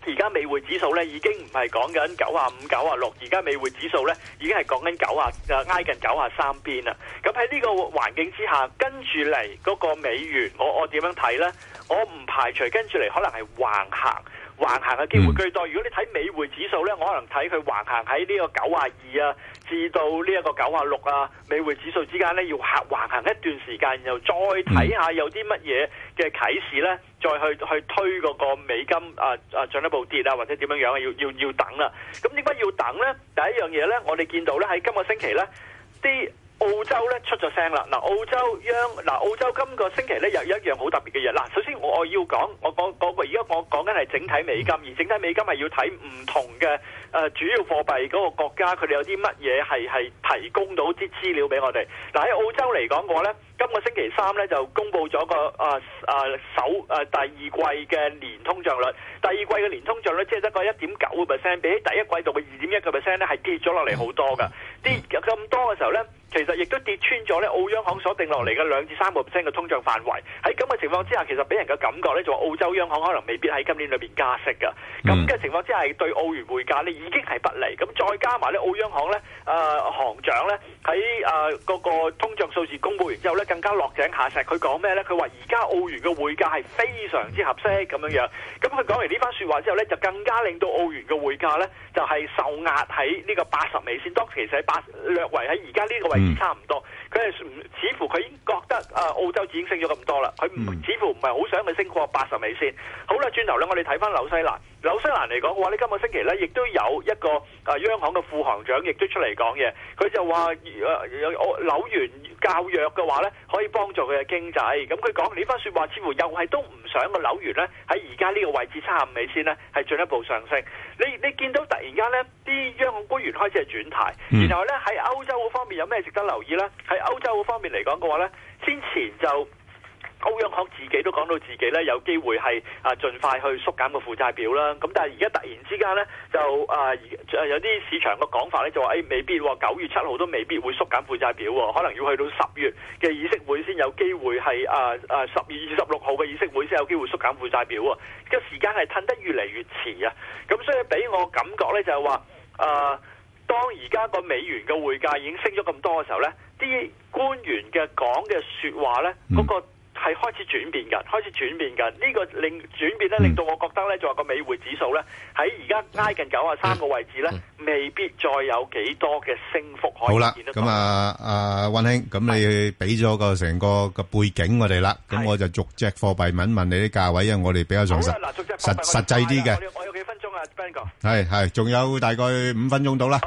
Speaker 19: 而家美匯指數咧已經唔係講緊九啊五、九啊六，而家美匯指數咧已經係講緊九啊，誒挨近九啊三邊啦。咁喺呢個環境之下，跟住嚟嗰個美元，我我點樣睇咧？我唔排除跟住嚟可能係橫行。橫行嘅機會居多。如果你睇美匯指數呢，我可能睇佢橫行喺呢個九啊二啊，至到呢一個九啊六啊，美匯指數之間呢，要行橫行一段時間，然後再睇下有啲乜嘢嘅啟示呢，再去去推嗰個美金啊啊進一步跌啊，或者點樣樣啊，要要要等啦。咁點解要等呢？第一樣嘢呢，我哋見到呢，喺今個星期呢啲。澳洲咧出咗聲啦，嗱澳洲央嗱澳洲今個星期咧有一樣好特別嘅嘢，嗱首先我要講，我講嗰個而家我講緊係整體美金，而整體美金係要睇唔同嘅誒、呃、主要貨幣嗰個國家佢哋有啲乜嘢係係提供到啲資料俾我哋。嗱喺澳洲嚟講嘅話咧，今個星期三咧就公布咗個誒誒首誒第二季嘅年通脹率，第二季嘅年通脹率即係得個一點九個 percent，比起第一季度嘅二點一個 percent 咧係跌咗落嚟好多㗎，跌咁多嘅時候咧。其實亦都跌穿咗咧澳央行所定落嚟嘅兩至三個 percent 嘅通脹範圍。喺咁嘅情況之下，其實俾人嘅感覺咧就話澳洲央行可能未必喺今年裏邊加息㗎。咁嘅情況之下，係對澳元匯價咧已經係不利。咁再加埋咧澳央行咧，誒、行長咧喺誒嗰個通脹數字公佈完之後咧，更加落井下石。佢講咩咧？佢話而家澳元嘅匯價係非常之合適咁樣樣。咁佢講完呢番説話之後咧，就更加令到澳元嘅匯價咧就係、受壓喺呢個八十美線，當其實喺八略為喺而家呢個位置差唔多。佢係唔似乎佢已經覺得啊、澳洲已經升咗咁多啦，佢唔似乎唔係好想佢升過八十美先。好啦，轉頭咧，我哋睇翻紐西蘭。紐西蘭嚟講嘅話呢今個星期咧，亦都有一個啊央行嘅副行長亦都出嚟講嘢，佢就話呃呃紐元較弱嘅話咧，可以幫助佢嘅經濟。咁佢講呢番説話，似乎又係都唔想個紐元咧喺而家呢個位置差五美先咧，係進一步上升。你你見到突然間咧，啲央行官員開始係轉態，然後咧喺歐洲嗰方面有咩值得留意咧？喺歐洲嗰方面嚟講嘅話咧，先前就。歐央行自己都講到自己咧有機會係啊盡快去縮減個負債表啦。咁但係而家突然之間咧就啊而有啲市場嘅講法咧就話誒、哎未必喎，九月七號都未必會縮減負債表喎，可能要去到十月嘅議息會先有機會係啊啊十月二十六號嘅議息會先有機會縮減負債表喎。個時間係褪得越嚟越遲啊！咁所以俾我感覺咧就係話啊。當而家個美元嘅匯價已經升咗咁多嘅時候呢啲官員嘅講嘅説話呢，嗰、個係開始轉變緊，開始轉變緊。呢、個令轉變呢，令到我覺得呢，就話個美匯指數呢，喺而家挨近九啊三個位置呢，未必再有幾多嘅升幅可以
Speaker 11: 好啦，
Speaker 19: 見得
Speaker 11: 咁啊，阿温兄，咁你俾咗個成個個背景我哋啦，咁我就逐隻貨幣問問你啲價位，因為我哋比較上實實實際啲嘅。我有幾分鐘啊，Ben 哥。係係，仲有大概五分鐘到啦。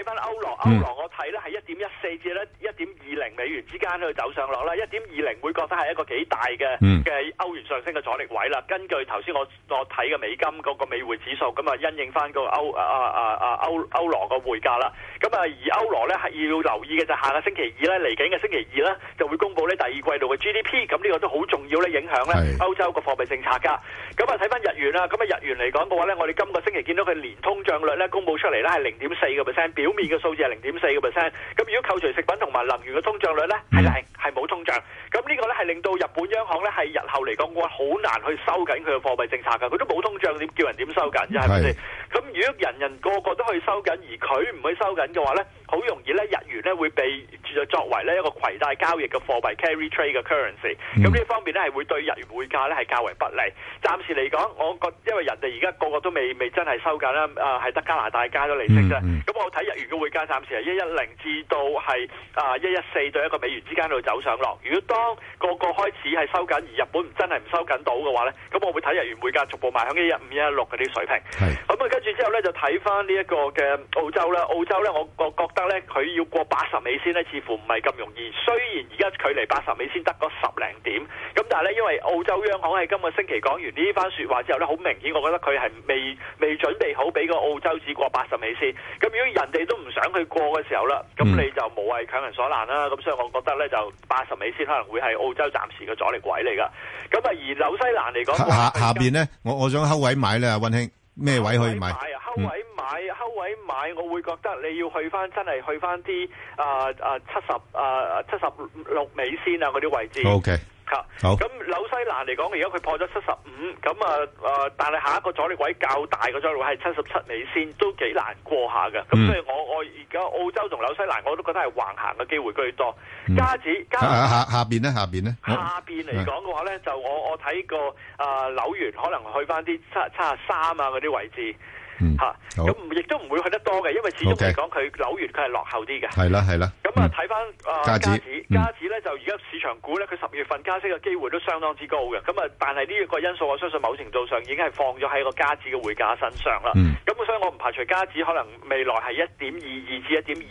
Speaker 19: 歐羅我睇咧係一點一四至咧一點二零美元之間去走上落啦，一點二零會覺得係一個幾大嘅
Speaker 13: 嗯
Speaker 19: 嘅歐元上升嘅阻力位啦。根據頭先我我睇嘅美金嗰個美匯指數，咁啊因應翻個歐啊啊啊歐歐羅個匯價啦。咁啊而歐羅咧係要留意嘅就係下個星期二咧嚟緊嘅星期二咧就會公布咧第二季度嘅 GDP，咁呢個都好重要咧影響咧歐洲個貨幣政策噶。咁啊睇翻日元啦，咁啊日元嚟講嘅話咧，我哋今個星期見到佢年通脹率咧公佈出嚟咧係零點四個 percent，表面嘅數字係零點四個 percent。咁如果扣除食品同埋能源嘅通脹率咧係零係冇通脹。咁呢個咧係令到日本央行咧係日後嚟講嘅話好難去收緊佢嘅貨幣政策㗎，佢都冇通脹點叫人點收緊啫係咪先？咁如果人人個個都去收緊，而佢唔去收緊嘅話咧，好容易咧日元咧會被作為咧一個攜帶交易嘅貨幣 carry trade 嘅 currency。咁呢方面咧係會對日元匯價咧係較為不利。暫時嚟講，我覺因為人哋而家個個都未未真係收緊啦，啊係得加拿大加咗利息啫。咁、
Speaker 13: 嗯
Speaker 19: 我睇日元嘅匯價暫時係一一零至到係啊一一四對一個美元之間度走上落。如果當個個開始係收緊，而日本真係唔收緊到嘅話咧，咁我會睇日元匯價逐步邁向一一五一一六嗰啲水平。咁啊，跟住之後咧就睇翻呢一個嘅澳洲啦，澳洲咧我我覺得咧佢要過八十美仙咧，似乎唔係咁容易。雖然而家距離八十美仙得個十零點，咁但係咧因為澳洲央行喺今個星期講完呢番説話之後咧，好明顯我覺得佢係未未準備好俾個澳洲紙過八十美仙。咁如果人哋都唔想佢過嘅時候啦，咁你就無謂強人所難啦。咁所以我覺得咧就八十美仙可能會係澳洲暫時嘅阻力位嚟㗎。咁啊而紐西蘭嚟講，
Speaker 11: 下下下邊咧，我我想睺位買咧，阿温兄，咩位可以買？嗯
Speaker 19: 買啊，睺位買，睺位買，我會覺得你要去翻真係去翻啲啊啊七十啊七十六美仙啊嗰啲位置。
Speaker 11: OK
Speaker 19: 嚇
Speaker 11: 好
Speaker 19: 咁紐西蘭嚟講，而家佢破咗七十五，咁啊啊，但係下一個阻力位較大嘅阻力位係七十七美仙，都幾難過下嘅。咁、所以我我而家澳洲同紐西蘭我都覺得係橫行嘅機會居多。加指加
Speaker 11: 下下下邊咧，下邊咧，我
Speaker 19: 下邊嚟講嘅話咧，就我我睇個啊紐元可能去翻啲七七啊三啊嗰啲位置。吓，咁亦都唔會去得多嘅，因為始終
Speaker 11: OK
Speaker 19: 嚟講佢紐元佢係落後啲嘅。
Speaker 11: 係啦係啦。
Speaker 19: 咁啊，睇翻啊
Speaker 11: 加
Speaker 19: 加
Speaker 11: 紙
Speaker 19: 紙，
Speaker 11: 嗯
Speaker 19: 加紙咧就而家市場估咧，佢十月份加息嘅機會都相當之高嘅。咁啊，但係呢一個因素，我相信某程度上已經係放咗喺個加紙嘅匯價身上啦。
Speaker 11: 嗯
Speaker 19: 咁、所以我唔排除加紙可能未來係一點二二至一點二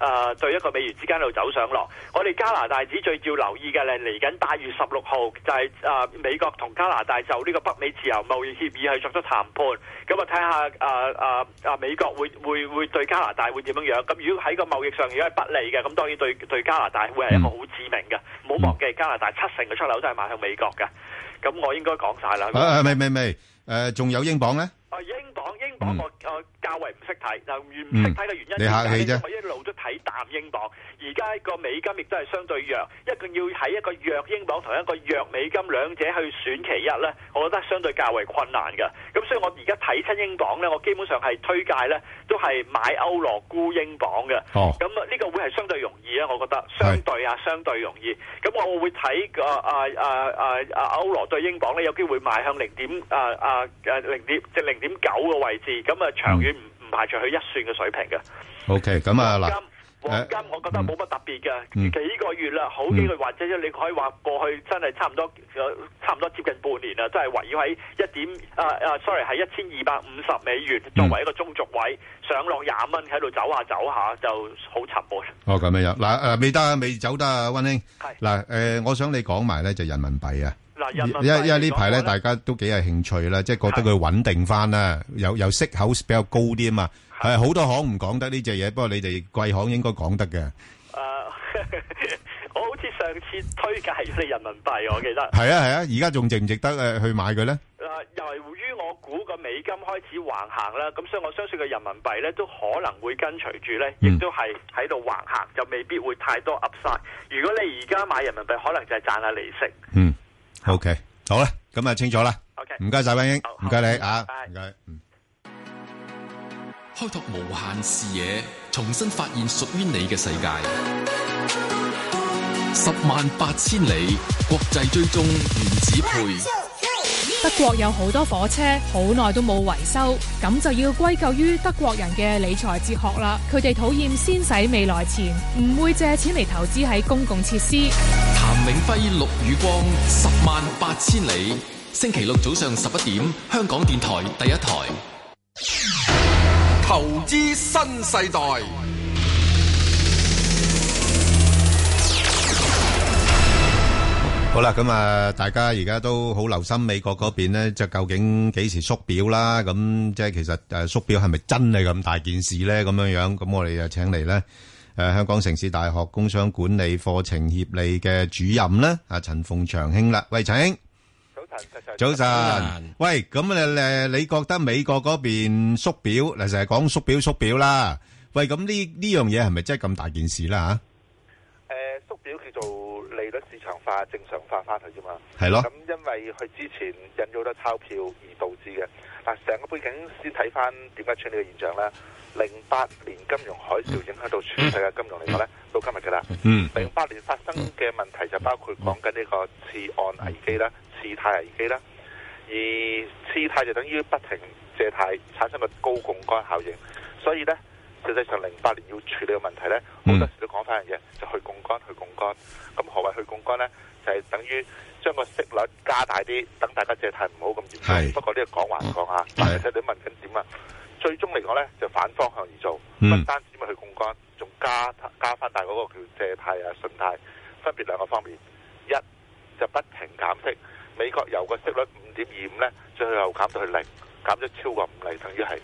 Speaker 19: 七啊對一個美元之間度走上落。我哋加拿大紙最要留意嘅咧，嚟緊八月十六號就係、啊、美國同加拿大就呢個北美自由貿易協議係作出談判。咁啊睇下啊啊啊美國會會會對加拿大會點樣樣？咁如果喺個貿易上如果係不利嘅，咁當然對對加拿大會係一個好致命嘅。唔好忘記加拿大七成嘅出口都係賣向美國嘅。咁我應該講晒啦。
Speaker 11: 嗯啊啊，未未未，誒，仲有英鎊咧？
Speaker 19: 啊，英鎊英港我我較為唔識睇，就唔唔識睇嘅原因
Speaker 11: 嗯嗯你客氣啫
Speaker 19: 點解呢因為一路都睇淡英鎊，而家個美金亦都係相對弱，一定要喺一個弱英鎊同一個弱美金兩者去選其一咧，我覺得相對較為困難嘅。咁所以我而家睇親英鎊咧，我基本上係推介咧都係買歐羅沽英鎊嘅。
Speaker 11: 哦
Speaker 19: 咁啊呢個會係相對容易啊，我覺得相對啊相對容易。咁我會睇個啊啊啊啊歐羅對英鎊咧有機會邁向零點啊啊誒零點即係零點九嘅位置，咁啊長遠唔唔排除佢一算嘅水平嘅。
Speaker 11: OK，咁啊嗱，
Speaker 19: 黃金我覺得冇乜特別嘅，
Speaker 11: 嗯
Speaker 19: 幾個月啦，好幾個月或者你可以話過去真係差唔多，呃差唔多接近半年啦，都係圍繞喺一點啊啊，sorry 係一千二百五十美元
Speaker 11: 嗯
Speaker 19: 作為一個中軸位，上落廿蚊喺度走下走下就好沉悶。
Speaker 11: 哦咁樣樣嗱誒，未得啊，未走得啊，温兄。嗱誒，我想你講埋咧就人民幣啊。
Speaker 19: 嗱人民幣
Speaker 11: 因因為呢排咧，大家都幾有興趣啦，即係覺得佢穩定翻啦，有有息口比較高啲啊嘛。係好多行唔講得呢只嘢，不過你哋貴行應該講得嘅。
Speaker 19: 誒、啊 [laughs] 我好似上次推介咗你人民幣，我記得。
Speaker 11: [laughs] 係啊係啊，而家仲值唔值得誒去買佢咧？
Speaker 19: 誒、啊由於我估個美金開始橫行啦，咁所以我相信個人民幣咧都可能會跟隨住咧，亦都係喺度橫行，就未必會太多 Upside。如果你而家買人民幣，可能就係賺下利息。
Speaker 11: 嗯，OK，好啦，咁啊清楚啦。
Speaker 19: OK
Speaker 11: 唔該晒，温英，唔該你啊。
Speaker 19: 唔
Speaker 11: 該。
Speaker 3: 開拓無限視野，重新發現屬於你嘅世界。十萬八千里國際追蹤原子配，
Speaker 20: 德國有好多火車好耐都冇維修，咁就要歸咎於德國人嘅理財哲學啦。佢哋討厭先使未來錢，唔會借錢嚟投資喺公共設施。
Speaker 3: 譚永輝、陸宇光，十萬八千里。星期六早上十一點，香港電台第一台。
Speaker 10: 投資新世代，
Speaker 11: 好啦，咁啊，大家而家都好留心美國嗰邊咧，就究竟幾時縮表啦？咁即係其實誒縮表係咪真係咁大件事咧？咁樣樣，咁我哋就請嚟咧誒香港城市大學工商管理課程協理嘅主任咧，阿陳鳳翔兄啦，喂，陳兄，早晨，早晨，喂，咁誒誒，你覺得美國嗰邊縮表嗱，成日講縮表縮表啦，喂，咁呢呢樣嘢係咪真係咁大件事啦？
Speaker 21: 誒呃縮表叫做利率市場化、正常化翻去啫嘛。
Speaker 11: 係咯
Speaker 21: 咁因為佢之前印咗好多鈔票而導致嘅。嗱，成個背景先睇翻點解出現呢個現象啦。零八年金融海嘯影響到全世界金融嚟講呢，到今日㗎啦。
Speaker 13: 嗯
Speaker 21: 零八年發生嘅問題就包括講緊呢個次按危機啦、次貸危機啦，而次貸就等於不停借貸產生個高槓桿效應，所以呢。實際上零八年要處理嘅問題呢，好多時都講翻樣嘢，就去槓桿，去槓桿。咁何謂去槓桿呢？就係、等於將個息率加大啲，等大家借貸唔好咁嚴重。不過呢個講還講下，但係睇你問緊點啊？最終嚟講呢，就反方向而做，
Speaker 11: 嗯
Speaker 21: 不單止咪去槓桿，仲加加翻大嗰個叫借貸啊、信貸，分別兩個方面。一就不停減息，美國由個息率五點二五呢，最後減到去零，減咗超過五厘，等於係。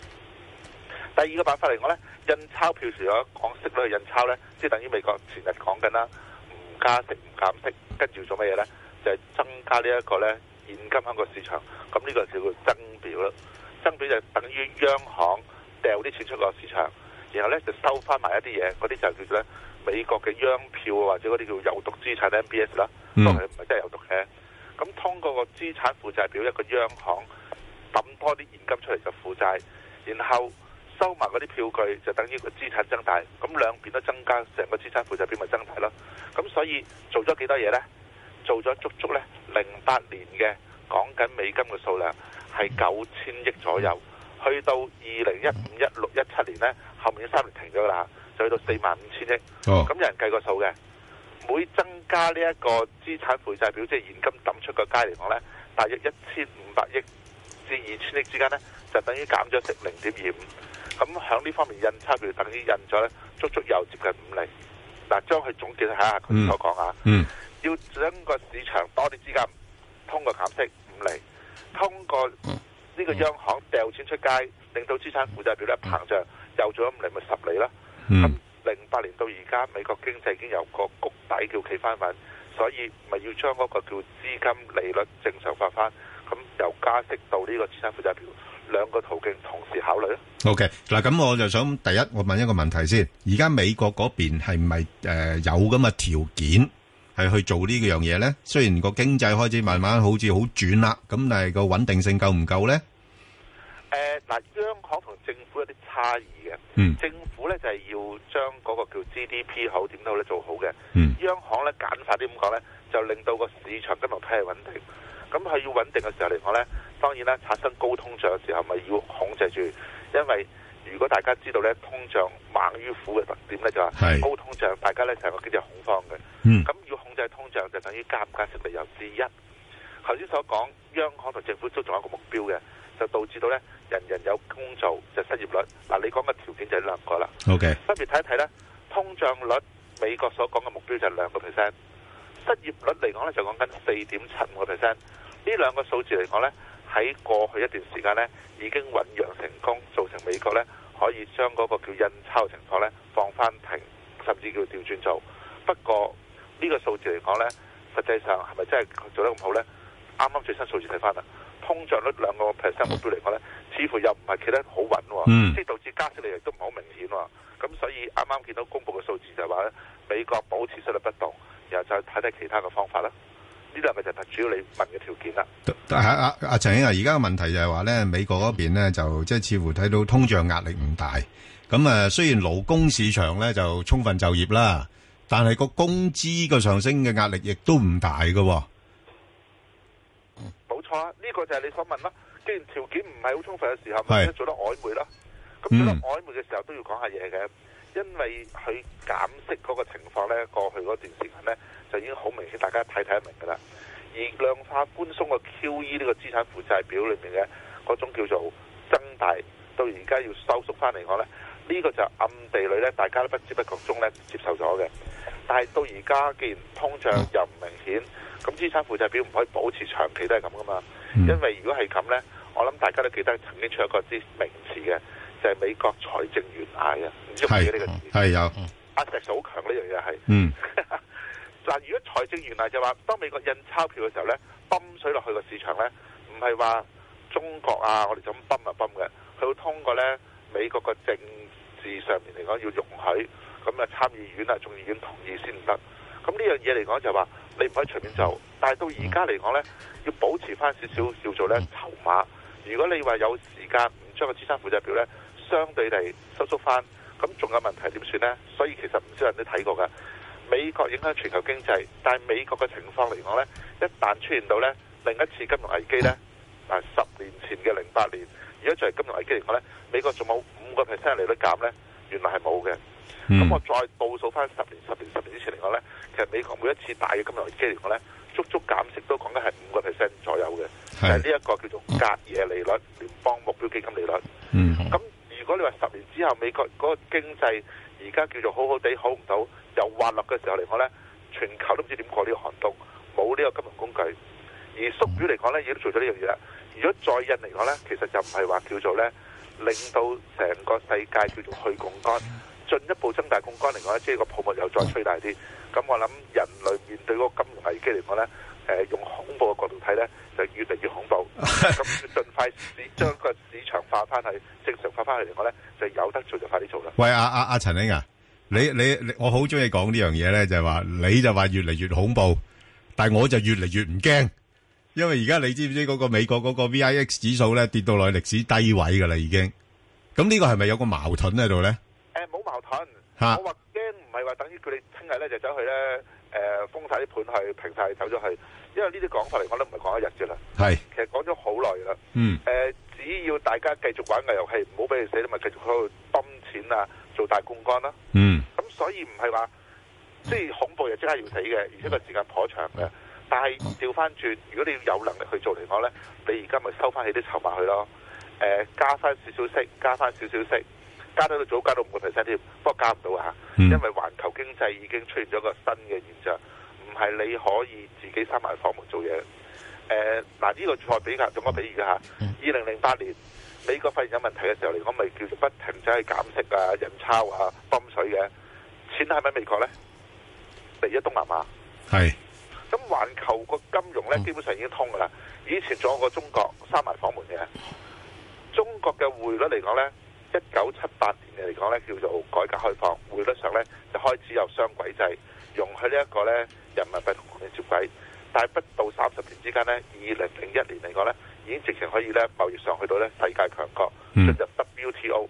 Speaker 21: 第二個辦法嚟講呢，印鈔票除咗講息率去印鈔呢，即係等於美國前日講緊啦，唔加息唔減息，跟住做乜嘢呢？就係、增加呢一個呢現金喺個市場，咁呢個叫做增表啦。增表就等於央行掉啲錢出個市場，然後呢就收翻埋一啲嘢，嗰啲就叫做呢美國嘅央票或者嗰啲叫有毒資產 MBS 啦，當然唔係真係有毒嘅。咁通過個資產負債表一個央行抌多啲現金出嚟就負債，然後。收埋嗰啲票據，就等於個資產增大，咁兩邊都增加，成個資產負債表咪增大咯。咁所以做咗幾多嘢呢？做咗足足呢零八年嘅講緊美金嘅數量係九千億左右，去到二零一五、一六、一七年呢，後面三年停咗啦，就去到四萬五千億。
Speaker 11: 哦
Speaker 21: 咁有人計過數嘅，每增加呢一個資產負債表，即係現金抌出個街嚟講呢，大約一千五百億至二千億之間呢，就等於減咗成零點二五。咁喺呢方面印鈔票等於印咗咧，足足有接近五厘。嗱，將佢總結下佢所講啊，
Speaker 11: 嗯
Speaker 21: 要將個市場多啲資金通過減息五厘，通過呢個央行掉錢出街，令到資產負債表咧膨脹，又做咗五厘咪十厘啦。咁零八年到而家，美國經濟已經由個谷底叫企翻穩，所以咪要將嗰個叫資金利率正常化翻。咁由加息到呢個資產負債表，兩個途徑同時考慮咯。
Speaker 11: 呃 OK，嗱，咁我就想第一個問題先，而家美國嗰邊係咪，誒，有咁嘅條件係去做呢樣嘢呢？雖然個經濟開始慢慢好似好轉啦，咁但係個穩定性夠唔夠呢？
Speaker 21: 誒呃嗱、央行同政府有啲差異嘅。
Speaker 11: 嗯
Speaker 21: 政府咧就係、要將嗰個叫 GDP 好點都好咧做好嘅。
Speaker 11: 嗯
Speaker 21: 央行咧簡化啲咁講咧，就令到個市場金融體系穩定。咁佢要穩定嘅時候嚟講咧，當然啦，產生高通脹嘅時候咪要控制住，因為如果大家知道咧，通脹猛於虎嘅特點咧就係
Speaker 11: 係
Speaker 21: 高通脹，大家咧成個經濟恐慌嘅。
Speaker 11: 嗯
Speaker 21: 咁要控制通脹就等於加唔加息理由之一。頭先所講，央行同政府都仲有一個目標嘅，就導致到咧人人有工做就失業率。嗱，你講嘅條件就係兩個啦。
Speaker 11: OK
Speaker 21: 分別睇一睇咧，通脹率美國所講嘅目標就係兩個 percent，失業率嚟講咧就講緊四點七五個 percent。呢兩個數字嚟講咧，喺過去一段時間咧已經醖釀成功，造成美國咧可以將嗰個叫印鈔嘅情況咧放翻停，甚至叫調轉做。不過呢個數字嚟講咧，實際上係咪真係做得咁好咧？啱啱最新數字睇翻啦，通脹率兩個 percent 目標嚟講咧，似乎又唔係企得好穩喎，
Speaker 13: 嗯
Speaker 21: 即係導致加息力亦都唔係好明顯喎。咁所以啱啱見到公佈嘅數字就係話咧，美國保持息率不動，然後再睇睇其他嘅方法啦。呢兩個就係主要你問嘅條件啦。
Speaker 11: 但係啊-啊-啊阿陳英啊，而家個問題就係話呢，美國嗰邊呢，就即係似乎睇到通脹壓力唔大，咁啊，雖然勞工市場呢，就充分就業啦，但係個工資個上升嘅壓力亦都唔大㗎喎。
Speaker 21: 冇錯啊，呢、個就係你所問啦。既然條件唔係好充分嘅時候，
Speaker 11: 係
Speaker 21: 咪做得曖昧啦。咁
Speaker 11: 嗯
Speaker 21: 做得曖昧嘅時候都要講下嘢嘅，因為佢減息嗰個情況呢，過去嗰段時間呢，就已經好明顯，大家睇睇得明㗎啦。而量化寬鬆嘅 QE 呢個資產負債表裏面嘅嗰種叫做增大，到而家要收縮翻嚟講呢，呢、個就暗地裏呢，大家都不知不覺中呢接受咗嘅。但係到而家既然通脹又唔明顯，咁資產負債表唔可以保持長期都係咁噶嘛。因為如果係咁呢，我諗大家都記得曾經出一個啲名詞嘅，就係、美國財政懸崖啊，唔知有冇記得呢個字？
Speaker 11: 係有。
Speaker 21: 阿石就好強呢樣嘢係。
Speaker 11: 嗯。
Speaker 21: 嗱，如果財政懸崖就話，當美國印鈔票嘅時候咧，泵水落去個市場咧，唔係話中國啊，我哋就咁泵啊泵嘅，佢會通過咧美國個政治上面嚟講要容許，咁啊參議院啊眾議院同意先得。咁呢樣嘢嚟講就話你唔可以隨便做，但係到而家嚟講咧，要保持翻少少叫做咧籌碼。如果你話有時間唔將個資產負債表咧相對地收縮翻，咁仲有問題點算咧？所以其實唔少人都睇過㗎。美國影響全球經濟，但係美國嘅情況嚟講呢，一旦出現到呢另一次金融危機呢，嗱十年前嘅零八年，如果就係金融危機嚟講呢，美國仲冇五個 percent 利率減呢，原來係冇嘅。咁、我再倒數翻十年、十年、十年之前嚟講呢，其實美國每一次大嘅金融危機嚟講呢，足足減息都講緊係五個 percent 左右嘅，就係呢一個叫做隔夜利率、聯邦目標基金利率。咁如果你話十年之後美國嗰個經濟而家叫做好好地好唔到，又滑落嘅時候嚟講呢，全球都唔知點過呢個寒冬，冇呢個金融工具。而縮表嚟講呢，亦都做咗呢樣嘢啦。如果再印嚟講呢，其實就唔係話叫做呢，令到成個世界叫做去槓桿，進一步增大槓桿嚟講呢，即係個泡沫又再吹大啲。咁我諗人類面對嗰個金融危機嚟講呢，誒、用恐怖嘅角度睇呢，就越嚟越恐怖。咁要盡快市將個市場化翻去正常化翻去嚟講呢，就有得做就快啲做啦。
Speaker 11: 喂，啊-啊-啊，陳兄啊，你-你-你-我好鍾意講呢樣嘢呢，就係話你就話越嚟越恐怖，但我就越嚟越唔驚。因為而家你知唔知嗰個美國嗰個 VIX 指數呢，跌到落去歷史低位㗎啦，已經。咁呢個係咪有個矛盾喺度呢？
Speaker 21: 誒冇矛盾，
Speaker 11: 嚇
Speaker 21: 我話驚唔係話等於叫你聽日咧就走去咧誒、封晒啲盤去平晒走咗去，因為呢啲講法嚟講都唔係講一日啫啦，
Speaker 11: 係
Speaker 21: 其實講咗好耐㗎啦。
Speaker 11: 嗯
Speaker 21: 誒、只要大家繼續玩嘅遊戲，唔好俾佢死啦，咪繼續喺度泵錢啊，做大公幹啦。
Speaker 11: 嗯，
Speaker 21: 咁所以唔係話即係恐怖就即刻要死嘅，而且個時間頗長嘅。但係調翻轉，如果你有能力去做嚟講呢，你而家咪收翻起啲籌碼去咯。誒、加翻少少息，加翻少少息，加到到早加到五個 percent 添，不過加唔到啊，因為環球經濟已經出現咗個新嘅現象，唔係你可以自己閂埋房門做嘢。誒嗱呢個再比較，用個比喻嚇，二零零八年美國發現有問題嘅時候嚟講，咪叫做不停走去減息啊、印鈔啊、泵水嘅，錢喺咪美國呢？嚟咗東南亞。
Speaker 11: 係。
Speaker 21: 咁環球個金融呢，基本上已經通㗎啦。以前仲有個中國閂埋房門嘅，中國嘅匯率嚟講呢，一九七八年嚟講呢，叫做改革開放，匯率上呢，就開始有雙軌制，容許呢一個呢人民幣同港元接軌。但係不到三十年之間呢，二零零一年嚟講呢，已經直情可以呢貿易上去到呢世界強國，進入 WTO。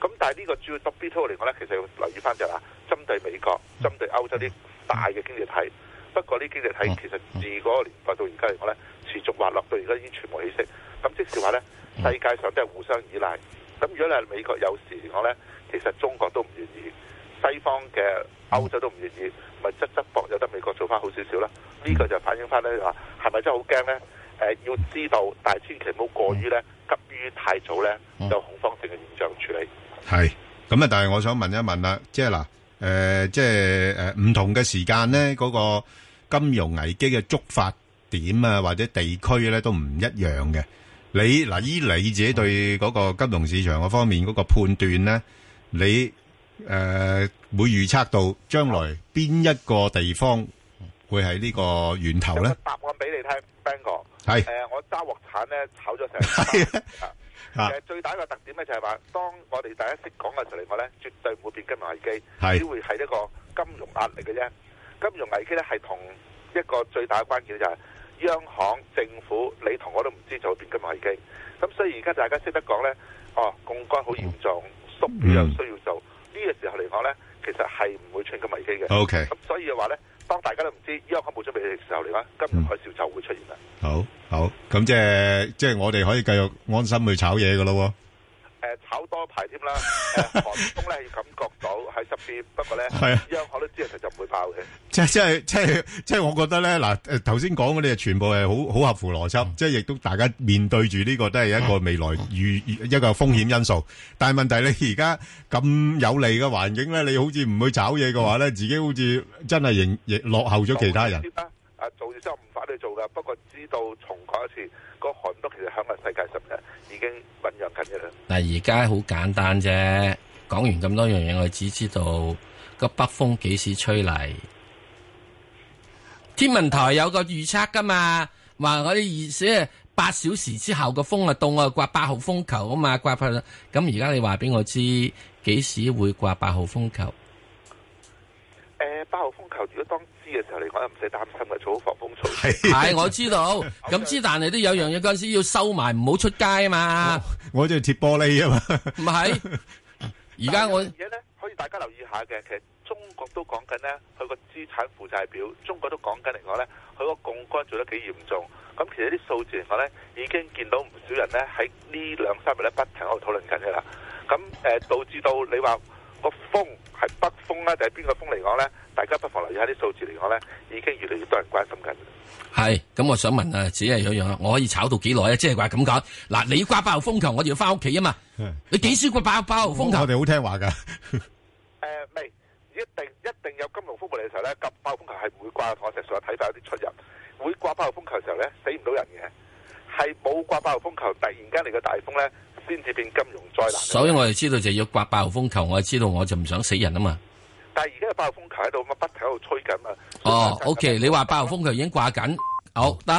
Speaker 21: 咁但係呢個主要 WTO 嚟講呢，其實要留意翻就係話，針對美國、針對歐洲啲大嘅經濟體。不過呢經濟體其實自嗰個年代到而家嚟講呢，持續滑落，到而家已經全無起色。咁即是話呢，世界上都係互相依賴。咁如果你係美國有事嚟講呢，其實中國都唔願意，西方嘅歐洲都唔願意，咪側側膊有得美國做翻好少少啦。呢、個就反映翻呢話，係咪真係好驚呢？誒、要知道，但係千祈唔好過於呢，急於太早呢，有恐慌性嘅現象處理。
Speaker 11: 系咁啊！但系我想問一問啦，即係嗱，诶、即係诶，唔、同嘅時間咧，嗰、個金融危機嘅觸發點啊，或者地區咧都唔一樣嘅。你嗱，依你自己對嗰個金融市場嗰方面嗰個判斷咧，你诶、誒會預測到將來邊一個地方會係呢個源頭咧？
Speaker 21: 答案俾你聽 b a n g 哥。
Speaker 11: 係
Speaker 21: 誒、我揸鑊鏟咧炒咗
Speaker 11: [laughs]
Speaker 21: 成。
Speaker 11: 啊
Speaker 21: 誒最大一個特點咧就係話，當我哋大家識講嘅時候嚟講咧，絕對唔會變金融危機，
Speaker 11: 係
Speaker 21: 只會係一個金融壓力嘅啫。金融危機咧係同一個最大嘅關鍵就係、央行、政府，你同我都唔知就會變金融危機。咁所以而家大家識得講咧，哦，槓桿好嚴重，縮表
Speaker 11: 嗯
Speaker 21: 又需要做，呢、個時候嚟講咧，其實係唔會出現金融危機嘅。
Speaker 11: OK
Speaker 21: 咁所以嘅話咧，當大家都唔知央行冇準備嘅時候嚟講，
Speaker 11: 嗯
Speaker 21: 金融海嘯就會出現啦。
Speaker 11: 好好，咁即係即係我哋可以繼續安心去炒嘢噶咯
Speaker 21: 誒、
Speaker 11: 嗯
Speaker 21: 炒多排添
Speaker 11: [laughs]
Speaker 21: 啦，誒、寒風咧要感覺到喺側邊，不過咧
Speaker 11: 係啊
Speaker 21: 央行都知其實就唔會爆嘅。
Speaker 11: 喎。即係即係即係即係，我覺得咧嗱，誒頭先講嗰啲全部係好好合乎邏輯，即係亦都大家面對住呢個都係一個未來預預一個風險因素。但係問題你而家咁有利嘅環境咧，你好似唔去炒嘢嘅話咧，自己好似真係仍仍落後咗其他人
Speaker 21: 做。先啦啊，做咗之後唔反對做噶，不過知道重講一次，個寒冬其實響個世界上嘅已經醖釀緊嘅啦。
Speaker 12: 嗱，而家好簡單啫，講完咁多樣嘢，我只知道個北風幾時吹嚟。天文台有個預測噶嘛，話我哋預寫八小時之後個風啊凍啊，刮八號風球啊嘛，刮八。咁而家你話俾我知幾時會刮八號風球？
Speaker 21: 誒、八號風球如果當知嘅時候嚟講，唔使擔心嘅，做好防風措施。
Speaker 12: 係我知道，咁之但係都有樣嘢嗰陣時要收埋，唔好出街啊嘛。
Speaker 11: 哦我就貼玻璃啊嘛。
Speaker 12: 唔係，而家我
Speaker 21: 嘢咧，可以大家留意下嘅，其實中國都講緊咧，佢個資產負債表，中國都講緊嚟講咧，佢個槓桿做得幾嚴重。咁其實啲數字嚟講咧，已經見到唔少人咧喺呢兩三日咧不停喺度討論緊嘅啦。咁誒、呃導致到你話個風係北風咧，定係邊個風嚟講咧？大家不妨留意下啲數字嚟講咧，已經越嚟越多人關心緊。
Speaker 12: 係，咁我想問啊，只係有一樣，我可以炒到幾耐啊？即係話咁講，嗱，你刮八號風球，我哋要翻屋企啊嘛。你幾時刮八八號風球？
Speaker 11: 我哋好聽話㗎。
Speaker 21: 誒未一定一定有金融風暴嚟嘅時候咧，急爆風球係唔會掛我石上睇法有啲出入，會掛爆風球嘅時候咧，死唔到人嘅，係冇掛爆風球，突然間嚟個大風咧，先至變金融災難。
Speaker 12: 所以我哋知道就要刮八號風球，我知道我就唔想死人啊嘛。
Speaker 21: 但係而家嘅爆風球喺度，乜不停喺度吹緊
Speaker 11: 嗯
Speaker 21: 啊！
Speaker 12: 哦，OK，你話八號風球已經掛緊，好得，